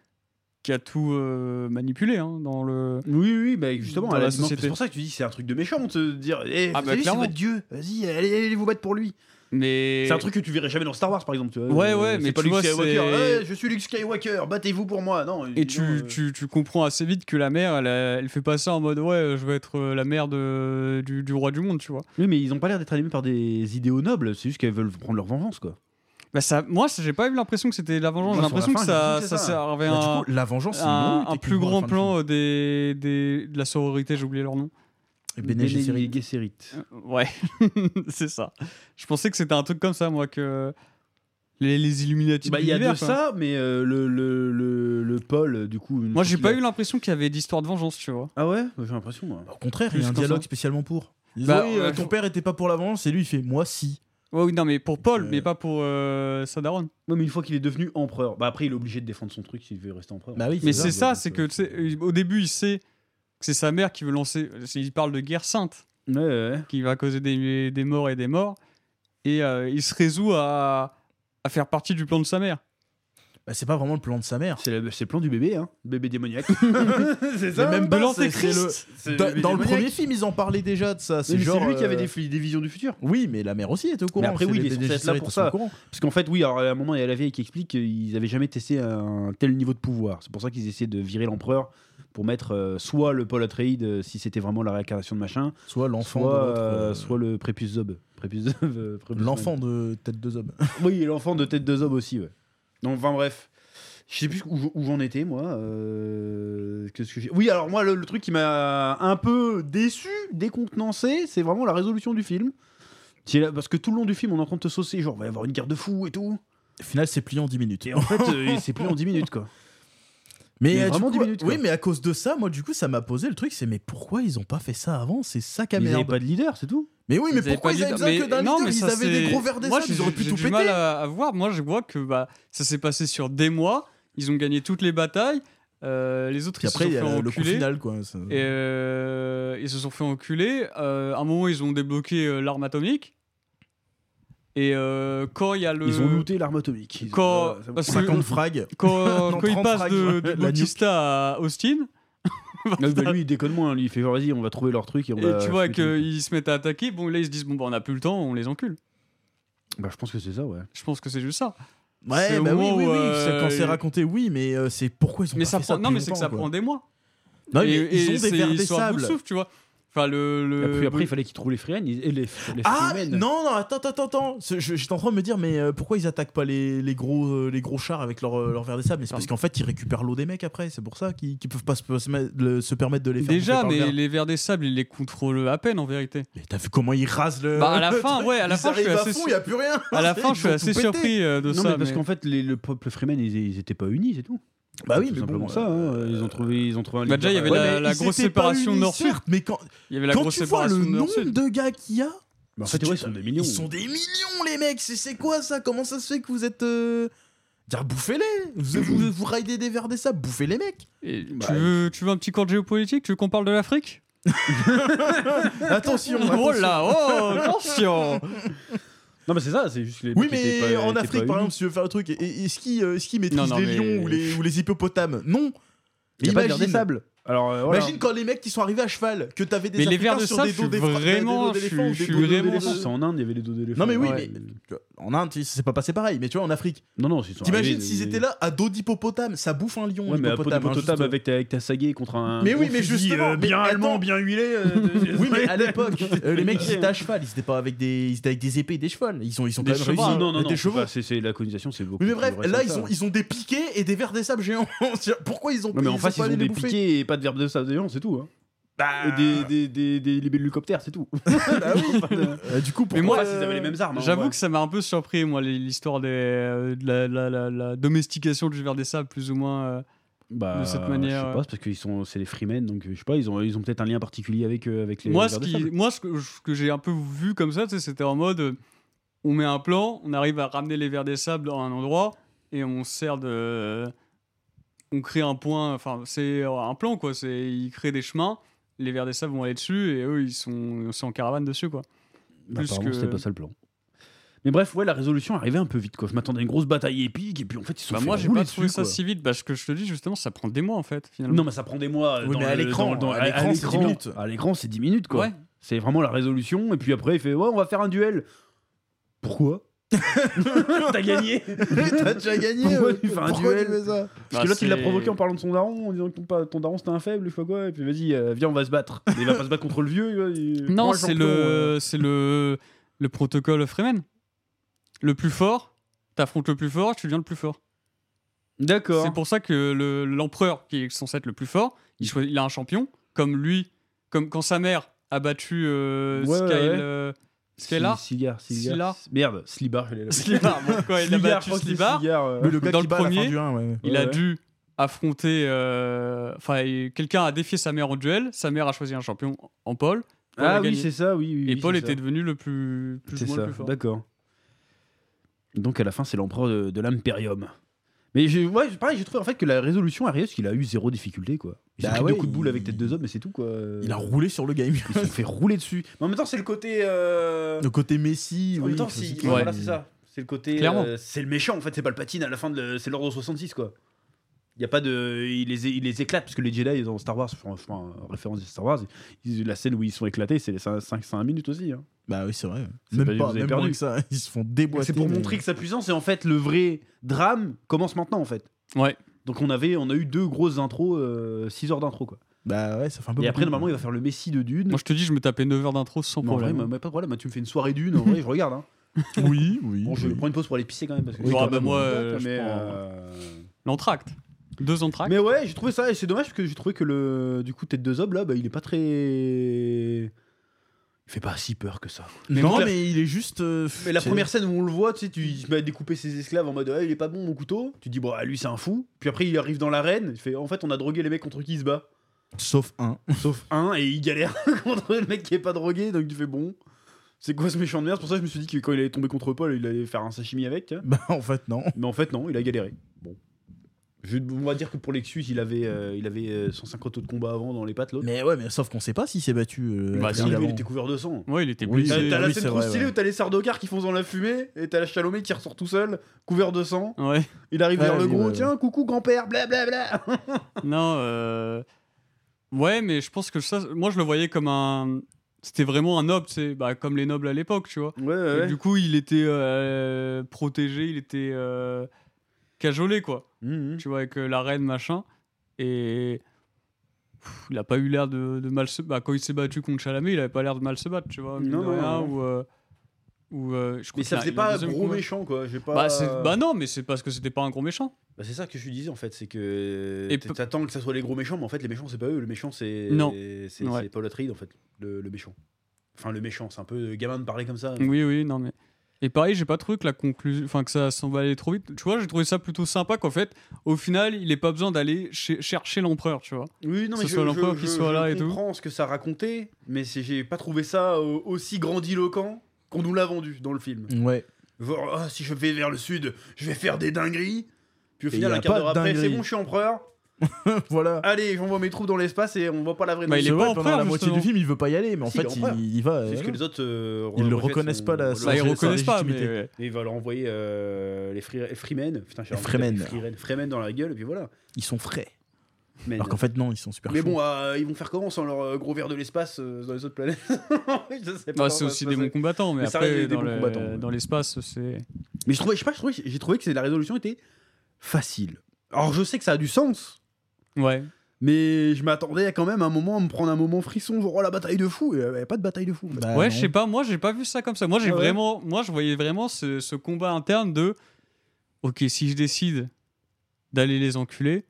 Speaker 3: qui a tout euh, manipulé hein, dans le.
Speaker 1: Oui, oui, bah justement,
Speaker 3: Dans
Speaker 1: elle
Speaker 3: la
Speaker 1: a- non,
Speaker 3: société.
Speaker 1: c'est pour ça que tu dis que c'est un truc de méchant de se dire, eh,
Speaker 3: Ah,
Speaker 1: vous
Speaker 3: bah,
Speaker 1: savez, c'est
Speaker 3: clairement.
Speaker 1: votre dieu, vas-y, allez, allez vous battre pour lui.
Speaker 3: Mais
Speaker 1: C'est un truc que tu verrais jamais dans Star Wars, par exemple. Tu vois.
Speaker 3: Ouais,
Speaker 1: Euh,
Speaker 3: ouais,
Speaker 1: c'est
Speaker 3: mais
Speaker 1: pas
Speaker 3: tu
Speaker 1: Luke
Speaker 3: vois,
Speaker 1: Skywalker.
Speaker 3: c'est-
Speaker 1: Ouais, je suis Luke Skywalker, battez-vous pour moi. Non, euh,
Speaker 3: Et tu, tu, tu comprends assez vite que la mère, elle, a- elle fait pas ça en mode ouais, je vais être euh, la mère de, du, du roi du monde, tu vois.
Speaker 1: Oui, mais ils ont pas l'air d'être animés par des idéaux nobles, c'est juste qu'elles veulent prendre leur vengeance, quoi.
Speaker 3: Bah ça, moi, ça- j'ai pas eu l'impression que c'était de la vengeance.
Speaker 1: Moi,
Speaker 3: J'ai
Speaker 1: sur la
Speaker 3: l'impression que
Speaker 1: fin,
Speaker 3: ça,
Speaker 1: j'ai l'impression
Speaker 3: ça
Speaker 1: que c'est ça.
Speaker 3: servait à
Speaker 2: Bah,
Speaker 3: un,
Speaker 2: du coup, la vengeance, c'est une
Speaker 3: un,
Speaker 2: bonne,
Speaker 3: un plus
Speaker 2: techniquement, à la
Speaker 3: grand
Speaker 2: fin du
Speaker 3: plan euh, des, des, de la sororité, j'ai oublié leur nom.
Speaker 2: film. Bene Gesserit.
Speaker 1: Ben Gesserit.
Speaker 3: Euh, Ouais, c'est ça. Je pensais que c'était un truc comme ça, moi, que les, les Illuminati.
Speaker 1: Bah,
Speaker 3: de
Speaker 1: il y a de
Speaker 3: l'univers, quoi.
Speaker 1: ça, mais euh, le, le, le, le Paul, du coup. une
Speaker 3: Moi,
Speaker 1: fois
Speaker 3: j'ai
Speaker 1: qu'il
Speaker 3: pas
Speaker 1: a-
Speaker 3: eu l'impression qu'il y avait d'histoire de vengeance, tu vois.
Speaker 1: Ah ouais Bah, J'ai l'impression. moi.
Speaker 2: Au contraire,
Speaker 3: Plus
Speaker 2: il y a un
Speaker 3: comme
Speaker 2: dialogue
Speaker 3: ça.
Speaker 2: spécialement pour. Ils disent,
Speaker 3: Bah,
Speaker 2: oui, euh,
Speaker 3: ouais,
Speaker 2: ton
Speaker 3: je-
Speaker 2: père était pas pour la vengeance et lui il fait moi si.
Speaker 3: Ouais, oui, non, mais pour Paul,
Speaker 2: Euh.
Speaker 3: mais pas pour euh, Sadaron.
Speaker 1: Ouais, mais une fois qu'il est devenu empereur, bah après, il est obligé de défendre son truc s'il veut rester empereur.
Speaker 2: Bah oui,
Speaker 3: Mais c'est ça,
Speaker 2: donc,
Speaker 3: c'est
Speaker 2: euh,
Speaker 3: que tu sais, euh, au début, il sait que c'est sa mère qui veut lancer. Il parle de guerre sainte,
Speaker 1: Ouais, ouais, ouais.
Speaker 3: qui va causer des, des morts et des morts. Et euh, il se résout à, à faire partie du plan de sa mère.
Speaker 2: bah, c'est pas vraiment le plan de sa mère.
Speaker 1: C'est la- c'est le plan du bébé, hein. Bébé démoniaque. c'est
Speaker 2: Mais
Speaker 1: ça.
Speaker 2: même
Speaker 1: hein,
Speaker 2: de
Speaker 1: bah,
Speaker 2: l'antéchrist.
Speaker 1: c'est- c'est le- c'est le
Speaker 2: Dans,
Speaker 1: bébé
Speaker 2: dans le
Speaker 1: démoniaque.
Speaker 2: premier film, ils en parlaient déjà de ça.
Speaker 1: Mais
Speaker 2: C'est
Speaker 1: C'est
Speaker 2: genre.
Speaker 1: lui qui avait
Speaker 2: euh,
Speaker 1: des, fli- des visions du futur.
Speaker 2: Oui, mais la mère aussi était au courant.
Speaker 1: après,
Speaker 2: c'est
Speaker 1: oui,
Speaker 2: les
Speaker 1: il est censé
Speaker 2: Bene
Speaker 1: être là
Speaker 2: Gesserit
Speaker 1: pour
Speaker 2: qui sont au
Speaker 1: ça.
Speaker 2: courant.
Speaker 1: Parce qu'en fait, oui, alors à un moment, il y a la vieille qui explique qu'ils avaient jamais testé un tel niveau de pouvoir. C'est pour ça qu'ils essaient de virer l'empereur pour mettre euh, soit le Paul Atreides, euh, si c'était vraiment la réincarnation de machin,
Speaker 2: Soit l'enfant. de
Speaker 1: soit,
Speaker 2: l'autre,
Speaker 1: euh,
Speaker 2: euh,
Speaker 1: soit le Prépuce Zob. Prépuce Zob, euh, Prépuce
Speaker 2: L'enfant de tête de zob.
Speaker 1: Zob. Oui, et l'enfant de tête de Zob aussi, ouais. Donc, enfin, bref. Je sais plus où, où j'en étais, moi. euh, Qu'est-ce que j'ai- Oui, alors, moi, le, le truc qui m'a un peu déçu, décontenancé, c'est vraiment la résolution du film. C'est là- Parce que tout le long du film, on est en train de te saucer, genre, va y avoir une guerre de fous et tout.
Speaker 2: Au final, c'est plié en 10 minutes.
Speaker 1: Et en fait, euh, c'est plus en 10 minutes, quoi. Mais
Speaker 2: euh, du
Speaker 1: vraiment
Speaker 2: coup,
Speaker 1: 10 minutes, quoi.
Speaker 2: Oui, mais à cause de ça, moi, du coup, ça m'a posé le truc c'est mais pourquoi ils ont pas fait ça avant C'est ça qu'à
Speaker 1: Mais ils
Speaker 2: merde.
Speaker 1: avaient pas de leader, c'est tout.
Speaker 2: Mais oui, mais
Speaker 3: avaient
Speaker 2: pourquoi
Speaker 3: pas
Speaker 2: ils avaient
Speaker 3: d'idée-
Speaker 2: besoin que d'un
Speaker 3: non,
Speaker 2: leader
Speaker 3: mais
Speaker 2: Ils
Speaker 3: ça,
Speaker 2: avaient des
Speaker 3: c'est-
Speaker 2: gros verres des
Speaker 3: Moi,
Speaker 2: sables,
Speaker 3: j'ai-
Speaker 2: ils auraient pu
Speaker 3: j'ai
Speaker 2: tout
Speaker 3: du mal
Speaker 2: péter.
Speaker 3: à, à voir. Moi, je vois que bah, ça s'est passé sur des mois. Ils ont gagné toutes les batailles. euh, les autres,
Speaker 2: Puis
Speaker 3: ils
Speaker 2: après, il
Speaker 3: se
Speaker 2: y
Speaker 3: sont fait
Speaker 2: a le coup
Speaker 3: enculer.
Speaker 2: final, quoi. ça-
Speaker 3: Et euh, ils se sont fait enculer. Euh, à un moment, ils ont débloqué euh, l'arme atomique. Et euh, quand il y a le.
Speaker 1: Ils ont looté l'arme atomique. Ils ont-
Speaker 3: Quand-
Speaker 1: voilà, c'est bon.
Speaker 3: parce que-
Speaker 2: 50 frags.
Speaker 3: Quand,
Speaker 2: Non,
Speaker 3: quand ils
Speaker 2: 30
Speaker 3: passent de,
Speaker 2: frags,
Speaker 3: de
Speaker 2: la
Speaker 3: Bautista à Austin.
Speaker 1: Ah, bah, lui, il déconne moins. Lui, il fait genre, vas-y, on va trouver leur truc. Et, on
Speaker 3: Et
Speaker 2: bah,
Speaker 1: va
Speaker 3: tu vois
Speaker 1: shooter.
Speaker 3: qu'ils se mettent à attaquer. Bon, là, ils se disent bon, bah, on n'a plus le temps, on les encule.
Speaker 1: Bah, je pense que c'est ça, ouais.
Speaker 3: Je pense que c'est juste ça. C'est
Speaker 2: Ouais,
Speaker 3: au
Speaker 2: bah oui,
Speaker 3: moment
Speaker 2: oui,
Speaker 3: où,
Speaker 2: oui.
Speaker 3: euh,
Speaker 2: c'est- Quand c'est
Speaker 3: il-
Speaker 2: raconté, oui, mais euh, c'est pourquoi ils ont
Speaker 3: Mais
Speaker 2: pas
Speaker 3: ça
Speaker 2: fait
Speaker 3: prend.
Speaker 2: ça
Speaker 3: non,
Speaker 2: depuis
Speaker 3: mais c'est que
Speaker 2: longtemps,
Speaker 3: ça
Speaker 2: quoi.
Speaker 3: prend des mois.
Speaker 2: Non, Ah, mais
Speaker 3: et,
Speaker 2: ils
Speaker 3: et
Speaker 2: ont
Speaker 3: c'est-
Speaker 2: des verres
Speaker 3: ils
Speaker 2: des
Speaker 3: sont à bout de
Speaker 2: sables.
Speaker 3: souffle, tu vois. Enfin, le.
Speaker 1: Et
Speaker 3: le-
Speaker 1: puis après, il fallait qu'ils trouvent les Fremen. ils- Et les, les
Speaker 2: Ah
Speaker 1: Fremen.
Speaker 2: non, non, attends, attends, attends. Ce- je- J'étais en train de me dire, mais euh, pourquoi ils attaquent pas les, les gros, euh, les gros chars avec leur, euh, leur verre des sables Mais c'est
Speaker 3: Ah.
Speaker 2: parce qu'en fait, ils récupèrent l'eau des mecs après. C'est pour ça qu'ils qu'ils peuvent pas se, se mettre- le- se permettre de les faire. bouffer
Speaker 3: Déjà,
Speaker 2: par le
Speaker 3: mais
Speaker 2: verre.
Speaker 3: les vers des sables, ils les contrôlent à peine en vérité.
Speaker 2: Mais t'as vu comment ils rasent le.
Speaker 3: Bah, à la
Speaker 2: le
Speaker 3: fin,
Speaker 2: truc
Speaker 3: ouais, à la
Speaker 2: Euh, Ils
Speaker 3: fin, je suis
Speaker 2: arrivent
Speaker 3: assez
Speaker 2: à fond,
Speaker 3: sûr.
Speaker 2: y a plus rien.
Speaker 3: À la fin,
Speaker 2: Ils
Speaker 3: je suis
Speaker 2: ont
Speaker 3: assez
Speaker 2: tout pété.
Speaker 3: surpris euh, de
Speaker 1: Non,
Speaker 3: ça.
Speaker 1: mais parce
Speaker 3: mais-
Speaker 1: qu'en fait, les- le peuple Fremen, ils, ils étaient pas unis, c'est tout.
Speaker 2: Bah oui,
Speaker 1: tout
Speaker 2: mais
Speaker 1: simplement
Speaker 2: bon, euh,
Speaker 1: ça. hein. Ils ont trouvé, ils ont trouvé un.
Speaker 3: Bah, déjà, il y
Speaker 1: leader,
Speaker 3: avait
Speaker 1: euh,
Speaker 2: Ouais,
Speaker 1: ouais.
Speaker 3: la-
Speaker 2: mais
Speaker 3: la
Speaker 2: ils
Speaker 3: grosse
Speaker 2: étaient pas
Speaker 3: séparation
Speaker 2: unis,
Speaker 3: nord-sud.
Speaker 2: certes, Mais quand,
Speaker 3: Il y avait la
Speaker 2: quand
Speaker 3: grosse
Speaker 2: tu vois le
Speaker 3: séparation de
Speaker 2: nombre
Speaker 3: Nord-Sud.
Speaker 2: de gars qu'il y a,
Speaker 1: Mais en fait, ouais, ils sont des millions.
Speaker 2: Ils sont des millions, les mecs. C'est- C'est quoi ça Comment ça se fait que vous êtes. euh, Dire bouffez-les vous, vous, vous ridez des vers des sables, bouffez les mecs
Speaker 3: Et
Speaker 1: Bah,
Speaker 3: tu, veux, tu veux un petit cours de géopolitique Tu veux qu'on parle de l'Afrique
Speaker 2: Attention,
Speaker 3: Oh là, oh, attention
Speaker 1: Non, mais c'est ça, c'est juste les.
Speaker 2: Oui,
Speaker 1: mecs étaient
Speaker 2: mais
Speaker 1: pas-
Speaker 2: en
Speaker 1: étaient
Speaker 2: Afrique,
Speaker 1: pas
Speaker 2: par
Speaker 1: unis.
Speaker 2: exemple, si tu veux faire le truc, et- et- est-ce qu'ils euh, est-ce qu'ils maîtrisent
Speaker 3: Non, non,
Speaker 2: les
Speaker 3: mais-
Speaker 2: lions ou les, ou les hippopotames Non
Speaker 1: Il y a pas de verre
Speaker 2: Imagine.
Speaker 1: des sables. Alors, euh, voilà.
Speaker 2: Imagine quand les mecs qui sont arrivés à cheval, que t'avais des
Speaker 3: Mais les
Speaker 2: Africains
Speaker 3: vers de
Speaker 2: sur
Speaker 3: sable,
Speaker 2: des
Speaker 3: je
Speaker 2: dos
Speaker 3: suis
Speaker 2: des fra- des
Speaker 3: vraiment-
Speaker 2: dos d'éléphants
Speaker 3: je
Speaker 2: ou
Speaker 3: suis-
Speaker 2: des
Speaker 3: je
Speaker 2: dos
Speaker 3: suis
Speaker 1: L'éléphant,
Speaker 3: vraiment-
Speaker 2: d'éléphants.
Speaker 1: C'est en Inde, il y avait les dos d'éléphant.
Speaker 2: Non mais oui,
Speaker 3: Ouais.
Speaker 2: mais tu vois, en Inde, c'est pas passé pareil, mais tu vois, en Afrique,
Speaker 1: Non, non, ils sont
Speaker 2: t'imagines
Speaker 1: arrivés,
Speaker 2: s'ils
Speaker 1: les-
Speaker 2: étaient là à dos d'hippopotame, ça bouffe un lion,
Speaker 1: Ouais, mais à pot
Speaker 2: l'hippopotame, hein,
Speaker 1: potable
Speaker 2: juste-
Speaker 1: avec ta, avec ta saguée contre un.
Speaker 2: Mais
Speaker 1: gros
Speaker 2: oui, mais
Speaker 1: fusil,
Speaker 2: justement,
Speaker 1: euh,
Speaker 2: mais
Speaker 1: bien
Speaker 2: attends.
Speaker 1: allemand, bien huilé. euh, de-
Speaker 2: Oui, mais à l'époque, euh, les mecs ils étaient à cheval, ils étaient pas avec des, ils étaient avec des épées et des chevaux. Ils ont, ils ont
Speaker 1: Des
Speaker 2: quand même
Speaker 1: chevaux,
Speaker 2: réussi.
Speaker 1: non, non, non,
Speaker 2: des
Speaker 1: c'est
Speaker 2: chevaux.
Speaker 1: pas- c'est- c'est- la colonisation, c'est beaucoup.
Speaker 2: Oui, mais
Speaker 1: plus
Speaker 2: bref,
Speaker 1: vrai
Speaker 2: là
Speaker 1: que
Speaker 2: ils
Speaker 1: ça.
Speaker 2: ont, ils ont des piquets et des vers des sables géants. Pourquoi ils ont
Speaker 1: Ouais, mais en
Speaker 2: ils
Speaker 1: face,
Speaker 2: ont
Speaker 1: ils
Speaker 2: pas
Speaker 1: ont
Speaker 2: allés les
Speaker 1: des
Speaker 2: bouffer
Speaker 1: piquets et pas de verbe de sable géant, c'est tout. hein.
Speaker 2: Bah,
Speaker 1: Et
Speaker 3: Ah.
Speaker 1: des, des, des, des libellucoptères, c'est tout.
Speaker 2: bah oui. Euh, du coup,
Speaker 3: Mais
Speaker 2: pourquoi
Speaker 3: moi,
Speaker 1: face, ils avaient les mêmes armes, hein,
Speaker 3: J'avoue
Speaker 1: ouais.
Speaker 3: que ça m'a un peu surpris, moi, les- l'histoire des, euh, de la, la- la- la domestication du vers des sables, plus ou moins. euh.
Speaker 1: Bah,
Speaker 3: De cette
Speaker 1: Je
Speaker 3: manière,
Speaker 1: sais
Speaker 3: ouais.
Speaker 1: pas, c'est parce que ils sont- c'est les freemen, donc euh, je sais pas, ils ont, ils ont peut-être un lien particulier avec, euh, avec les.
Speaker 3: Moi,
Speaker 1: les
Speaker 3: ce,
Speaker 1: vers de
Speaker 3: qui-
Speaker 1: sable.
Speaker 3: moi, ce que, ce que j'ai un peu vu comme ça, tu sais, c'était en mode euh, on met un plan, on arrive à ramener les vers des sables dans un endroit et on sert de. on crée un point, enfin, c'est euh, un plan quoi, c'est ils créent des chemins, les vers des sables vont aller dessus et eux ils sont, c'est en caravane dessus quoi.
Speaker 1: Bah,
Speaker 3: plus
Speaker 1: apparemment,
Speaker 3: que-
Speaker 1: c'était pas ça le plan. Mais bref, ouais, la résolution arrivait un peu vite, quoi. Je m'attendais à une grosse bataille épique, et puis en fait, ils se sont
Speaker 3: Bah,
Speaker 1: fait
Speaker 3: moi j'ai
Speaker 1: rouler
Speaker 3: pas trouvé
Speaker 1: dessus,
Speaker 3: ça
Speaker 1: quoi.
Speaker 3: si vite parce que je te dis justement ça prend des mois en fait finalement.
Speaker 1: Non, mais ça prend des mois. euh,
Speaker 2: Oui,
Speaker 1: dans
Speaker 2: mais à
Speaker 1: le-
Speaker 2: l'écran,
Speaker 1: dans- dans-
Speaker 2: à l'écran, c'est 10 minutes.
Speaker 1: À l'écran, c'est 10 minutes, quoi.
Speaker 3: Ouais.
Speaker 1: C'est vraiment la résolution, et puis après, il fait Ouais, on va faire un duel. Pourquoi T'as gagné
Speaker 2: T'as déjà gagné
Speaker 1: Pourquoi
Speaker 2: ouais.
Speaker 1: tu fais un
Speaker 2: Pourquoi
Speaker 1: duel
Speaker 2: tu fais ça
Speaker 1: Parce
Speaker 3: Bah,
Speaker 1: que l'autre, il l'a
Speaker 3: c'est-
Speaker 1: provoqué en parlant de son daron, en disant que ton, pa- ton daron c'était un faible, je sais pas quoi, et puis vas-y, euh, viens, on va se battre. Mais il va pas se battre contre le vieux. il va- il-
Speaker 3: Non,
Speaker 1: Prends un
Speaker 3: c'est
Speaker 1: champion, euh.
Speaker 3: le, c'est le, le protocole Freeman. Le plus fort, t'affrontes le plus fort, tu deviens le plus fort.
Speaker 1: D'accord.
Speaker 3: C'est pour ça que le- l'empereur, qui est censé être le plus fort, il, choi- il a un champion, comme lui, comme quand sa mère a battu euh,
Speaker 1: Ouais, ouais,
Speaker 3: Skyle,
Speaker 1: ouais.
Speaker 3: euh,
Speaker 1: Si-
Speaker 3: Skylar.
Speaker 1: Cigar, cigar.
Speaker 3: Scylla.
Speaker 1: Merde, Slibar, je l'ai là.
Speaker 3: Slibar, bon, quand il a
Speaker 1: Sligar, je
Speaker 3: battu
Speaker 1: crois que c'est
Speaker 3: Slibar,
Speaker 1: Sligar, euh.
Speaker 2: Mais le gars
Speaker 3: Dans
Speaker 2: qui
Speaker 3: le
Speaker 2: bat à la fin
Speaker 3: premier,
Speaker 2: du 1, ouais, ouais.
Speaker 3: il
Speaker 1: Ouais,
Speaker 3: a
Speaker 1: ouais.
Speaker 3: dû affronter. euh, Enfin, et quelqu'un a défié sa mère en duel, sa mère a choisi un champion en Paul. Paul a
Speaker 1: Ah oui,
Speaker 3: gagné.
Speaker 1: c'est ça, oui. oui,
Speaker 3: Et
Speaker 1: oui,
Speaker 3: Paul
Speaker 1: c'est
Speaker 3: était
Speaker 1: ça.
Speaker 3: devenu le plus, plus,
Speaker 1: C'est
Speaker 3: ou moins
Speaker 1: ça, Bah,
Speaker 3: le plus fort.
Speaker 1: d'accord. Donc à la fin, c'est l'empereur de, de l'Imperium. Mais j'ai- ouais, pareil, j'ai trouvé en fait que la résolution arrive parce qu'il a eu zéro difficulté quoi. Il a
Speaker 2: Bah
Speaker 1: pris deux
Speaker 2: ouais,
Speaker 1: coups de boule
Speaker 2: il-
Speaker 1: avec tête deux hommes, mais c'est tout quoi.
Speaker 2: Il a roulé sur le game.
Speaker 1: Ils se sont fait rouler dessus. Mais en même temps, c'est le côté. euh,
Speaker 2: Le côté Messi.
Speaker 1: En
Speaker 2: oui,
Speaker 1: même temps,
Speaker 2: faut
Speaker 1: si-
Speaker 2: aussi qu'il-
Speaker 1: ouais, voilà, c'est ça. C'est le côté.
Speaker 3: Clairement.
Speaker 1: euh, c'est le méchant en fait, c'est pas le patine à la fin de. le- C'est l'ordre 66 quoi. Il y a pas de. Il les, il les éclate parce que les Jedi dans Star Wars, enfin, enfin, euh, référence de Star Wars, ils- la scène où ils sont éclatés, c'est 5 minutes aussi. hein.
Speaker 2: Bah oui, c'est vrai. ouais.
Speaker 1: C'est pas-
Speaker 2: Même
Speaker 1: vous
Speaker 2: pas,
Speaker 1: avez
Speaker 2: même
Speaker 1: perdu.
Speaker 2: moins que ça. Ils se font déboîter.
Speaker 1: C'est pour
Speaker 2: mais-
Speaker 1: montrer que sa puissance et en fait le vrai drame commence maintenant en fait.
Speaker 3: Ouais.
Speaker 1: Donc on avait on a eu deux grosses intros, 6 heures d'intro quoi.
Speaker 2: Bah ouais, ça fait un peu.
Speaker 1: Et après
Speaker 2: beaucoup.
Speaker 1: normalement il va faire le Messi de Dune.
Speaker 3: Moi, je te dis, je me tapais 9 heures d'intro sans
Speaker 1: Mais en vrai,
Speaker 3: problème.
Speaker 1: mais- mais pas de problème, tu me fais une soirée Dune, en vrai je regarde. hein.
Speaker 2: Oui, oui.
Speaker 1: Bon je
Speaker 2: oui.
Speaker 1: prends une pause pour aller pisser quand même parce que.
Speaker 3: Oui,
Speaker 1: j'ai
Speaker 3: ah
Speaker 1: quand
Speaker 3: bah
Speaker 1: même
Speaker 3: moi,
Speaker 1: une date,
Speaker 3: euh, je
Speaker 1: mais,
Speaker 3: prends-
Speaker 1: euh,
Speaker 3: L'entracte. Deux entractes.
Speaker 1: mais ouais j'ai trouvé ça et c'est dommage parce que j'ai trouvé que le du coup tête de Zob là bah, il est pas très. Il fait pas si peur que ça.
Speaker 3: Mais
Speaker 2: non,
Speaker 3: moi-
Speaker 2: mais il est juste. euh,
Speaker 1: Mais la
Speaker 2: c'est-
Speaker 1: première scène où on le voit, tu sais, tu, il se met à découper ses esclaves en mode Ah, il est pas bon mon couteau. Tu dis, bon, ah, lui c'est un fou. Puis après, il arrive dans l'arène. Il fait, en fait, on a drogué les mecs contre qui il se bat.
Speaker 2: Sauf un.
Speaker 1: Sauf un, et il galère contre le mec qui est pas drogué. Donc tu fais, bon, c'est quoi ce méchant de merde C'est pour ça que je me suis dit que quand il allait tomber contre Paul, il allait faire un sashimi avec. tu vois.
Speaker 2: Bah en fait, non.
Speaker 1: Mais en fait, non, il a galéré. Bon. Je- on va dire que pour Lexus, il avait, euh, il avait euh, 150 autres de combat avant dans les pattes, l'autre.
Speaker 2: Mais ouais, mais sauf qu'on sait pas s'il s'est battu. euh,
Speaker 3: Bah,
Speaker 2: avec
Speaker 1: Si,
Speaker 2: un
Speaker 1: mais
Speaker 2: gars
Speaker 1: il
Speaker 2: avant.
Speaker 1: était couvert de sang.
Speaker 3: Ouais, il était euh,
Speaker 2: Oui,
Speaker 1: T'as
Speaker 3: blessé.
Speaker 1: t'as la
Speaker 2: oui,
Speaker 1: scène
Speaker 2: c'est
Speaker 1: trop
Speaker 2: vrai,
Speaker 1: stylée
Speaker 2: ouais.
Speaker 1: où t'as les sardocars qui font dans la fumée et t'as la Chalomé qui ressort tout seul, couvert de sang.
Speaker 3: Ouais.
Speaker 1: Il arrive
Speaker 2: Ouais,
Speaker 1: vers le
Speaker 2: oui,
Speaker 1: gros,
Speaker 2: ouais,
Speaker 1: tiens, coucou grand-père, blablabla.
Speaker 3: Non, euh... ouais, mais je pense que ça, moi je le voyais comme un. C'était vraiment un noble, c'est bah, comme les nobles à l'époque, tu vois.
Speaker 1: Ouais, Ah ouais,
Speaker 3: Et Du coup, il était euh, protégé, il était euh, cajolé, quoi.
Speaker 2: Mmh,
Speaker 3: Tu vois, avec euh, la reine, machin. Et Pff, il a pas eu l'air de, de mal se bah, Quand il s'est battu contre Chalamet, il avait pas l'air de mal se battre, tu vois. mine
Speaker 1: Non,
Speaker 3: de
Speaker 1: non,
Speaker 3: rien,
Speaker 1: non.
Speaker 3: Ou, euh, ou, euh, je crois
Speaker 1: Mais ça
Speaker 3: qu'il a-
Speaker 1: faisait
Speaker 3: il a un
Speaker 1: pas
Speaker 3: deuxième
Speaker 1: gros
Speaker 3: combat.
Speaker 1: méchant, quoi. J'ai Pas... euh.
Speaker 3: Bah, c'est- bah non, mais c'est parce que c'était pas un gros méchant.
Speaker 1: Bah, c'est ça que je disais, en fait. C'est que
Speaker 3: Et
Speaker 1: t-
Speaker 3: pe-
Speaker 1: t'attends que ça soit les gros méchants, mais en fait, les méchants, c'est pas eux. Le méchant, c'est
Speaker 3: Non.
Speaker 1: c'est- c'est
Speaker 3: Ouais.
Speaker 1: c'est Paul Atreides, en fait, le, le méchant. Enfin, le méchant, c'est un peu euh, gamin de parler comme ça.
Speaker 3: Oui, oui, non, mais. Et pareil, j'ai pas trouvé que la conclusion. Enfin, que ça s'emballait trop vite. Tu vois, j'ai trouvé ça plutôt sympa qu'en fait, au final, il ait pas besoin d'aller che- chercher l'empereur, tu vois.
Speaker 1: Oui, non,
Speaker 3: Que ce soit l'empereur qui soit là et tout.
Speaker 1: Je comprends ce que ça racontait, mais c'est- j'ai pas trouvé ça euh, aussi grandiloquent qu'on nous l'a vendu dans le film.
Speaker 2: Ouais.
Speaker 1: Genre, Ah, si je vais vers le sud, je vais faire des dingueries. Puis au
Speaker 2: Et
Speaker 1: final,
Speaker 2: y a
Speaker 1: un quart
Speaker 2: pas
Speaker 1: d'heure
Speaker 2: de
Speaker 1: après, c'est
Speaker 2: dingueries.
Speaker 1: bon, je suis empereur.
Speaker 2: voilà.
Speaker 1: Allez, j'envoie mes troupes dans l'espace et on voit pas la vraie
Speaker 3: Bah, il
Speaker 1: nature.
Speaker 2: C'est
Speaker 3: est pas
Speaker 2: vrai,
Speaker 3: en
Speaker 2: pendant
Speaker 3: frère,
Speaker 2: la moitié
Speaker 3: justement.
Speaker 2: du film, il veut pas y aller, mais en
Speaker 1: Si, il est
Speaker 2: fait,
Speaker 1: en frère.
Speaker 2: il, il y va.
Speaker 1: C'est ce
Speaker 2: euh,
Speaker 1: que les autres. euh,
Speaker 2: Ils le
Speaker 1: reflètent
Speaker 2: reconnaissent
Speaker 1: son-
Speaker 2: pas, la-
Speaker 1: le
Speaker 2: sa-
Speaker 3: Bah, ils
Speaker 2: sa
Speaker 3: reconnaissent pas, mais.
Speaker 2: légitimité.
Speaker 3: ouais.
Speaker 1: Et ils veulent envoyer euh, les, free, les Freemen. Putain, j'ai
Speaker 2: Les
Speaker 1: envie de
Speaker 2: Freemen.
Speaker 1: dire Freemen. Freemen dans la gueule, et puis voilà.
Speaker 2: Ils sont frais.
Speaker 1: Men.
Speaker 2: Alors qu'en fait, non, ils sont super
Speaker 1: Mais
Speaker 2: chauds.
Speaker 1: bon, euh, ils vont faire comment sans leur euh, gros verre de l'espace euh, dans les autres planètes Je sais
Speaker 3: Bah,
Speaker 1: pas,
Speaker 3: c'est
Speaker 1: ça
Speaker 3: aussi
Speaker 1: se
Speaker 3: des bons
Speaker 1: passait.
Speaker 3: combattants, mais,
Speaker 1: Mais ça reste
Speaker 3: après,
Speaker 1: des
Speaker 3: dans
Speaker 1: bons
Speaker 3: le-
Speaker 1: combattants, ouais.
Speaker 3: dans l'espace, c'est.
Speaker 1: Mais je trouvais, je sais pas, je trouvais- j'ai trouvé que c'est- la résolution était facile. Alors je sais que ça a du sens,
Speaker 3: Ouais.
Speaker 1: mais je m'attendais à quand même un moment à me prendre un moment frisson, genre oh, la bataille de fou. Et euh, y avait pas de bataille de fou. en fait.
Speaker 2: Bah,
Speaker 3: ouais,
Speaker 2: non.
Speaker 3: je sais pas, moi j'ai pas vu ça comme ça. Moi j'ai
Speaker 1: Ah ouais.
Speaker 3: vraiment, moi je voyais vraiment ce, ce combat interne de OK, si je décide d'aller les enculer,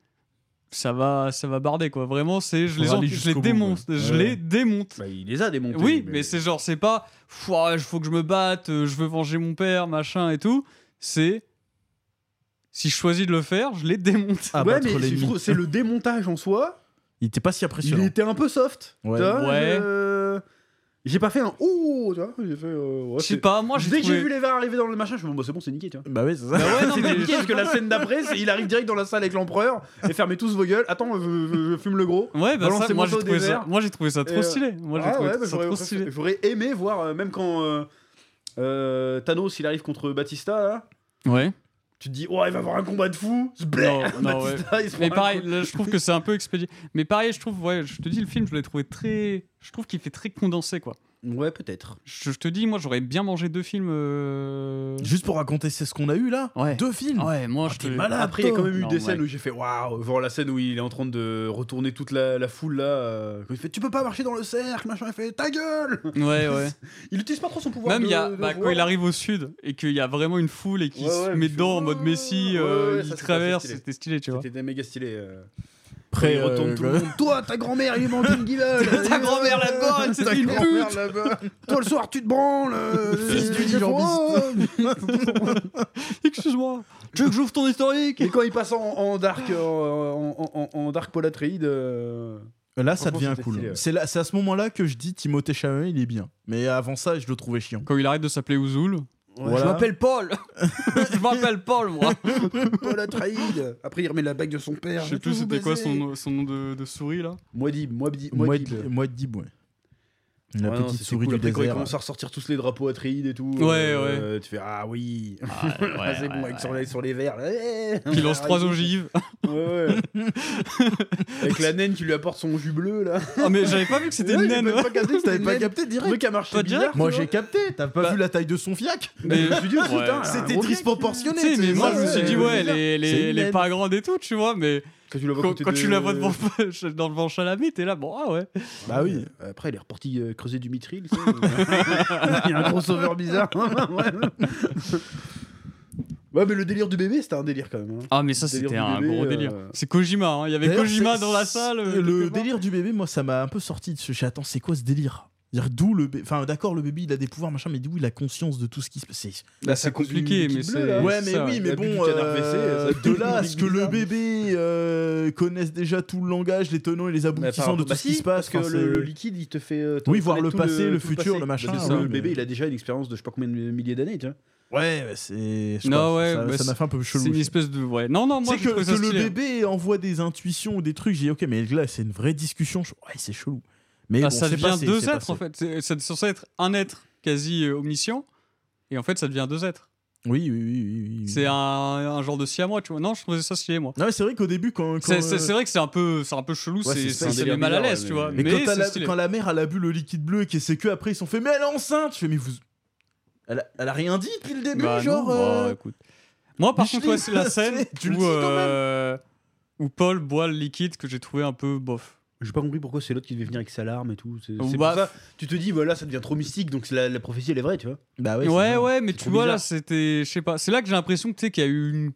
Speaker 3: ça va ça va barder quoi. Vraiment, c'est je
Speaker 2: Faudra
Speaker 3: les en-
Speaker 2: aller
Speaker 3: je les
Speaker 2: jusqu'au bout,
Speaker 3: démonte,
Speaker 2: quoi.
Speaker 3: je
Speaker 2: Ouais.
Speaker 3: les démonte.
Speaker 1: Bah, il les a démontés.
Speaker 3: oui, mais, c'est genre c'est pas Pff, ouah, il faut que je me batte, euh, je veux venger mon père, machin et tout, c'est si je choisis de le faire, je les démonte.
Speaker 2: Ah,
Speaker 1: ouais,
Speaker 2: battre
Speaker 1: mais
Speaker 2: l'ennemi.
Speaker 1: je trouve- c'est le démontage en soi.
Speaker 2: Il était pas si
Speaker 1: Il
Speaker 2: impressionnant.
Speaker 1: était un peu soft.
Speaker 2: Ouais.
Speaker 1: tu vois,
Speaker 3: Ouais.
Speaker 1: je- J'ai pas fait un ouh, tu vois. J'ai fait. euh, ouais,
Speaker 3: Je sais
Speaker 1: c'est-
Speaker 3: pas, moi j'ai
Speaker 1: Dès que j'ai
Speaker 3: trouvé...
Speaker 1: vu les verres arriver dans le machin, je me suis dit, bon, c'est bon, c'est niqué, tu vois.
Speaker 2: Bah ouais, c'est ça.
Speaker 3: Bah ouais, non,
Speaker 1: C'était
Speaker 3: mais-
Speaker 1: niqué parce que la scène d'après, c'est- il arrive direct dans la salle avec l'empereur et fermez tous vos gueules. Attends, je, je- je fume le gros.
Speaker 3: Ouais, bah ça,
Speaker 1: Balancez-moi
Speaker 3: moi
Speaker 1: ça
Speaker 3: j'ai
Speaker 1: au
Speaker 3: trouvé ça,
Speaker 1: désert.
Speaker 3: moi j'ai trouvé ça
Speaker 1: Et, euh,
Speaker 3: trop stylé. Moi j'ai
Speaker 1: Ah
Speaker 3: trouvé
Speaker 1: ouais, bah,
Speaker 3: ça
Speaker 1: j'aurais-
Speaker 3: trop stylé.
Speaker 1: J'aurais aimé voir, euh, même quand euh, euh, Thanos il arrive contre Batista, là,
Speaker 3: Ouais.
Speaker 1: tu te dis, ouais, il va avoir un combat de fou. Blé,
Speaker 3: Non, non,
Speaker 1: Batista, il se
Speaker 3: Mais
Speaker 1: prend un
Speaker 3: pareil,
Speaker 1: coup.
Speaker 3: là, je trouve que c'est un peu expédié. Mais pareil, je trouve, ouais, je te dis, le film, je l'ai trouvé très. Je trouve qu'il fait très condensé, quoi.
Speaker 1: Ouais, peut-être.
Speaker 3: Je, je te dis, moi, j'aurais bien mangé deux films. euh,
Speaker 2: Juste pour raconter c'est ce qu'on a eu là
Speaker 3: Ouais.
Speaker 2: Deux films
Speaker 3: Ouais, moi,
Speaker 2: Ah,
Speaker 3: je
Speaker 2: t'es
Speaker 3: te.
Speaker 2: malade.
Speaker 1: Bah, Après, il y a quand même eu
Speaker 3: Non,
Speaker 1: des
Speaker 3: ouais.
Speaker 1: scènes où j'ai fait waouh, voir la scène où il est en train de retourner toute la, la foule là. euh, quand il fait tu peux pas marcher dans le cercle, machin. Il fait ta gueule
Speaker 3: Ouais, ouais.
Speaker 1: Il utilise pas trop son pouvoir.
Speaker 3: Même
Speaker 1: de-
Speaker 3: il y a,
Speaker 1: de
Speaker 3: bah, quand
Speaker 1: voix.
Speaker 3: il arrive au sud et qu'il y a vraiment une foule et qu'il
Speaker 1: Ouais,
Speaker 3: se
Speaker 1: ouais,
Speaker 3: met
Speaker 1: puis-
Speaker 3: dedans en mode Messi,
Speaker 1: Ouais,
Speaker 3: euh,
Speaker 1: ouais, ça,
Speaker 3: il
Speaker 1: c'est pas
Speaker 3: traverse,
Speaker 1: stylé.
Speaker 3: c'était stylé, tu vois.
Speaker 1: C'était méga stylé. euh.
Speaker 2: Après,
Speaker 1: il retourne tout le
Speaker 2: euh,
Speaker 1: monde. Toi, ta grand-mère, elle est mangée une guiveule.
Speaker 3: Ta grand-mère là-bas, elle s'est
Speaker 1: Ta
Speaker 3: fait une
Speaker 1: grand-mère
Speaker 3: pute.
Speaker 1: là-bas. Toi, le soir, tu te branles. euh, oh,
Speaker 2: Fils du
Speaker 1: des fois,
Speaker 3: Excuse-moi, tu veux que j'ouvre ton historique
Speaker 1: Et quand il passe en, en dark, euh, en, en- en- en dark Paul Atreides, euh,
Speaker 2: Là, ça
Speaker 1: Franchement,
Speaker 2: devient
Speaker 1: c'était
Speaker 2: cool.
Speaker 1: stylé, ouais.
Speaker 2: C'est là- c'est à ce moment-là que je dis Timothée Chalamet, il est bien. Mais avant ça, je le trouvais chiant.
Speaker 3: Quand il arrête de s'appeler Ouzoul,
Speaker 2: Voilà.
Speaker 3: je m'appelle Paul Je m'appelle Paul, moi
Speaker 1: Paul Atreides. Après, il remet la bague de son père.
Speaker 3: Je sais plus c'était quoi son, nom- son nom de, de souris là.
Speaker 1: Moidib, Moidib,
Speaker 2: Moed- Moedib, ouais. La
Speaker 1: Ouais, non,
Speaker 2: petite
Speaker 1: c'est
Speaker 2: souris
Speaker 1: cool.
Speaker 2: du
Speaker 1: Après, quand ils
Speaker 2: désert.
Speaker 1: commencent à ressortir tous les drapeaux Atreides et tout.
Speaker 3: Ouais,
Speaker 1: euh, Tu fais ah oui. Ah, c'est bon avec sur, les, sur les verres. Là. Eh,
Speaker 3: Qui lance
Speaker 1: ah,
Speaker 3: trois
Speaker 1: il-
Speaker 3: ogives.
Speaker 1: Ouais, ouais. Avec la naine qui lui apporte son jus bleu là.
Speaker 3: Ah, mais j'avais pas vu que c'était une naine.
Speaker 1: T'avais pas capté que c'était
Speaker 2: hein. T'avais
Speaker 1: une
Speaker 2: pas
Speaker 1: naine.
Speaker 2: capté
Speaker 1: Le
Speaker 2: direct
Speaker 1: truc a marché
Speaker 3: Pas direct.
Speaker 1: bizarre,
Speaker 2: Moi,
Speaker 1: tu vois.
Speaker 2: j'ai capté. T'as pas
Speaker 3: Bah-
Speaker 2: vu la taille de son fiac
Speaker 1: Mais je me suis dit, oh,
Speaker 3: Ouais.
Speaker 1: putain,
Speaker 2: C'était
Speaker 1: un gros mec.
Speaker 2: disproportionné.
Speaker 3: Tu sais, mais
Speaker 2: c'est
Speaker 3: moi
Speaker 2: ça,
Speaker 3: je me suis
Speaker 2: euh,
Speaker 3: dit, ouais, les,
Speaker 2: C'est
Speaker 3: les,
Speaker 2: une
Speaker 3: les
Speaker 2: naine.
Speaker 3: pas grandes et tout, tu vois, mais
Speaker 1: Quand euh, tu la vois
Speaker 3: quand,
Speaker 1: côté
Speaker 3: quand
Speaker 1: de-
Speaker 3: tu la vois devant, dans le vent Chalamet, t'es là, bon, ah ouais.
Speaker 2: Bah oui.
Speaker 1: Euh, Après, il est reparti euh, creuser du mitril. tu sais. Euh, il y a un crossover bizarre. ouais. Ouais, mais le délire du bébé, c'était un délire quand même. hein.
Speaker 3: Ah, mais ça,
Speaker 1: Délire
Speaker 3: c'était
Speaker 1: du
Speaker 3: un
Speaker 1: bébé,
Speaker 3: gros
Speaker 1: euh,
Speaker 3: délire. C'est Kojima, hein. il y avait
Speaker 2: D'ailleurs,
Speaker 3: Kojima
Speaker 2: c'est-
Speaker 3: dans la salle.
Speaker 2: Le
Speaker 3: euh, quelque part.
Speaker 2: délire du bébé, moi, ça m'a un peu sorti de ce. J'ai attends, c'est quoi ce délire C'est-à-dire, D'où le bébé. Enfin, d'accord, le bébé, il a des pouvoirs, machin, mais d'où il a conscience de tout ce qui se passe
Speaker 3: Bah, c'est compliqué, mais
Speaker 1: bleu,
Speaker 3: c'est.
Speaker 1: là.
Speaker 2: Ouais, mais
Speaker 3: ça,
Speaker 2: oui,
Speaker 1: ouais.
Speaker 2: mais
Speaker 1: La
Speaker 2: bon,
Speaker 1: bulle du canard
Speaker 2: euh,
Speaker 1: WC, ça-
Speaker 2: de là à ce que le
Speaker 1: bizarre.
Speaker 2: bébé euh, connaisse déjà tout le langage, les tenants et les
Speaker 1: Mais par
Speaker 2: aboutissants de
Speaker 1: rapport-
Speaker 2: tout
Speaker 1: bah
Speaker 2: ce qui
Speaker 1: si,
Speaker 2: se
Speaker 1: Parce
Speaker 2: passe.
Speaker 1: que
Speaker 2: enfin,
Speaker 1: le,
Speaker 2: c'est-
Speaker 1: le liquide, il te fait. euh, te
Speaker 2: Oui, voir
Speaker 1: reconnaître
Speaker 2: le
Speaker 1: tout
Speaker 2: passé, le
Speaker 1: tout
Speaker 2: futur, le machin,
Speaker 1: Bah, c'est
Speaker 2: ouais,
Speaker 1: ça, le
Speaker 2: mais-
Speaker 1: bébé, il a déjà une expérience de je sais pas combien de milliers d'années, tu vois.
Speaker 2: Ouais, ouais, c'est. je sais
Speaker 3: Non,
Speaker 2: pas,
Speaker 3: ouais,
Speaker 2: ça-
Speaker 3: bah,
Speaker 2: ça m'a
Speaker 3: c'est-
Speaker 2: fait un peu
Speaker 3: C'est
Speaker 2: chelou.
Speaker 3: une espèce de. Ouais. Non, non, moi,
Speaker 2: C'est
Speaker 3: je
Speaker 2: que,
Speaker 3: trouve ça
Speaker 2: que le
Speaker 3: stylé.
Speaker 2: bébé envoie des intuitions ou des trucs, j'ai dit ok, mais là c'est une vraie discussion. je- Ouais, c'est chelou. Mais
Speaker 3: Ah,
Speaker 2: bon,
Speaker 3: ça
Speaker 2: c'est
Speaker 3: devient
Speaker 2: passé,
Speaker 3: deux
Speaker 2: c'est
Speaker 3: êtres
Speaker 2: passé.
Speaker 3: en fait. C'est- C'est censé être un être quasi euh, omniscient, et en fait ça devient deux êtres.
Speaker 2: Oui, oui, oui. oui, oui, oui.
Speaker 3: C'est un, un genre de siamois, tu vois. Non, je trouvais ça stylé moi.
Speaker 2: Non, mais c'est vrai qu'au début, quand. quand,
Speaker 3: C'est c'est-
Speaker 2: euh,
Speaker 3: c'est vrai que c'est un peu, c'est un peu chelou,
Speaker 1: Ouais,
Speaker 3: c'est
Speaker 1: c'est-
Speaker 3: ça
Speaker 1: c'est un
Speaker 3: me met
Speaker 1: délire
Speaker 3: mal à
Speaker 1: bizarre,
Speaker 3: l'aise,
Speaker 1: ouais,
Speaker 3: tu vois.
Speaker 1: mais-
Speaker 2: Mais,
Speaker 3: Mais,
Speaker 2: quand, t'as
Speaker 3: c'est
Speaker 2: la-
Speaker 3: stylé.
Speaker 2: quand la mère elle a bu le liquide bleu et que c'est que après ils sont fait mais elle est enceinte. Je fais mais vous, elle a, elle a rien dit depuis le début
Speaker 3: Bah, non,
Speaker 2: genre.
Speaker 3: bah,
Speaker 2: euh,
Speaker 3: écoute. Moi par
Speaker 2: Micheline,
Speaker 3: contre, ouais, c'est la scène
Speaker 2: tu le dis
Speaker 3: où,
Speaker 2: quand même.
Speaker 3: euh, où Paul boit le liquide que j'ai trouvé un peu bof.
Speaker 1: J'ai pas compris pourquoi c'est l'autre qui devait venir avec sa larme et tout. C'est c'est
Speaker 3: Ou
Speaker 1: pour
Speaker 3: bah,
Speaker 1: ça. Tu te dis, voilà, ça devient trop mystique, donc c'est la, la prophétie, elle est vraie, tu vois.
Speaker 2: Bah
Speaker 3: Ouais,
Speaker 2: c'est
Speaker 3: ouais,
Speaker 2: bien.
Speaker 3: mais
Speaker 1: C'est
Speaker 3: tu
Speaker 1: trop
Speaker 3: vois,
Speaker 1: bizarre.
Speaker 3: là, c'était. Je sais pas. C'est là que j'ai l'impression que, tu sais, qu'il y a eu une.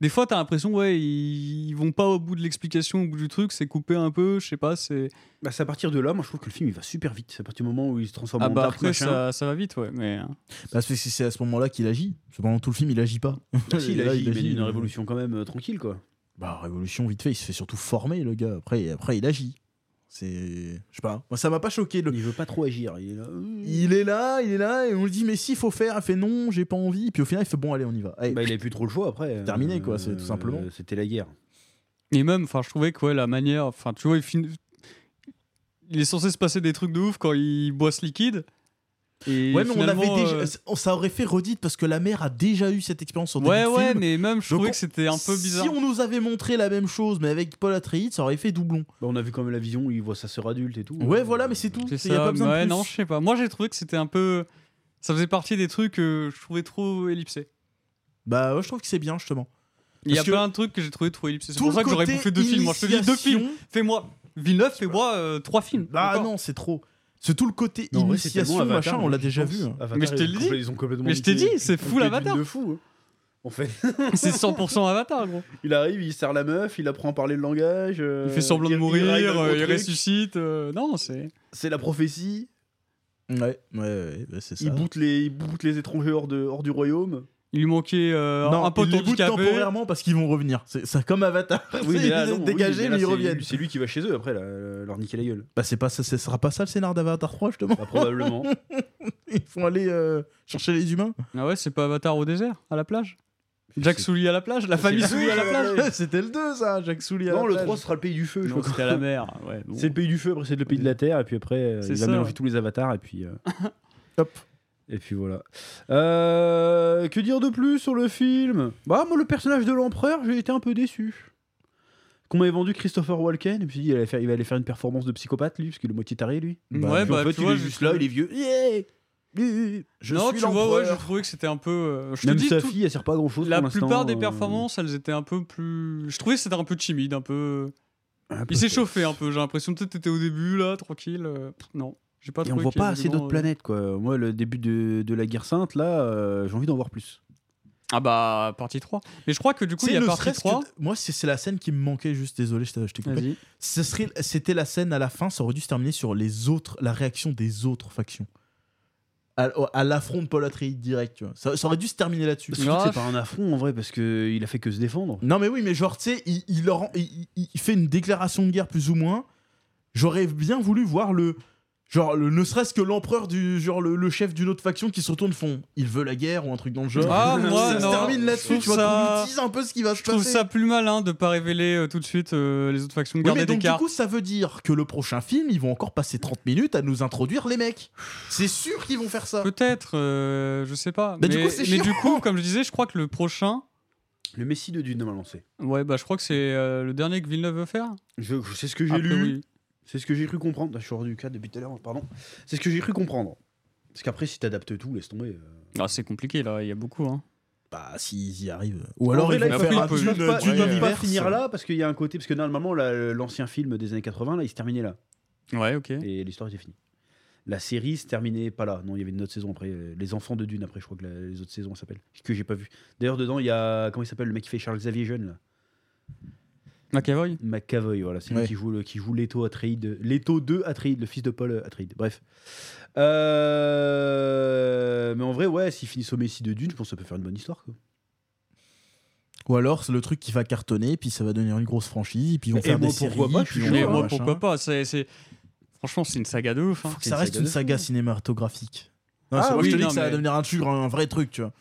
Speaker 3: Des fois, t'as l'impression, ouais, ils... ils vont pas au bout de l'explication, au bout du truc, c'est coupé un peu, je sais pas, c'est.
Speaker 1: Bah, c'est à partir de là, moi, je trouve que le film, il va super vite. C'est à partir du moment où il se transforme
Speaker 3: Ah
Speaker 1: en
Speaker 3: bah
Speaker 1: dark,
Speaker 3: après,
Speaker 1: machin.
Speaker 3: ça, ça va vite, ouais, mais. hein.
Speaker 2: Parce que Bah, c'est c'est à ce moment-là qu'il agit. Parce que pendant tout le film, il agit pas.
Speaker 1: Ah, si, il
Speaker 2: Là,
Speaker 1: agit, il mène
Speaker 2: il-
Speaker 1: une révolution quand même euh, tranquille, quoi.
Speaker 2: Bah, révolution, vite fait, il se fait surtout former, le gars. Après, après il agit. C'est. Je sais pas. Moi, ça m'a pas choqué. Le...
Speaker 1: Il veut pas trop agir. Il est là. euh,
Speaker 2: Il est là, il est là, et on lui dit, mais si, faut faire. Il fait non, j'ai pas envie. Puis au final, il fait bon, allez, on y va. Allez.
Speaker 1: Bah, il avait plus trop le choix après. Euh,
Speaker 2: Terminé, quoi, c'est tout simplement.
Speaker 1: C'était la guerre.
Speaker 3: Et même, enfin, je trouvais que ouais, la manière, enfin, tu vois, il, fin- il est censé se passer des trucs de ouf quand il boit ce liquide. Et
Speaker 2: ouais, mais on
Speaker 3: finalement,
Speaker 2: avait déjà.
Speaker 3: euh,
Speaker 2: Ça aurait fait redite parce que la mère a déjà eu cette expérience en
Speaker 3: Ouais,
Speaker 2: début de
Speaker 3: ouais,
Speaker 2: film.
Speaker 3: mais même, je
Speaker 2: Donc,
Speaker 3: trouvais
Speaker 2: on-
Speaker 3: que c'était un peu bizarre.
Speaker 2: Si on nous avait montré la même chose, mais avec Paul Atreides, ça aurait fait doublon.
Speaker 1: Bah, on a vu quand même la vision où il voit sa sœur adulte et tout.
Speaker 2: Ouais, voilà, mais c'est tout.
Speaker 3: C'est
Speaker 2: Il y a
Speaker 3: ça,
Speaker 2: pas besoin
Speaker 3: ouais,
Speaker 2: de plus.
Speaker 3: non, je sais pas. Moi, j'ai trouvé que c'était un peu. Ça faisait partie des trucs que je trouvais trop ellipsés.
Speaker 2: Bah, ouais, je trouve que c'est bien, justement.
Speaker 3: Il y a
Speaker 2: Parce que
Speaker 3: plein de trucs que j'ai trouvé trop ellipsés. C'est
Speaker 2: Tout
Speaker 3: pour
Speaker 2: le
Speaker 3: ça que j'aurais
Speaker 2: côté
Speaker 3: bouffé deux films. Moi, je te dis deux
Speaker 2: initiation-
Speaker 3: films. Fais-moi. Villeneuve, fais-moi euh, trois films.
Speaker 2: Bah
Speaker 3: Encore.
Speaker 2: non, c'est trop. C'est tout le côté
Speaker 1: Non, en vrai, c'est
Speaker 2: initiation,
Speaker 1: tellement Avatar,
Speaker 2: machin, on
Speaker 1: moi,
Speaker 2: l'a
Speaker 1: je
Speaker 2: déjà
Speaker 1: pense.
Speaker 2: vu. hein.
Speaker 1: Avatar,
Speaker 3: Mais je
Speaker 1: ils
Speaker 3: t'ai
Speaker 1: ont
Speaker 3: dit.
Speaker 1: compl- ils ont complètement
Speaker 3: Mais je t'ai
Speaker 1: niqué-
Speaker 3: dit, c'est
Speaker 1: niqué
Speaker 3: full
Speaker 1: d'une
Speaker 3: Avatar.
Speaker 1: De fou. hein. En fait,
Speaker 3: C'est 100% Avatar, gros.
Speaker 1: il arrive, il serre la meuf, il apprend à parler le langage. euh,
Speaker 3: Il fait semblant de
Speaker 1: il
Speaker 3: mourir,
Speaker 1: règle le
Speaker 3: euh, il
Speaker 1: truc.
Speaker 3: ressuscite. euh, Non, c'est.
Speaker 1: C'est la prophétie.
Speaker 2: Ouais, ouais, ouais, ouais, c'est ça.
Speaker 1: Il boot les, il boot les étrangers hors, de, hors du royaume.
Speaker 3: Il lui manquait euh,
Speaker 2: non,
Speaker 3: un pote
Speaker 2: il les bouge
Speaker 3: handicapé.
Speaker 2: temporairement parce qu'ils vont revenir. C'est ça comme Avatar.
Speaker 1: Oui, mais là,
Speaker 2: ils
Speaker 1: non,
Speaker 2: sont
Speaker 1: oui, mais
Speaker 2: dégagés,
Speaker 1: là,
Speaker 2: mais ils
Speaker 1: c'est-
Speaker 2: reviennent.
Speaker 1: C'est lui qui va chez eux après, là, euh, leur niquer la gueule.
Speaker 2: Bah c'est pas ça, ce sera pas ça le scénar d'Avatar 3 justement.
Speaker 1: Bah, probablement.
Speaker 2: Ils vont aller euh, chercher les humains.
Speaker 3: Ah ouais, c'est pas Avatar au désert, à la plage. Jack Souli à la plage, la famille
Speaker 1: c'est-
Speaker 3: Souli à la plage.
Speaker 2: C'était le 2 ça, Jacques Souli. à
Speaker 1: non,
Speaker 2: la
Speaker 1: le
Speaker 2: plage.
Speaker 1: 3 sera le pays du feu. je
Speaker 3: Non,
Speaker 1: crois.
Speaker 3: c'était à la mer. Ouais, bon.
Speaker 1: C'est le pays du feu, après c'est le pays de la terre, et puis après euh,
Speaker 3: C'est
Speaker 1: il va
Speaker 3: ça,
Speaker 1: mélanger
Speaker 3: ouais.
Speaker 1: tous les avatars, et puis. euh,
Speaker 2: Hop.
Speaker 1: Et puis voilà. Euh, que dire de plus sur le film Bah moi le personnage de l'empereur, j'ai été un peu déçu. qu'on m'avait vendu Christopher Walken, et puis il allait faire, il allait faire une performance de psychopathe, lui, parce qu'il est moitié taré, lui.
Speaker 2: Bah,
Speaker 3: ouais,
Speaker 1: Puis
Speaker 3: bah,
Speaker 1: en fait,
Speaker 3: tu
Speaker 1: il
Speaker 3: vois,
Speaker 1: est
Speaker 3: je
Speaker 1: juste là, il est vieux. Yeah Je
Speaker 3: non,
Speaker 1: suis
Speaker 3: tu vois, ouais, je
Speaker 1: l'empereur.
Speaker 3: trouvais que c'était un peu. euh, je te
Speaker 1: Même
Speaker 3: dis,
Speaker 1: sa
Speaker 3: tout-
Speaker 1: fille, euh, elle sert pas à grand chose.
Speaker 3: la plupart des performances, elles étaient un peu plus. Je trouvais que c'était un peu timide, un peu. Il s'est chauffé hein. un peu, j'ai l'impression. Peut-être que t'étais au début, là, tranquille. euh, pff, Non, j'ai pas
Speaker 1: Et on
Speaker 3: trouvé
Speaker 1: voit
Speaker 3: qu'il y
Speaker 1: pas
Speaker 3: avait
Speaker 1: assez
Speaker 3: vraiment,
Speaker 1: d'autres
Speaker 3: euh,
Speaker 1: planètes, quoi. Moi, le début de, de la guerre sainte, là, euh, j'ai envie d'en voir plus.
Speaker 3: Ah bah, partie 3. Mais je crois que du coup, il y a
Speaker 2: le
Speaker 3: partie
Speaker 2: stress que-
Speaker 3: 3.
Speaker 2: Moi, c'est c'est la scène qui me manquait, juste désolé, je t'ai je t'ai coupé.
Speaker 3: Vas-y.
Speaker 2: Ce serait- C'était la scène à la fin, ça aurait dû se terminer sur les autres, la réaction des autres factions. À, à l'affront de Paul Atreides direct, tu vois. Ça, ça aurait dû se terminer là-dessus.
Speaker 1: Parce que
Speaker 3: Ah,
Speaker 1: c'est pas un affront, en vrai, parce qu'il a fait que se défendre.
Speaker 2: Non, mais oui, mais genre, tu sais, il, il leur en- il- il- il fait une déclaration de guerre, plus ou moins. J'aurais bien voulu voir le. Genre, le, ne serait-ce que l'empereur du. Genre, le, le chef d'une autre faction qui se retourne font il veut la guerre ou un truc dans le genre.
Speaker 3: Ah, moi,
Speaker 2: ça se
Speaker 3: non.
Speaker 2: termine
Speaker 3: Je
Speaker 2: là-dessus,
Speaker 3: trouve
Speaker 2: tu vois,
Speaker 3: ça-
Speaker 2: qu'on nous dise un peu ce qui va se
Speaker 3: Je trouve
Speaker 2: passer.
Speaker 3: ça plus malin de pas révéler euh, tout de suite euh, les autres factions, de
Speaker 2: Oui,
Speaker 3: garder
Speaker 2: mais
Speaker 3: des
Speaker 2: donc, du
Speaker 3: cartes.
Speaker 2: coup, ça veut dire que le prochain film, ils vont encore passer 30 minutes à nous introduire les mecs. C'est sûr qu'ils vont faire ça.
Speaker 3: Peut-être, euh, je sais pas.
Speaker 2: Bah,
Speaker 3: mais
Speaker 2: du coup, c'est
Speaker 3: mais
Speaker 2: chiant.
Speaker 3: du coup, comme je disais, je crois que le prochain.
Speaker 1: Le Messie de Dune, normalement, c'est.
Speaker 3: Ouais, bah, je crois que c'est euh, le dernier que Villeneuve veut faire.
Speaker 1: Je, je- c'est ce que j'ai
Speaker 3: Après,
Speaker 1: lu.
Speaker 3: oui.
Speaker 1: C'est ce que j'ai cru comprendre. Là, je suis hors du cas depuis tout à l'heure, pardon. C'est ce que j'ai cru comprendre. Parce qu'après, si t'adaptes tout, laisse tomber. euh,
Speaker 3: Ah, c'est compliqué là, il y a beaucoup. Hein.
Speaker 2: Bah, s'ils y arrivent. Ou
Speaker 1: En
Speaker 2: alors,
Speaker 1: vrai,
Speaker 2: ils
Speaker 1: là,
Speaker 2: vont
Speaker 1: ils
Speaker 3: après,
Speaker 2: faire
Speaker 3: ils
Speaker 2: un
Speaker 3: peuvent
Speaker 2: Dune-
Speaker 3: juste pas-
Speaker 1: ils
Speaker 2: Dune
Speaker 1: peuvent pas
Speaker 2: Universe.
Speaker 1: finir là parce qu'il y a un côté parce que normalement la- l'ancien film des années 80 là il se terminait là
Speaker 3: Ouais, ok.
Speaker 1: et l'histoire était finie. La série se terminait pas là. Non, il y avait une autre saison après. euh, Les enfants de Dune après, je crois que la- les autres saisons s'appellent. Que j'ai pas vu. D'ailleurs, dedans, il y a. Comment il s'appelle le mec qui fait Charles Xavier Jeune là
Speaker 3: McAvoy
Speaker 1: McAvoy, voilà. C'est
Speaker 2: Ouais.
Speaker 1: lui qui joue, le, qui joue Leto Atreide. Leto 2 Atreide, le fils de Paul euh, Atreide. Bref. Euh, Mais en vrai, ouais, s'ils finissent au Messie de Dune, je pense que ça peut faire une bonne histoire. quoi.
Speaker 2: Ou alors c'est le truc qui va cartonner, puis ça va devenir une grosse franchise, et puis ils vont
Speaker 1: Et
Speaker 2: faire
Speaker 1: moi,
Speaker 2: des séries.
Speaker 1: pourquoi pas, je
Speaker 2: puis
Speaker 1: suis
Speaker 2: ils vont
Speaker 1: chaud,
Speaker 3: Mais
Speaker 2: faire
Speaker 1: hein,
Speaker 3: moi,
Speaker 2: machin.
Speaker 3: pourquoi pas c'est, c'est- Franchement, c'est une saga de ouf. hein.
Speaker 2: Faut que
Speaker 1: C'est
Speaker 2: ça
Speaker 1: une
Speaker 2: reste
Speaker 1: saga
Speaker 2: une
Speaker 1: de
Speaker 2: saga
Speaker 1: fou.
Speaker 2: cinématographique. Non,
Speaker 3: Ah
Speaker 2: c'est- moi, je
Speaker 3: oui,
Speaker 2: te dis
Speaker 3: non,
Speaker 2: que ça va
Speaker 3: mais-
Speaker 2: devenir un, truc, un vrai truc, tu vois.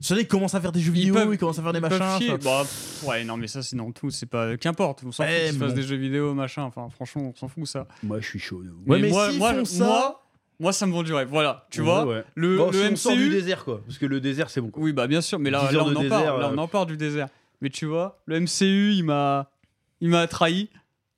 Speaker 2: Ce mec commence à faire des jeux
Speaker 3: Ils
Speaker 2: vidéo,
Speaker 3: peuvent-
Speaker 2: il commence à faire des
Speaker 3: Ils peuvent
Speaker 2: machins.
Speaker 3: chier.
Speaker 2: enfin,
Speaker 3: Bah, pff, ouais, non, mais ça, c'est dans tout. C'est pas. euh, Qu'importe, on s'en fout
Speaker 2: Eh,
Speaker 3: qu'ils fassent
Speaker 2: bon.
Speaker 3: des jeux vidéo, machin. Enfin, franchement, on s'en fout ça.
Speaker 1: Moi, je suis chaud. de ouf.
Speaker 2: Ouais, mais
Speaker 3: moi,
Speaker 2: s'ils
Speaker 3: moi,
Speaker 2: font
Speaker 3: je-
Speaker 2: ça-
Speaker 3: moi, moi, ça me vend du rêve. Voilà, tu
Speaker 1: Ouais,
Speaker 3: vois.
Speaker 1: ouais.
Speaker 3: Le,
Speaker 1: Bon,
Speaker 3: le
Speaker 1: si on
Speaker 3: MCU.
Speaker 1: sort du désert, quoi. Parce que le désert, c'est bon. quoi.
Speaker 3: Oui, bah bien sûr, mais là,
Speaker 1: 10
Speaker 3: là,
Speaker 1: heures
Speaker 3: on,
Speaker 1: de
Speaker 3: en
Speaker 1: désert,
Speaker 3: parle, là,
Speaker 1: euh,
Speaker 3: on en parle du désert. Mais tu vois, le MCU, il m'a, il m'a trahi.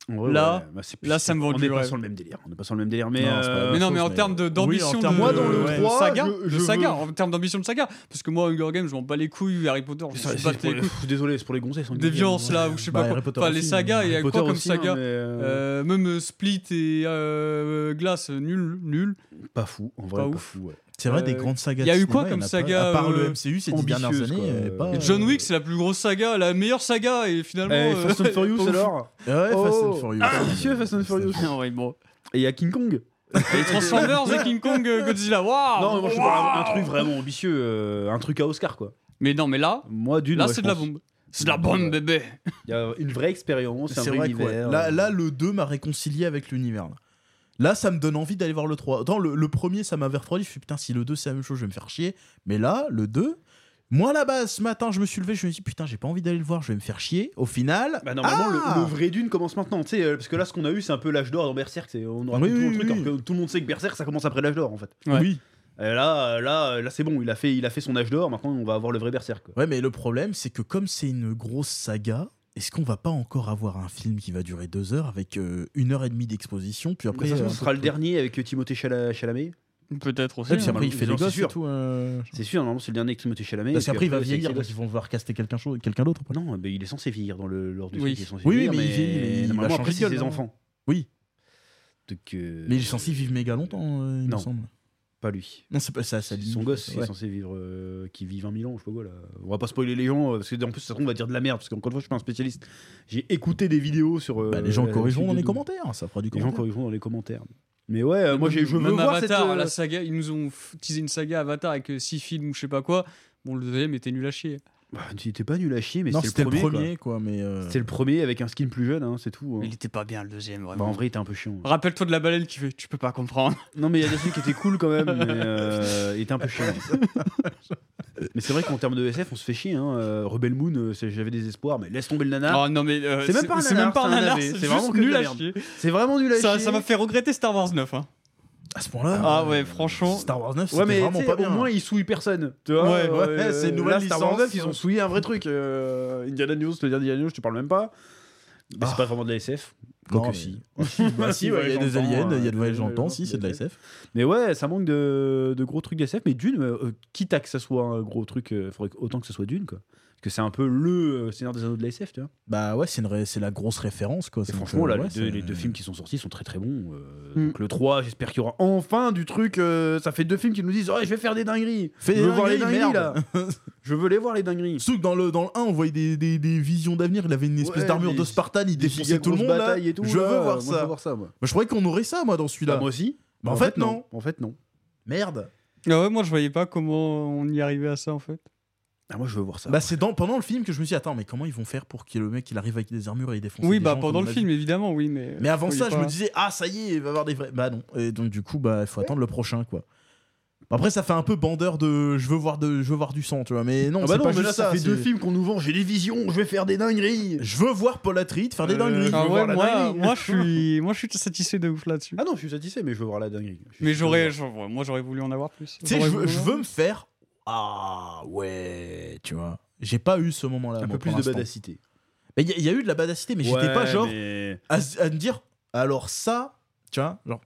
Speaker 1: Ah, En vrai,
Speaker 3: Là-
Speaker 1: ouais, bah, c'est-
Speaker 3: là, ça me vend
Speaker 1: On
Speaker 3: du
Speaker 1: n'est pas
Speaker 3: rêve.
Speaker 1: sur le même délire. On n'est pas sur le même délire. Mais,
Speaker 2: Non, c'est pas la
Speaker 1: euh,
Speaker 2: même
Speaker 3: mais non,
Speaker 2: chose,
Speaker 3: mais en
Speaker 2: mais-
Speaker 3: termes de-
Speaker 2: Oui, en
Speaker 3: d'ambition de,
Speaker 2: termes-
Speaker 1: Moi, dans le
Speaker 3: de
Speaker 1: 3,
Speaker 3: saga,
Speaker 1: je-
Speaker 3: de
Speaker 1: je
Speaker 3: saga,
Speaker 1: veux-
Speaker 3: en termes d'ambition de saga, parce que moi, Hunger Games, je m'en bats les couilles, Harry Potter, je
Speaker 1: c'est-
Speaker 3: me
Speaker 1: c'est
Speaker 3: bats
Speaker 1: pour
Speaker 3: les
Speaker 1: les-
Speaker 3: couilles.
Speaker 1: pff, Désolé, c'est pour les gonzesses. hein, on
Speaker 3: Des
Speaker 1: dit.
Speaker 3: violences là, ou je sais
Speaker 2: Bah,
Speaker 3: pas quoi.
Speaker 2: Harry Potter
Speaker 3: Enfin, les
Speaker 2: aussi,
Speaker 3: sagas, il y a
Speaker 1: Harry
Speaker 3: quoi
Speaker 1: Potter
Speaker 3: comme
Speaker 1: aussi, hein,
Speaker 3: saga
Speaker 1: mais, euh,
Speaker 3: Euh, Même euh, Split et euh, Glace, euh, nul, nul.
Speaker 1: Pas fou, en vrai,
Speaker 3: pas
Speaker 1: pas,
Speaker 3: ouf.
Speaker 1: fou. ouais.
Speaker 2: C'est vrai, des
Speaker 3: Euh,
Speaker 2: grandes sagas.
Speaker 3: y a
Speaker 2: de
Speaker 3: eu quoi
Speaker 2: cinéma,
Speaker 3: comme
Speaker 2: y en a
Speaker 3: saga,
Speaker 2: pas- À part le
Speaker 3: euh,
Speaker 2: MCU ces dix
Speaker 1: ambitieuse,
Speaker 2: dernières années.
Speaker 1: quoi.
Speaker 2: il y avait pas- euh,
Speaker 1: Et
Speaker 3: John Wick, c'est la plus grosse saga, la meilleure saga, et finalement.
Speaker 1: Eh,
Speaker 3: euh,
Speaker 1: Fast and Furious
Speaker 3: pas ouf.
Speaker 1: alors
Speaker 2: Ouais, Fast and
Speaker 1: Oh.
Speaker 2: Furious.
Speaker 1: Ah, monsieur, Fast and Furious.
Speaker 3: Non, oui, bon.
Speaker 1: Et il y a King Kong
Speaker 3: Et Transformers et King Kong euh, Godzilla, waouh!
Speaker 1: Non, mais moi je suis
Speaker 3: waouh.
Speaker 1: un truc vraiment ambitieux, euh, un truc à Oscar quoi.
Speaker 3: Mais non, mais là,
Speaker 1: Moi d'une.
Speaker 3: là
Speaker 1: ouais, je
Speaker 3: c'est de la
Speaker 1: pense.
Speaker 3: bombe. C'est de la bombe,
Speaker 1: Ouais.
Speaker 3: bébé.
Speaker 1: Il y a une vraie expérience, un
Speaker 2: C'est
Speaker 1: vrai
Speaker 2: vrai quoi.
Speaker 1: univers. euh.
Speaker 2: Là, là, le 2 m'a réconcilié avec l'univers. Là. Là, ça me donne envie d'aller voir le 3. Dans le, le premier, ça m'avait refroidi. Je me suis dit, putain, si le 2, c'est la même chose, je vais me faire chier. Mais là, le 2, moi, là-bas, ce matin, je me suis levé, je me suis dit, putain, j'ai pas envie d'aller le voir, je vais me faire chier. Au final.
Speaker 1: Bah normalement
Speaker 2: ah
Speaker 1: le, le vrai Dune commence maintenant, tu sais, euh, parce que là ce qu'on a eu c'est un peu l'âge d'or dans Berserk, c'est- on aura
Speaker 2: Oui,
Speaker 1: tout le
Speaker 2: oui,
Speaker 1: truc,
Speaker 2: oui.
Speaker 1: alors que tout le monde sait que Berserk ça commence après l'âge d'or en fait.
Speaker 3: Ouais.
Speaker 2: Oui.
Speaker 1: Euh, là, euh, là, euh, là c'est bon, il a fait, il a fait son âge d'or, maintenant on va avoir le vrai Berserk. quoi.
Speaker 2: Ouais, mais le problème, c'est que comme c'est une grosse saga, est-ce qu'on va pas encore avoir un film qui va durer 2 heures avec euh, une heure et demie d'exposition, puis après.
Speaker 1: De toute façon,
Speaker 2: euh,
Speaker 1: ce sera le dernier avec Timothée Chala- Chalamet.
Speaker 3: Peut-être aussi.
Speaker 2: Ouais, puis
Speaker 1: hein.
Speaker 2: après, il fait
Speaker 1: J'en
Speaker 2: des
Speaker 1: suis
Speaker 2: gosses et
Speaker 1: sûr.
Speaker 2: tout. euh,
Speaker 1: C'est sûr, normalement c'est le dernier avec Timothée Chalamet.
Speaker 2: Parce
Speaker 1: et puis
Speaker 2: qu'après, il va
Speaker 1: après, c'est
Speaker 2: vieillir,
Speaker 1: Exodus.
Speaker 2: donc ils vont devoir caster quelqu'un chose- quelqu'un d'autre. après.
Speaker 1: Non, mais il est censé vieillir dans le lors du film.
Speaker 3: Oui.
Speaker 1: Il est censé
Speaker 2: Oui,
Speaker 1: vieillir,
Speaker 2: mais il vieillit, mais il
Speaker 1: normalement
Speaker 2: va
Speaker 1: après
Speaker 2: changer
Speaker 1: c'est
Speaker 2: de
Speaker 1: ses
Speaker 2: nom.
Speaker 1: enfants.
Speaker 2: Oui.
Speaker 1: Donc, euh,
Speaker 2: Mais il est censé vivre méga longtemps, euh, il
Speaker 1: Non.
Speaker 2: me semble.
Speaker 1: Pas lui.
Speaker 2: Non, c'est pas ça, ça
Speaker 1: C'est
Speaker 2: dit-
Speaker 1: son gosse qui
Speaker 2: ouais.
Speaker 1: est censé vivre, euh, qui vit 20 000 ans, je sais pas quoi là. On va pas spoiler les gens, euh, parce que en plus, ça se trouve, on va dire de la merde, parce qu'encore une fois, je suis pas un spécialiste. J'ai écouté des vidéos sur. euh,
Speaker 2: Bah, les gens
Speaker 1: la-
Speaker 2: corrigeront dans les
Speaker 1: de-
Speaker 2: commentaires, ça fera du
Speaker 1: Les gens
Speaker 2: commentaire.
Speaker 1: corrigeront dans les commentaires. Mais ouais, euh, moi, j'ai- je veux
Speaker 3: Même
Speaker 1: voir
Speaker 3: Avatar,
Speaker 1: cette. euh,
Speaker 3: la saga, ils nous ont f- teasé une saga Avatar avec 6 films ou je sais pas quoi. Bon, le deuxième était nul à chier.
Speaker 1: Bah, tu étais pas nul à chier, mais
Speaker 2: non,
Speaker 1: c'était le premier. quoi.
Speaker 2: quoi, mais. euh,
Speaker 1: C'était le premier avec un skin plus jeune, hein, c'est tout. hein.
Speaker 3: Mais il était pas bien le deuxième,
Speaker 1: Bah,
Speaker 3: vraiment.
Speaker 1: en vrai, il était un peu chiant. hein.
Speaker 3: Rappelle-toi de la baleine qui fait Tu peux pas comprendre.
Speaker 1: Non, mais il y a des scènes qui étaient cool quand même, mais euh, il était un peu chiant. mais c'est vrai qu'en termes de SF, on se fait chier. Hein. Euh, Rebel Moon, euh, c'est- j'avais des espoirs, mais laisse tomber le
Speaker 2: Ah.
Speaker 1: nanar.
Speaker 3: Oh, non, mais. euh,
Speaker 1: C'est même pas un
Speaker 3: C'est
Speaker 1: nanar,
Speaker 3: même pas un
Speaker 1: c'est un
Speaker 3: nanar,
Speaker 1: navet.
Speaker 3: c'est
Speaker 1: C'est
Speaker 3: vraiment
Speaker 1: vraiment que
Speaker 3: nul
Speaker 1: de la
Speaker 3: à
Speaker 1: merde.
Speaker 3: chier.
Speaker 1: C'est vraiment nul à
Speaker 3: Ça
Speaker 1: chier.
Speaker 3: ça m'a fait regretter Star Wars 9. hein.
Speaker 2: À ce point-là.
Speaker 3: Ah ouais, franchement.
Speaker 2: Star Wars 9, c'était
Speaker 1: Ouais, mais
Speaker 2: vraiment
Speaker 1: tu
Speaker 2: pas
Speaker 1: sais,
Speaker 2: bien. hein.
Speaker 1: au moins ils souillent personne. Tu vois, Euh,
Speaker 2: Ouais, ouais, c'est une nouvelle
Speaker 1: là, Star Wars 9,
Speaker 2: licence.
Speaker 1: ils ont souillé un vrai truc. Euh, Indiana News, le dernier Indiana News, je te parle même pas. Mais c'est
Speaker 2: Ah.
Speaker 1: pas vraiment de la SF.
Speaker 2: Non,
Speaker 1: Quoique
Speaker 2: mais-
Speaker 1: si.
Speaker 2: Bah si, ouais, il y a des aliens, il y a de
Speaker 1: voyage
Speaker 2: voyages dans le temps, si, c'est de la SF.
Speaker 1: Mais ouais, ça manque de, de gros trucs d'SF. Mais Dune, euh, euh, quitte à que ça soit un gros truc, euh, faudrait que- autant que ce soit Dune, quoi. Parce que c'est un peu le euh, Seigneur des Anneaux de la SF, tu vois.
Speaker 2: Bah ouais, c'est une ré- c'est la grosse référence, quoi.
Speaker 1: Et
Speaker 2: Donc,
Speaker 1: franchement,
Speaker 2: euh,
Speaker 1: là,
Speaker 2: ouais,
Speaker 1: les, deux,
Speaker 2: c'est-
Speaker 1: les deux films qui sont sortis sont très très bons. euh,
Speaker 3: Mm.
Speaker 1: Donc le 3, j'espère qu'il y aura enfin du truc. euh, ça fait deux films qui nous disent Ouais, je vais faire des dingueries.
Speaker 2: Fais
Speaker 1: je
Speaker 2: des
Speaker 1: veux voir les
Speaker 2: dingueries,
Speaker 1: dingueries, là.
Speaker 2: merde.
Speaker 1: Je veux les voir, les dingueries.
Speaker 2: Surtout que dans le, dans le 1, on voyait des, des- des visions d'avenir. Il avait une espèce
Speaker 1: Ouais,
Speaker 2: d'armure
Speaker 1: des-
Speaker 2: de Spartan, il défonçait tout le monde. Là.
Speaker 1: Et tout,
Speaker 2: je
Speaker 1: là,
Speaker 2: veux voir
Speaker 1: moi,
Speaker 2: ça.
Speaker 1: Je veux voir ça, moi.
Speaker 2: Bah, je croyais qu'on aurait ça, moi, dans
Speaker 1: Bah,
Speaker 2: celui-là.
Speaker 1: moi aussi.
Speaker 2: Bah, en fait, non.
Speaker 1: En fait, non.
Speaker 2: Merde.
Speaker 3: Ah ouais, moi je voyais pas comment on y arrivait à ça en fait.
Speaker 1: Ah, moi, je veux voir ça.
Speaker 2: Bah, c'est dans- pendant le film que je me suis dit, attends, mais comment ils vont faire pour que le mec il arrive avec des armures et il défonce
Speaker 3: oui,
Speaker 2: des
Speaker 3: bah
Speaker 2: gens,
Speaker 3: pendant
Speaker 2: comme
Speaker 3: le
Speaker 2: on a
Speaker 3: film
Speaker 2: vu.
Speaker 3: évidemment, oui, mais.
Speaker 2: Mais avant
Speaker 3: Oui,
Speaker 2: ça, je
Speaker 3: pas-
Speaker 2: me disais, ah, ça y est, il va y avoir des vrais. Bah non. Et donc, du coup, bah, il faut attendre le prochain, quoi. Bah, Après, ça fait un peu bandeur de je veux voir, de, je veux voir du sang, tu vois. Mais non,
Speaker 1: Ah bah
Speaker 2: c'est
Speaker 1: non,
Speaker 2: pas
Speaker 1: mais
Speaker 2: juste
Speaker 1: là, ça, fait
Speaker 2: c'est-
Speaker 1: deux films qu'on nous vend. J'ai des visions, je vais faire des dingueries.
Speaker 2: Je veux voir Paul Atreides faire des
Speaker 1: Euh,
Speaker 2: dingueries.
Speaker 3: Ah
Speaker 1: veux
Speaker 3: ouais,
Speaker 1: voir la
Speaker 3: moi,
Speaker 1: dinguerie.
Speaker 3: moi, je suis, moi je suis satisfait de ouf là-dessus.
Speaker 1: Ah non, je suis satisfait, mais je veux voir la dinguerie. Je suis
Speaker 3: mais
Speaker 1: sûr de
Speaker 3: j'aurais,
Speaker 1: voir.
Speaker 3: j'aurais- moi j'aurais voulu en avoir plus.
Speaker 2: Tu sais,
Speaker 3: J'aurais
Speaker 2: je, veux-
Speaker 3: voulu en
Speaker 2: je
Speaker 3: avoir.
Speaker 2: veux me faire. Ah ouais, tu vois. J'ai pas eu ce moment-là.
Speaker 1: Un
Speaker 2: moi,
Speaker 1: peu plus
Speaker 2: pour
Speaker 1: de
Speaker 2: l'instant.
Speaker 1: badacité.
Speaker 2: Mais il y, a eu de la badacité, mais j'étais pas genre à, s- à me dire alors ça, tu vois, genre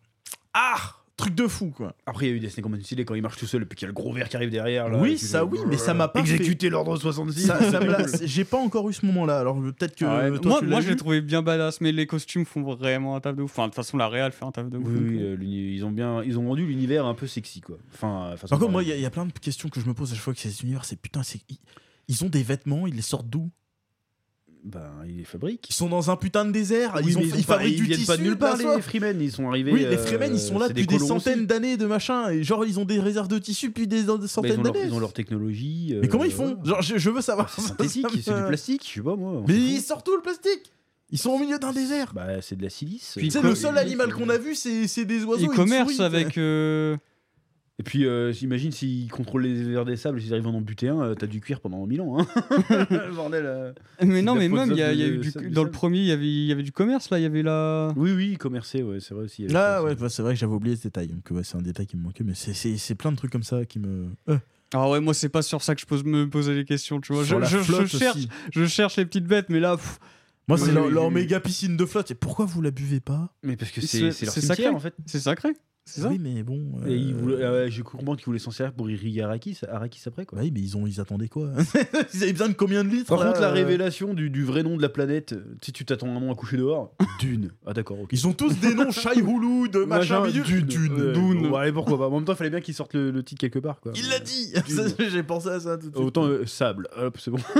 Speaker 2: ah truc de fou quoi.
Speaker 1: Après, il y a eu Disney Command City quand il marche tout seul et puis qu'il y a le gros verre qui arrive derrière. Là,
Speaker 2: Oui,
Speaker 1: et tu
Speaker 2: ça,
Speaker 1: fais-
Speaker 2: oui, mais ça m'a pas fait-
Speaker 1: Exécuter l'ordre 66.
Speaker 2: Ça- ça me l'a- J'ai pas encore eu ce moment-là. Alors euh, peut-être que
Speaker 3: Ah ouais,
Speaker 2: euh, toi,
Speaker 3: moi,
Speaker 2: tu l'as
Speaker 3: moi
Speaker 2: eu.
Speaker 3: je l'ai trouvé bien badass, mais les costumes font vraiment un taf de ouf. Enfin, de toute façon, la réal fait un taf de ouf.
Speaker 1: Oui,
Speaker 3: donc,
Speaker 1: oui,
Speaker 3: euh,
Speaker 1: euh, l'uni- ils ont bien, ils ont rendu l'univers un peu sexy quoi. Enfin, euh, façon
Speaker 2: Par contre,
Speaker 1: de
Speaker 2: moi, il y,
Speaker 1: parler.
Speaker 2: a- il y a plein de questions que je me pose à chaque fois que c'est cet univers. C'est putain, c'est ils, ils ont des vêtements, ils les sortent d'où
Speaker 1: ben, ils les fabriquent.
Speaker 2: Ils sont dans un putain de désert.
Speaker 1: Oui,
Speaker 2: Ah, ils, ont,
Speaker 1: mais
Speaker 2: ils
Speaker 1: enfin,
Speaker 2: fabriquent
Speaker 1: ils
Speaker 2: du
Speaker 1: viennent
Speaker 2: tissu.
Speaker 1: pas de nulle part.
Speaker 2: perso.
Speaker 1: Les Freemen, ils sont arrivés.
Speaker 2: Oui, les
Speaker 1: euh,
Speaker 2: Freemen, ils sont là
Speaker 1: c'est des
Speaker 2: depuis des,
Speaker 1: colons aussi.
Speaker 2: centaines d'années de machin. Et genre, ils ont des réserves de tissu depuis des des
Speaker 1: Bah, ils,
Speaker 2: centaines
Speaker 1: ont leur,
Speaker 2: d'années.
Speaker 1: ils ont leur technologie.
Speaker 2: Mais
Speaker 1: euh,
Speaker 2: comment ils font
Speaker 1: voilà.
Speaker 2: Genre, je, je veux savoir.
Speaker 1: C'est synthétique,
Speaker 2: Ça me-
Speaker 1: c'est du plastique, je sais pas moi. on
Speaker 2: Mais
Speaker 1: s'en
Speaker 2: ils
Speaker 1: fout.
Speaker 2: sortent tout le plastique Ils sont au milieu d'un désert.
Speaker 1: Bah, c'est de la silice.
Speaker 3: Puis
Speaker 2: Tu sais,
Speaker 3: co-
Speaker 2: le seul animal qu'on a vu, c'est c'est des oiseaux.
Speaker 3: ils
Speaker 2: une
Speaker 3: commercent
Speaker 2: souris.
Speaker 3: avec. euh,
Speaker 1: Et puis, euh, j'imagine, s'ils contrôlent les vers des sables, s'ils arrivent à en buter un, euh, t'as du cuir pendant 1000 ans. Hein. Le Bordel. euh.
Speaker 3: Mais non,
Speaker 1: la
Speaker 3: mais
Speaker 1: faute
Speaker 3: même, il y a, il y a
Speaker 1: de-
Speaker 3: eu du,
Speaker 1: de-
Speaker 3: dans le premier, il y avait- il y avait du commerce là, il y avait la.
Speaker 1: Oui, oui, commercé, Ah, ouais, c'est vrai aussi. il y avait
Speaker 2: Là,
Speaker 1: ça
Speaker 2: ouais,
Speaker 1: aussi.
Speaker 2: bah, c'est vrai que j'avais oublié ce détail. Donc, ouais, c'est un détail qui me manquait. Mais c'est- c'est c'est plein de trucs comme ça qui me. Euh,
Speaker 3: Ah ouais, moi, c'est pas sur ça que je pose, me poser les questions, tu vois.
Speaker 2: sur
Speaker 3: Je,
Speaker 2: la
Speaker 3: je- je
Speaker 2: flotte
Speaker 3: cherche,
Speaker 2: aussi.
Speaker 3: je cherche les petites bêtes, mais là, pff,
Speaker 2: Moi, c'est
Speaker 3: Oui,
Speaker 2: leur,
Speaker 3: oui,
Speaker 2: leur
Speaker 3: oui.
Speaker 2: méga piscine de flotte. Et pourquoi vous la buvez pas
Speaker 1: Mais parce que
Speaker 3: Mais
Speaker 1: c'est
Speaker 3: c'est-
Speaker 1: c'est leur
Speaker 3: c'est
Speaker 1: cimetière
Speaker 3: sacré.
Speaker 1: en fait.
Speaker 3: c'est sacré. C'est ça
Speaker 2: Oui, mais bon. euh,
Speaker 1: Et ils voulaient, ah ouais, je comprends qu'ils voulaient s'en servir pour irriguer Arrakis, Arrakis après quoi.
Speaker 2: bah oui, mais ils, ont, ils attendaient quoi Ils avaient besoin de combien de litres
Speaker 1: Par
Speaker 2: là,
Speaker 1: contre, la
Speaker 2: euh
Speaker 1: révélation du, du vrai nom de la planète, euh, tu sais, tu t'attends un nom à coucher dehors, Dune. Ah d'accord, ok.
Speaker 2: Ils ont tous des noms Shaihoulou, de machin, bidule.
Speaker 1: Ouais,
Speaker 2: Dune.
Speaker 1: bon, Ouais, pourquoi pas. En même temps, il fallait bien qu'ils sortent le, le titre quelque part quoi.
Speaker 2: Il l'a dit
Speaker 1: Dune.
Speaker 2: J'ai pensé à ça tout de suite.
Speaker 1: Autant euh, sable, hop, c'est bon.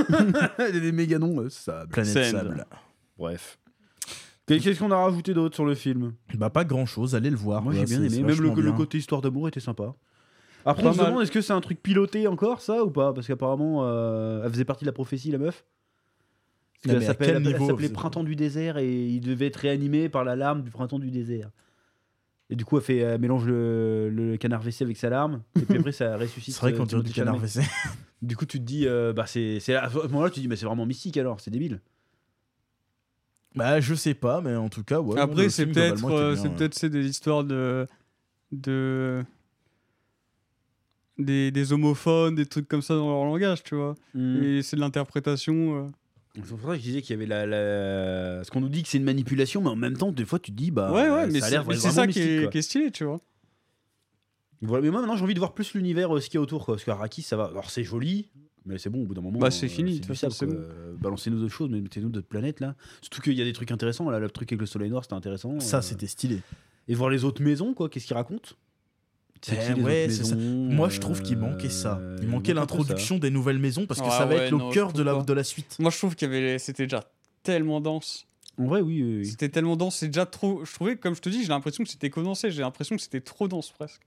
Speaker 1: Il y a des méga noms, euh, sable.
Speaker 2: Planète
Speaker 3: Sand.
Speaker 2: Sable.
Speaker 1: Bref. Qu'est-ce qu'on a rajouté d'autre sur le film
Speaker 2: Bah pas grand chose, allez le voir.
Speaker 1: Moi
Speaker 2: quoi,
Speaker 1: j'ai bien
Speaker 2: c'est-
Speaker 1: aimé,
Speaker 2: c'est
Speaker 1: même le,
Speaker 2: vachement
Speaker 1: le
Speaker 2: bien. Ah,
Speaker 1: côté histoire d'amour était sympa. Après,
Speaker 3: Pas
Speaker 1: on se
Speaker 3: mal.
Speaker 1: demande est-ce que c'est un truc piloté encore ça ou pas Parce qu'apparemment, euh, elle faisait partie de la prophétie, la meuf. Parce
Speaker 2: Non,
Speaker 1: qu'elle
Speaker 2: mais à
Speaker 1: s'appelle-
Speaker 2: quel
Speaker 1: elle
Speaker 2: niveau,
Speaker 1: s'appelait
Speaker 2: c'est-
Speaker 1: Printemps du désert et il devait être réanimé par la larme du printemps du désert. Et du coup, elle fait elle mélange le, le canard WC avec sa larme et puis après ça ressuscite.
Speaker 2: C'est vrai
Speaker 1: euh,
Speaker 2: qu'on dirait du
Speaker 1: Timothée Chalamet.
Speaker 2: canard WC.
Speaker 1: Du coup, tu te dis, euh, bah c'est c'est là- à ce moment-là, tu te dis, mais c'est vraiment mystique alors, c'est débile.
Speaker 2: bah je sais pas, mais en tout cas, ouais. non,
Speaker 3: Après,
Speaker 2: le
Speaker 3: c'est
Speaker 2: film,
Speaker 3: peut-être
Speaker 2: globalement, était
Speaker 3: euh,
Speaker 2: bien,
Speaker 3: c'est
Speaker 2: ouais.
Speaker 3: peut-être c'est des histoires de de des, des homophones, des trucs comme ça dans leur langage, tu vois.
Speaker 2: Hmm.
Speaker 1: Hmm.
Speaker 3: Et c'est de l'interprétation. euh.
Speaker 1: C'est pour ça que je disais qu'il y avait la, la- ce qu'on nous dit que c'est une manipulation, mais en même temps, des fois, tu te dis bah
Speaker 3: ouais, ouais, mais
Speaker 1: ça a
Speaker 3: c'est
Speaker 1: l'air
Speaker 3: mais
Speaker 1: vraiment
Speaker 3: c'est ça qui
Speaker 1: mystique,
Speaker 3: est,
Speaker 1: quoi.
Speaker 3: qui est stylé, tu vois.
Speaker 1: Voilà, mais moi maintenant j'ai envie de voir plus l'univers euh, ce qu'il y a autour quoi, parce qu'Araki ça va. Alors c'est joli, mais c'est bon au bout d'un moment.
Speaker 3: Bah, c'est
Speaker 1: euh,
Speaker 3: fini, de
Speaker 1: du
Speaker 3: toute façon,
Speaker 1: sable,
Speaker 3: c'est
Speaker 1: quoi. Euh, Balancez-nous d'autres choses, mais mettez-nous d'autres planètes là. Surtout qu'il y a des trucs intéressants. Là, le truc avec le soleil noir c'était intéressant. euh,
Speaker 2: Ça, c'était stylé.
Speaker 1: Et voir les autres maisons quoi, qu'est-ce qu'ils racontent
Speaker 2: Eh ouais, c'est ça.
Speaker 3: Hmm.
Speaker 2: Moi, je trouve qu'il manquait ça.
Speaker 3: Euh,
Speaker 1: Euh,
Speaker 2: Il manquait l'introduction des nouvelles maisons parce que
Speaker 3: Ouais,
Speaker 2: ça va
Speaker 3: ouais,
Speaker 2: être le
Speaker 3: non, je
Speaker 2: cœur de la,
Speaker 3: comprends.
Speaker 2: de la suite.
Speaker 3: Moi, je trouve qu'il y avait c'était déjà tellement dense.
Speaker 1: En vrai, oui, oui, oui.
Speaker 3: C'était tellement dense, c'est déjà trop. Je trouvais, comme je te dis, j'ai l'impression que c'était condensé. J'ai l'impression que c'était trop dense presque.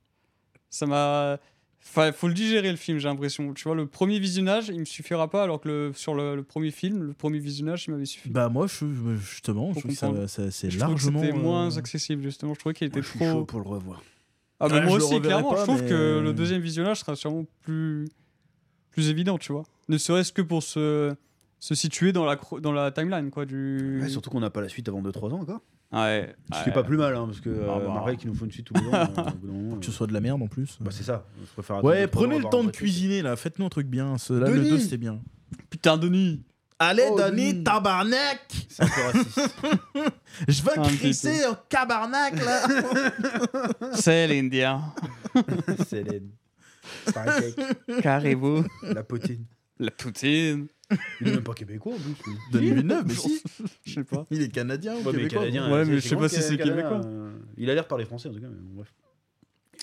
Speaker 3: Ça m'a. Enfin, faut le digérer le film, j'ai l'impression. Tu vois, le premier visionnage, il me suffira pas, alors que le, sur le, le premier film, le premier visionnage, il m'avait suffi.
Speaker 2: Bah moi, je, je- justement, je
Speaker 3: Faut
Speaker 2: trouve que ça,
Speaker 3: comprendre.
Speaker 2: va- ça- c'est
Speaker 3: Je trouvais que
Speaker 2: largement.
Speaker 3: C'était
Speaker 2: euh,
Speaker 3: moins accessible, justement. Je trouvais qu'il était
Speaker 1: Moi, je suis chaud
Speaker 3: trop.
Speaker 1: pour le revoir.
Speaker 3: Ah, mais
Speaker 2: Ouais,
Speaker 3: moi
Speaker 2: je le
Speaker 3: aussi,
Speaker 2: reverrai
Speaker 3: clairement.
Speaker 2: pas,
Speaker 3: je trouve
Speaker 2: mais-
Speaker 3: que le deuxième visionnage sera sûrement plus, plus évident, tu vois. Ne serait-ce que pour se, se situer dans la, cro- dans la timeline, quoi. Du...
Speaker 1: Ouais, surtout qu'on n'a pas la suite avant 2-3 ans encore.
Speaker 3: Ouais,
Speaker 1: Ce qui
Speaker 3: ouais.
Speaker 1: est pas plus mal, hein, parce que euh,
Speaker 3: Ah bah.
Speaker 1: Marvel qui nous faut une suite tous les ans. euh, au bout d'un moment,
Speaker 2: Que
Speaker 1: euh,
Speaker 2: ce soit de la merde en plus.
Speaker 1: Bah, c'est ça. Je préfère attendre
Speaker 2: ouais,
Speaker 1: deux, trois ans
Speaker 2: prenez le
Speaker 1: avant
Speaker 2: temps de
Speaker 1: d'avoir un vrai truc.
Speaker 2: cuisiner là, faites-nous un truc bien. Ce- là, le
Speaker 3: Denis
Speaker 2: 2 c'était bien.
Speaker 3: Putain, Denis
Speaker 2: Allez,
Speaker 1: Oh,
Speaker 2: Denis,
Speaker 1: mm.
Speaker 2: tabarnak
Speaker 1: C'est un peu raciste.
Speaker 2: Je vais
Speaker 3: Un petit
Speaker 2: crisser un cabarnak, là
Speaker 3: C'est l'Indien.
Speaker 1: C'est les. Pancake,
Speaker 3: Carrez-vous.
Speaker 1: la potine.
Speaker 3: La poutine.
Speaker 1: Il est même pas québécois en plus. lui.
Speaker 2: Denis Villeneuve, mais si
Speaker 3: Je sais pas.
Speaker 2: Il est canadien ou
Speaker 1: Ouais, mais
Speaker 2: québécois
Speaker 1: canadien.
Speaker 3: Ouais,
Speaker 1: euh,
Speaker 3: mais je sais
Speaker 1: grand
Speaker 3: pas si
Speaker 1: ca-
Speaker 3: c'est
Speaker 1: Canada,
Speaker 3: québécois.
Speaker 1: euh, Il a l'air de parler français en tout cas. mais bon, bref.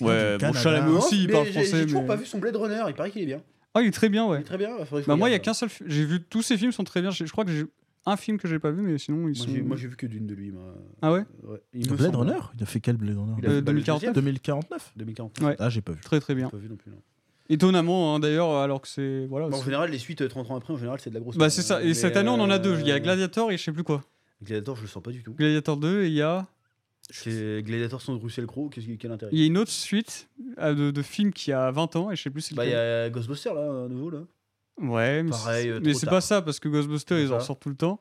Speaker 3: Ouais,
Speaker 2: Du
Speaker 3: bon,
Speaker 1: Ah
Speaker 2: Canada.
Speaker 3: Chalamet aussi, Ah, il
Speaker 1: Mais
Speaker 3: parle
Speaker 1: j'ai-
Speaker 3: français.
Speaker 1: J'ai toujours
Speaker 3: mais-
Speaker 1: pas vu son Blade Runner, il paraît qu'il est bien.
Speaker 3: Ah, il est très bien,
Speaker 1: Il
Speaker 3: ouais.
Speaker 1: est très bien, faudrait que je
Speaker 3: Bah, moi, il y a
Speaker 1: regarde.
Speaker 3: qu'un seul. fi- J'ai vu tous ses films sont très bien. Je je crois que j'ai un film que j'ai pas vu, mais sinon ils
Speaker 1: Moi,
Speaker 3: sont.
Speaker 1: j'ai- Moi j'ai vu que d'une de lui. Moi.
Speaker 3: Ah ouais
Speaker 1: Ouais, il me
Speaker 2: Blade
Speaker 1: semble.
Speaker 2: Runner Il a fait quel Blade Runner
Speaker 1: Il a fait,
Speaker 3: Euh,
Speaker 1: bah, le
Speaker 3: 2049.
Speaker 1: deuxième,
Speaker 2: 2049
Speaker 1: 2049.
Speaker 3: Ouais.
Speaker 2: Ah, j'ai pas vu.
Speaker 3: Très très
Speaker 1: j'ai
Speaker 3: bien.
Speaker 1: Pas vu non plus, non.
Speaker 3: Étonnamment, hein, d'ailleurs, alors que c'est. Voilà.
Speaker 1: Bah, en
Speaker 3: c'est-
Speaker 1: général, les suites euh, 30 ans après, en général, c'est de la grosse. hein.
Speaker 3: Bah, c'est ça. Et
Speaker 1: Mais,
Speaker 3: cette année, on en a deux. Il y
Speaker 1: euh,
Speaker 3: a Gladiator et je sais plus quoi.
Speaker 1: Gladiator, je le sens pas du tout.
Speaker 3: Gladiator 2 et il y a.
Speaker 1: C'est Gladiator sans Russell Crowe, qu'est-ce qui- quel intérêt
Speaker 3: Il y a une autre suite euh, de, de film qui a 20 ans et je sais plus c'est
Speaker 1: Bah, il y
Speaker 3: lequel.
Speaker 1: a Ghostbusters là, à nouveau là.
Speaker 3: Ouais, mais
Speaker 1: Pareil, euh,
Speaker 3: c'est- mais
Speaker 1: trop
Speaker 3: c'est
Speaker 1: tard.
Speaker 3: pas ça parce que Ghostbusters
Speaker 1: C'est
Speaker 3: ils en
Speaker 1: ça.
Speaker 3: sortent tout le temps.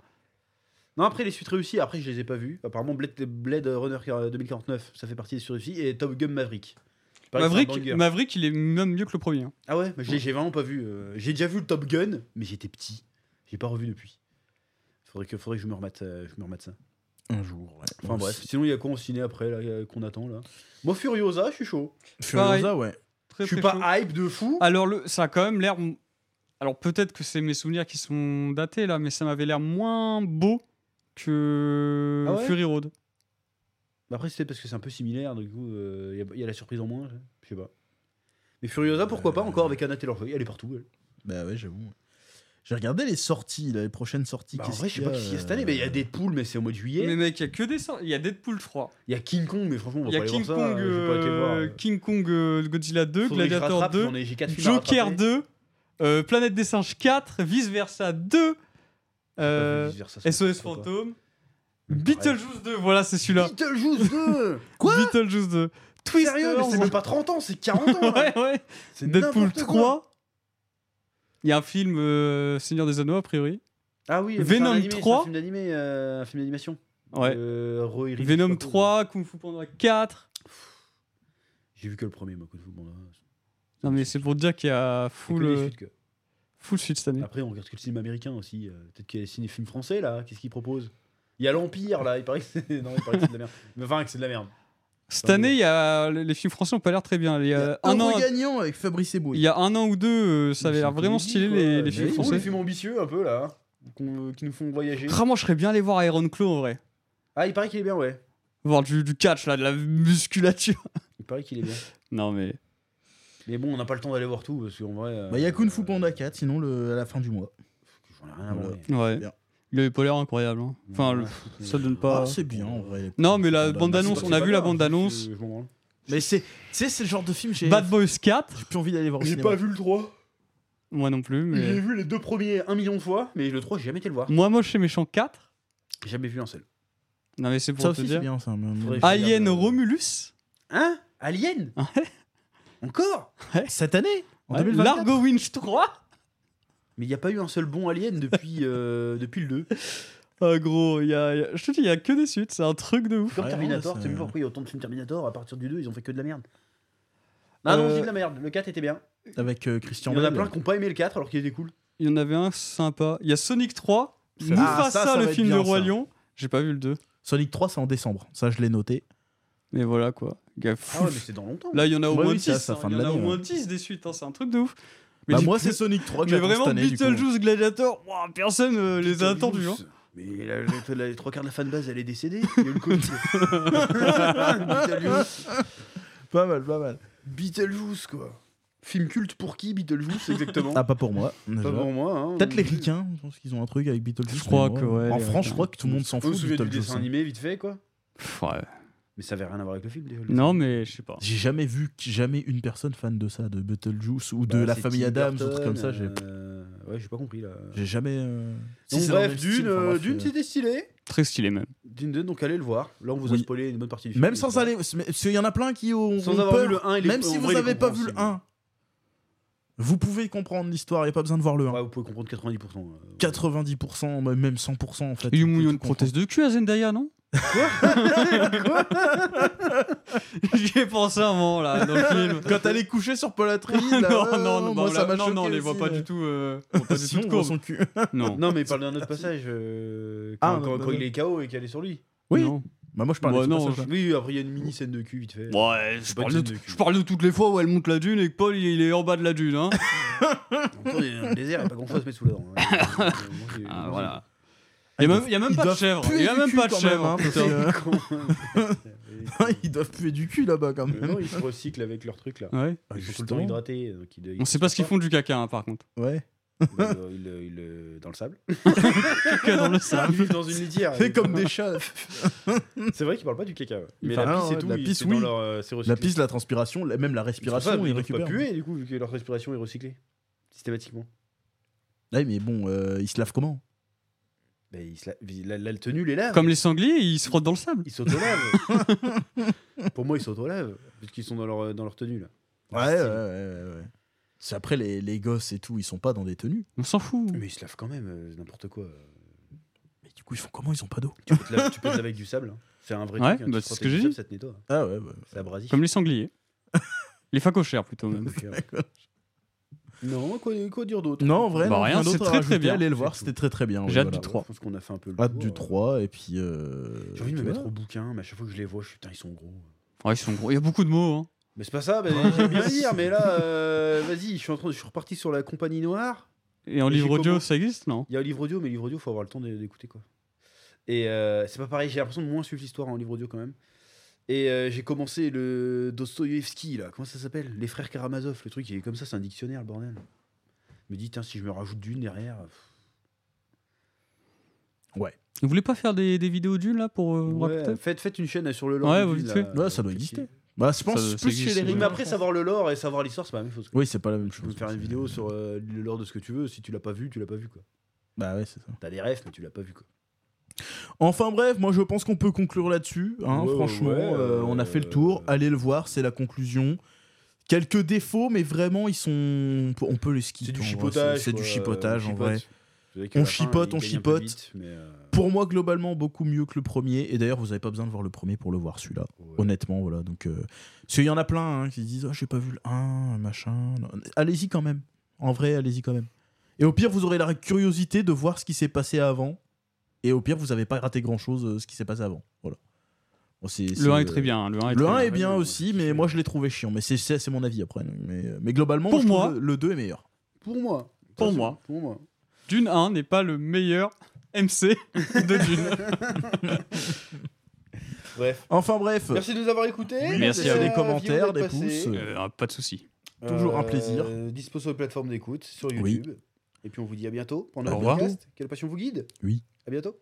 Speaker 1: Non, après les suites réussies, après je les ai pas vues. Apparemment, Blade, Blade Runner euh, 2049, ça fait partie des suites réussies. Et Top Gun Maverick. Il paraît que c'est un
Speaker 3: Maverick,
Speaker 1: banger.
Speaker 3: Maverick, il est même mieux que le premier. hein.
Speaker 1: Ah ouais, mais je l'ai- j'ai vraiment pas vu. euh, j'ai déjà vu le Top Gun, mais j'étais petit. J'ai pas revu depuis. Faudrait que, faudrait que je me remette, euh, je me remette ça.
Speaker 2: Un jour, ouais.
Speaker 1: Enfin bref. Sinon, il y a quoi en ciné après là, euh, qu'on attend là Moi, Furiosa, je suis chaud.
Speaker 3: Pareil.
Speaker 2: Furiosa, ouais.
Speaker 3: Très,
Speaker 1: je suis
Speaker 3: très
Speaker 1: pas
Speaker 3: chaud. Ah,
Speaker 1: hype de fou.
Speaker 3: Alors le, ça a quand même l'air. Alors peut-être que c'est mes souvenirs qui sont datés là, mais ça m'avait l'air moins beau que
Speaker 1: Ah ouais
Speaker 3: Fury Road.
Speaker 1: Bah Après, c'est parce que c'est un peu similaire, donc du coup, il y, a la surprise en moins. Je sais pas. Mais Furiosa, pourquoi pas encore avec Anna Taylor-Joy Elle est partout. Elle.
Speaker 2: Bah ouais, j'avoue. J'ai regardé les sorties, là, les prochaines sorties.
Speaker 1: Bah, en
Speaker 2: Qu'est-ce
Speaker 1: vrai, je sais
Speaker 2: qu'il euh,
Speaker 1: pas qui y a cette année, mais il y a Deadpool, mais c'est au mois de juillet.
Speaker 3: euh, Mais mec, il y a que des sortes. Il y a Deadpool 3.
Speaker 1: Il y a King Kong, mais franchement, on va
Speaker 3: Il y a
Speaker 1: pas aller
Speaker 3: King
Speaker 1: voir
Speaker 3: Kong,
Speaker 1: ça. J'ai pas été voir.
Speaker 3: euh, King Kong, euh, Godzilla 2,
Speaker 1: Faudrait que je
Speaker 3: Gladiator
Speaker 1: rattrape,
Speaker 3: 2,
Speaker 1: j'en ai- j'ai quatre films à
Speaker 3: Joker
Speaker 1: rattraper.
Speaker 3: 2, euh, Planète des singes 4, Vice Versa 2, euh,
Speaker 1: Vice versa, ça
Speaker 3: SOS
Speaker 1: me parle pas.
Speaker 3: Fantôme,
Speaker 1: Pareil.
Speaker 3: Beetlejuice 2. Voilà, c'est celui-là.
Speaker 1: Beetlejuice 2 Quoi
Speaker 3: Beetlejuice 2. Twister.
Speaker 1: Sérieux, mais c'est même pas 30 ans, c'est 40 ans là.
Speaker 3: ouais, ouais.
Speaker 1: Ah C'est
Speaker 3: Deadpool
Speaker 1: n'importe quoi.
Speaker 3: 3. Il y a un film euh, Seigneur des Anneaux, a priori.
Speaker 1: Ah oui,
Speaker 3: Venom
Speaker 1: c'est un animé, c'est
Speaker 3: 3.
Speaker 1: Un film d'animé, euh, un film d'animation.
Speaker 3: Ouais.
Speaker 1: Euh, Roy Riddick, je
Speaker 3: Venom
Speaker 1: sais pas quoi.
Speaker 3: 3, Kung Fu Panda 4.
Speaker 1: J'ai vu que le premier, moi, Kung Fu Panda.
Speaker 3: Non, mais c'est pour dire qu'il y a
Speaker 1: C'est que
Speaker 3: full,
Speaker 1: les
Speaker 3: euh,
Speaker 1: suites, Ah, que.
Speaker 3: full suite cette année.
Speaker 1: Après, on regarde que le cinéma américain aussi. euh, Peut-être qu'il y a des films français là. Qu'est-ce qu'ils proposent Il y a l'Empire là. Il paraît que c'est non, il paraît que c'est de la merde. Mais Enfin, que c'est de la merde.
Speaker 3: Cette année, il y a... les les films français ont pas l'air très bien. Il y
Speaker 2: y
Speaker 3: a,
Speaker 2: a
Speaker 3: un, an,
Speaker 2: gagnant avec Fabrice
Speaker 3: il
Speaker 2: Eboué.
Speaker 3: y a un an ou deux, euh, ça avait l'air vraiment stylé, les, les films
Speaker 1: Mais oui,
Speaker 3: français.
Speaker 1: Les films ambitieux un peu là, hein, qu'on- euh, qui nous font voyager.
Speaker 3: Ah, moi, je serais bien allé voir Iron Claw en vrai.
Speaker 1: Ah, il paraît qu'il est bien, ouais.
Speaker 3: Voir du, du catch, là, de la musculature.
Speaker 1: Il paraît qu'il est bien.
Speaker 3: Non, mais.
Speaker 1: Mais bon, on n'a pas le temps d'aller voir tout parce qu'en vrai. euh,
Speaker 2: Bah, il y a Kung Fu
Speaker 1: euh,
Speaker 2: Panda 4, sinon le, à la fin du mois.
Speaker 1: J'en ai rien à
Speaker 2: Voilà.
Speaker 1: branler.
Speaker 3: Ouais.
Speaker 2: Bien.
Speaker 3: Il avait pas l'air incroyable. hein. Enfin, le- ça donne pas.
Speaker 2: Ah, c'est bien, en vrai.
Speaker 3: Non, mais
Speaker 2: Kung
Speaker 3: la
Speaker 2: Fu Panda,
Speaker 3: bande-annonce,
Speaker 2: c'est
Speaker 3: on
Speaker 2: pas-
Speaker 3: a vu la bande-annonce.
Speaker 1: hein, Je m'en branle.
Speaker 2: Mais c'est, tu sais, c'est le genre de film, j'ai,
Speaker 3: Bad Boys 4.
Speaker 2: j'ai plus envie d'aller voir au
Speaker 1: J'ai
Speaker 2: cinéma.
Speaker 1: pas vu le 3.
Speaker 3: Moi non plus,
Speaker 1: J'ai
Speaker 3: mais.
Speaker 1: vu les deux premiers un million de fois, mais le 3, j'ai jamais été le voir.
Speaker 3: Moi, Moche et Méchant 4.
Speaker 1: J'ai Jamais vu un seul.
Speaker 3: Non mais c'est pour
Speaker 2: Ça
Speaker 3: te
Speaker 2: aussi, c'est
Speaker 3: dire.
Speaker 2: bien, ça. mais-
Speaker 1: Faudrait-
Speaker 3: Alien
Speaker 1: Regarde, euh,
Speaker 3: Romulus
Speaker 1: Hein Alien
Speaker 3: Ouais.
Speaker 1: Encore
Speaker 2: Cette année En
Speaker 3: Ouais,
Speaker 2: 2024
Speaker 3: Largo Winch 3
Speaker 1: Mais il n'y a pas eu un seul bon Alien depuis, euh, depuis le 2.
Speaker 3: Ah gros, y a- y a- je te dis, il y a que des suites, c'est un truc de ouf.
Speaker 1: Comme
Speaker 2: Ouais,
Speaker 1: Terminator,
Speaker 2: ça-
Speaker 1: tu sais même pas pourquoi il y a autant de films Terminator, à partir du 2, ils ont fait que de la merde. Ah non,
Speaker 3: Euh,
Speaker 1: on dit de la merde, le 4 était bien.
Speaker 2: Avec euh, Christian
Speaker 1: Il y en a
Speaker 2: Bale.
Speaker 1: plein qui n'ont pas aimé le 4 alors qu'il était cool.
Speaker 3: Il y en avait un sympa. Il y a Sonic 3,
Speaker 2: Ça-
Speaker 3: Mufasa,
Speaker 2: Ah, ça, ça
Speaker 3: le
Speaker 2: va être
Speaker 3: film
Speaker 2: bien,
Speaker 3: de Roi
Speaker 2: ça.
Speaker 3: Lion. J'ai pas vu le 2,
Speaker 2: Sonic 3, c'est en décembre. Ça, je l'ai noté.
Speaker 3: mais voilà quoi. Il y a fou-
Speaker 1: Ah ouais, mais c'est dans longtemps.
Speaker 3: Là, il y en a au
Speaker 2: Ouais,
Speaker 3: moins
Speaker 2: oui, c'est
Speaker 3: 10.
Speaker 2: à sa
Speaker 3: hein,
Speaker 2: fin
Speaker 3: Il y
Speaker 2: de
Speaker 3: en a au
Speaker 2: l'année,
Speaker 3: moins
Speaker 2: ouais.
Speaker 3: 10 des suites, hein, c'est un truc de ouf. Mais
Speaker 2: Bah,
Speaker 3: j'ai-
Speaker 2: moi, c'est Sonic 3 que
Speaker 3: mais
Speaker 2: j'attends
Speaker 3: vraiment,
Speaker 2: cette année, du coup.
Speaker 3: Beetlejuice, Gladiator, ouah, personne euh, les a attendus. hein.
Speaker 1: Mais la- la- la- les trois quarts de la fanbase, elle est décédée. Il y a eu le Covid. Beetlejuice.
Speaker 2: Pas mal, pas mal.
Speaker 1: Beetlejuice, quoi. Film culte pour qui, Beetlejuice, exactement
Speaker 2: Ah, pas pour moi. déjà.
Speaker 1: Pas pour moi. hein.
Speaker 2: Peut-être les ricains, je pense qu'ils ont un truc avec Beetlejuice.
Speaker 3: Je crois
Speaker 2: mais
Speaker 3: que, ouais,
Speaker 2: En
Speaker 3: les
Speaker 2: France, je
Speaker 3: Ricains.
Speaker 2: crois que tout le monde s'en
Speaker 1: On
Speaker 2: fout
Speaker 1: se
Speaker 2: de
Speaker 1: souvient du
Speaker 2: Beetlejuice. hein.
Speaker 1: dessin animé, vite fait, quoi.
Speaker 3: Pff, ouais.
Speaker 1: Mais ça avait rien à voir avec le film, déjà.
Speaker 3: Non mais je sais pas.
Speaker 2: J'ai jamais vu que- jamais une personne fan de ça, de Beetlejuice ou de
Speaker 1: Bah,
Speaker 2: La
Speaker 1: c'est
Speaker 2: Famille
Speaker 1: Tim
Speaker 2: Adams ou
Speaker 1: Burton,
Speaker 2: trucs comme ça. J'ai
Speaker 1: euh, Ouais, j'ai pas compris, là.
Speaker 2: j'ai jamais. euh, si
Speaker 1: Donc,
Speaker 2: c'est dans le
Speaker 1: bref,
Speaker 2: même
Speaker 1: Dune,
Speaker 2: style, enfin,
Speaker 1: euh,
Speaker 2: bref,
Speaker 1: Dune,
Speaker 2: euh,
Speaker 1: c'était stylé.
Speaker 3: Très stylé même.
Speaker 1: Dune 2, donc allez le voir. Là, on vous a
Speaker 2: Oui.
Speaker 1: spoilé une bonne partie du film.
Speaker 2: Même sans
Speaker 1: Voilà.
Speaker 2: aller. Parce qu'il y en a plein qui ont.
Speaker 1: Sans
Speaker 2: ont
Speaker 1: avoir
Speaker 2: peur.
Speaker 1: vu le 1 et les
Speaker 2: Même si
Speaker 1: en
Speaker 2: vous
Speaker 1: vrai, les
Speaker 2: n'avez pas vu le
Speaker 1: compréhensibles.
Speaker 2: 1, vous pouvez comprendre l'histoire, il n'y a pas besoin de voir le 1.
Speaker 1: Ouais, vous pouvez comprendre 90%. euh,
Speaker 2: 90%, bah, même 100% en fait.
Speaker 3: Il y a eu
Speaker 2: vous pouvez
Speaker 3: une
Speaker 2: tout
Speaker 3: prothèse de cul à Zendaya, non J'y ai pensé un moment là dans le film.
Speaker 2: Quand elle est couchée sur Paul Atreides, là,
Speaker 3: non, non,
Speaker 2: moi,
Speaker 3: non, bah, on
Speaker 2: ça
Speaker 3: la-
Speaker 2: m'a
Speaker 3: non, non, on
Speaker 2: choqué
Speaker 3: les voit
Speaker 2: aussi,
Speaker 3: pas
Speaker 2: là.
Speaker 3: du tout. euh, on voit pas du
Speaker 2: Sinon,
Speaker 3: tout de
Speaker 2: on voit
Speaker 3: courbe.
Speaker 2: son cul.
Speaker 3: Non.
Speaker 1: Non, mais il parle d'un autre passage. euh,
Speaker 2: Ah,
Speaker 1: quand,
Speaker 2: un
Speaker 1: quand-
Speaker 2: autre
Speaker 1: quand il
Speaker 2: passage.
Speaker 1: est KO et qu'elle est sur lui.
Speaker 2: Oui.
Speaker 3: Non.
Speaker 2: Bah, moi, je parlais
Speaker 3: Bah,
Speaker 2: de ce
Speaker 3: non,
Speaker 2: passage-là.
Speaker 1: Oui, après il y a une mini scène de cul vite fait.
Speaker 3: Ouais, je
Speaker 1: C'est pas
Speaker 3: parle,
Speaker 1: une
Speaker 3: de,
Speaker 1: scène de cul.
Speaker 3: je parle de toutes les fois où elle monte la dune et que Paul il, il est en bas de la dune. Hein.
Speaker 1: Encore, il y a un désert, il n'y a pas grand chose à se mettre sous la dent. hein. Euh, moi, j'ai-
Speaker 3: Ah,
Speaker 1: moi,
Speaker 2: Ah,
Speaker 3: voilà. Il y a même, il y a même
Speaker 2: Ils
Speaker 3: pas de
Speaker 2: doivent
Speaker 3: chèvre.
Speaker 2: puer
Speaker 3: Il y a
Speaker 2: du
Speaker 3: même
Speaker 2: cul
Speaker 3: pas de
Speaker 2: quand même,
Speaker 3: chèvre.
Speaker 2: hein, parce
Speaker 3: putain.
Speaker 2: que-
Speaker 1: j'ai- con. Et-
Speaker 2: Ils doivent puer du cul là-bas quand
Speaker 1: Euh,
Speaker 2: même.
Speaker 1: Non, ils se recyclent avec leur truc là. Ils sont
Speaker 3: Ouais.
Speaker 1: tout le
Speaker 2: justement.
Speaker 1: temps hydratés. donc ils- ils
Speaker 3: On sait pas ce qu'ils
Speaker 1: transpirent
Speaker 3: font du caca hein, par contre.
Speaker 2: Ouais.
Speaker 1: pas. Ils, euh, ils, euh, ils, euh, dans le sable.
Speaker 3: Caca dans le sable.
Speaker 1: Ils vivent dans une litière.
Speaker 2: C'est comme des chats.
Speaker 1: C'est vrai qu'ils parlent pas du caca. ouais.
Speaker 2: Ils
Speaker 1: Mais
Speaker 2: parlent-
Speaker 1: la
Speaker 2: ah,
Speaker 1: pisse et
Speaker 2: ouais,
Speaker 1: tout,
Speaker 2: la
Speaker 1: ils-
Speaker 2: pisse,
Speaker 1: c'est dans
Speaker 2: oui.
Speaker 1: leur, euh, c'est
Speaker 2: La
Speaker 1: recyclé.
Speaker 2: pisse, la transpiration, la- même
Speaker 1: Ils
Speaker 2: la
Speaker 1: sont pas-
Speaker 2: respiration, ils
Speaker 1: ils peuvent pas
Speaker 2: récupèrent.
Speaker 1: puer du coup, vu que leur respiration est recyclée. Systématiquement.
Speaker 2: Ouais, mais bon, euh, ils se lavent comment
Speaker 1: Mais ils se la, ils- la, la tenue les lave.
Speaker 3: Comme les sangliers, ils se frottent dans le sable.
Speaker 1: Ils s'autolavent. Pour moi, ils s'autolavent. Parce qu'ils sont dans leur, dans leur tenue là.
Speaker 2: Ouais, ouais, ouais, ouais, ouais. C'est après les, les gosses et tout, ils sont pas dans des tenues.
Speaker 3: On s'en fout.
Speaker 1: Mais ils se lavent quand même, euh, n'importe quoi.
Speaker 2: Mais du coup, ils font comment Ils ont pas d'eau.
Speaker 1: Tu peux te laver, tu peux te laver avec du sable. hein. C'est un vrai
Speaker 3: Ouais,
Speaker 1: truc. hein, tu
Speaker 3: bah,
Speaker 1: te
Speaker 3: c'est ce
Speaker 1: frottes
Speaker 3: que
Speaker 1: avec du
Speaker 3: j'ai
Speaker 1: sable, Ça te nettoie. hein.
Speaker 2: Ah ouais, bah.
Speaker 1: C'est abrasif.
Speaker 3: Comme les sangliers. les facochères plutôt même.
Speaker 1: euh, non, quoi, quoi dire d'autre
Speaker 2: Non, en vrai,
Speaker 3: Bah,
Speaker 2: non,
Speaker 3: rien,
Speaker 2: rien
Speaker 3: c'est
Speaker 2: d'autre à
Speaker 3: très, très
Speaker 2: rajouter.
Speaker 3: bien.
Speaker 2: Allez le voir,
Speaker 1: C'est
Speaker 2: c'était très très bien.
Speaker 3: J'ai
Speaker 2: ouais,
Speaker 3: hâte du
Speaker 2: voilà.
Speaker 1: Je pense qu'on a fait un peu le
Speaker 2: Hâte
Speaker 1: tour,
Speaker 2: du
Speaker 1: hein.
Speaker 2: 3, et puis. euh,
Speaker 1: J'ai envie de me
Speaker 2: tu vois.
Speaker 1: mettre au bouquin, mais à chaque fois que je les vois, je suis, putain, ils sont gros.
Speaker 3: Ouais, ils sont gros. Il y a beaucoup de mots. Hein.
Speaker 1: Mais c'est pas ça, mais j'aime bien dire, mais là, euh, vas-y, je suis, en train, je suis reparti sur la compagnie noire.
Speaker 3: Et en
Speaker 1: Et
Speaker 3: livre
Speaker 1: j'ai
Speaker 3: audio,
Speaker 1: comment-
Speaker 3: ça existe non
Speaker 1: Il y a le livre audio, mais le livre audio, faut avoir le temps d'é- d'écouter, quoi. Et euh, c'est pas pareil, j'ai l'impression de moins suivre l'histoire en livre audio quand même. Et euh, j'ai commencé le Dostoïevski, là, comment ça s'appelle Les frères Karamazov, le truc, il est comme ça, c'est un dictionnaire, le bordel. Je me dis, tiens, si je me rajoute d'une derrière. pff,
Speaker 3: Vous voulez pas faire des, des vidéos d'une là pour euh,
Speaker 1: ouais,
Speaker 3: raconter
Speaker 1: faites, faites une chaîne euh, sur le
Speaker 3: Ouais,
Speaker 1: lore.
Speaker 3: vous
Speaker 1: du
Speaker 3: vite
Speaker 1: Dune,
Speaker 3: fait.
Speaker 1: là,
Speaker 2: Ouais, ça doit
Speaker 1: euh,
Speaker 2: exister. Bah, je pense
Speaker 3: ça
Speaker 2: plus chez
Speaker 3: existe,
Speaker 2: les
Speaker 3: oui.
Speaker 1: Oui, mais
Speaker 2: rimes.
Speaker 1: après, savoir le lore et savoir l'histoire, c'est pas la même chose. quoi.
Speaker 2: Oui, c'est pas la même
Speaker 1: Tu
Speaker 2: chose.
Speaker 1: peux faire une vidéo sur euh, le lore de ce que tu veux. Si tu l'as pas vu, tu l'as pas vu quoi.
Speaker 2: Bah ouais, c'est ça.
Speaker 1: T'as des refs, mais tu l'as pas vu quoi.
Speaker 2: Enfin bref, moi je pense qu'on peut conclure là-dessus. hein,
Speaker 1: Ouais,
Speaker 2: franchement,
Speaker 1: ouais,
Speaker 2: euh,
Speaker 1: euh,
Speaker 2: on a fait le tour. Allez le voir, c'est la conclusion. Quelques défauts, mais vraiment ils sont, on peut- on peut les
Speaker 1: C'est
Speaker 2: skipper.
Speaker 1: du
Speaker 2: en vrai,
Speaker 1: chipotage.
Speaker 2: C'est c'est du
Speaker 1: quoi,
Speaker 2: chipotage
Speaker 1: on
Speaker 2: en
Speaker 1: chipote.
Speaker 2: vrai.
Speaker 1: C'est vrai qu'à
Speaker 2: On
Speaker 1: la fin,
Speaker 2: chipote,
Speaker 1: il gagne
Speaker 2: on
Speaker 1: un peu
Speaker 2: chipote.
Speaker 1: vite, mais, euh,
Speaker 2: Pour moi, globalement, beaucoup mieux que le premier. Et d'ailleurs, vous n'avez pas besoin de voir le premier pour le voir celui-là.
Speaker 1: ouais.
Speaker 2: Honnêtement, voilà. Donc, euh, parce qu'il y en a plein hein, qui se disent, Ah, j'ai pas vu le 1, machin. Non. Allez-y quand même. En vrai, allez-y quand même. Et au pire, vous aurez la curiosité de voir ce qui s'est passé avant. Et au pire, vous n'avez pas raté grand-chose euh, ce qui s'est passé avant. Voilà. Bon, c'est- c'est,
Speaker 3: Le 1 est
Speaker 2: euh,
Speaker 3: très bien. hein, Le 1 est
Speaker 2: Le
Speaker 3: très
Speaker 2: 1
Speaker 3: bien.
Speaker 2: est bien
Speaker 1: Ouais,
Speaker 2: aussi,
Speaker 1: ouais,
Speaker 2: mais
Speaker 1: c'est-
Speaker 2: moi je l'ai trouvé chiant. Mais c'est- c'est c'est mon avis après. Mais, mais globalement,
Speaker 3: Pour
Speaker 2: je trouve
Speaker 3: moi-
Speaker 2: le, le 2 est meilleur.
Speaker 1: Pour moi.
Speaker 3: Pour
Speaker 1: Attention,
Speaker 3: moi.
Speaker 1: Pour moi.
Speaker 3: Dune 1 n'est pas le meilleur MC de Dune.
Speaker 1: Bref.
Speaker 2: Enfin bref,
Speaker 3: Eh
Speaker 1: Merci de nous avoir écoutés.
Speaker 2: Euh. Oui,
Speaker 3: merci à
Speaker 1: Euh,
Speaker 3: vous.
Speaker 2: Des commentaires,
Speaker 1: aviez-vous
Speaker 2: des
Speaker 1: d'être passé.
Speaker 2: pouces.
Speaker 3: Euh, pas de souci.
Speaker 2: toujours un plaisir.
Speaker 1: Dispo sur les plateformes d'écoute, sur
Speaker 2: Oui.
Speaker 1: YouTube. Et puis on vous dit à bientôt pour notre
Speaker 3: Au revoir.
Speaker 1: podcast. Quelle passion vous guide
Speaker 2: Oui.
Speaker 1: À bientôt.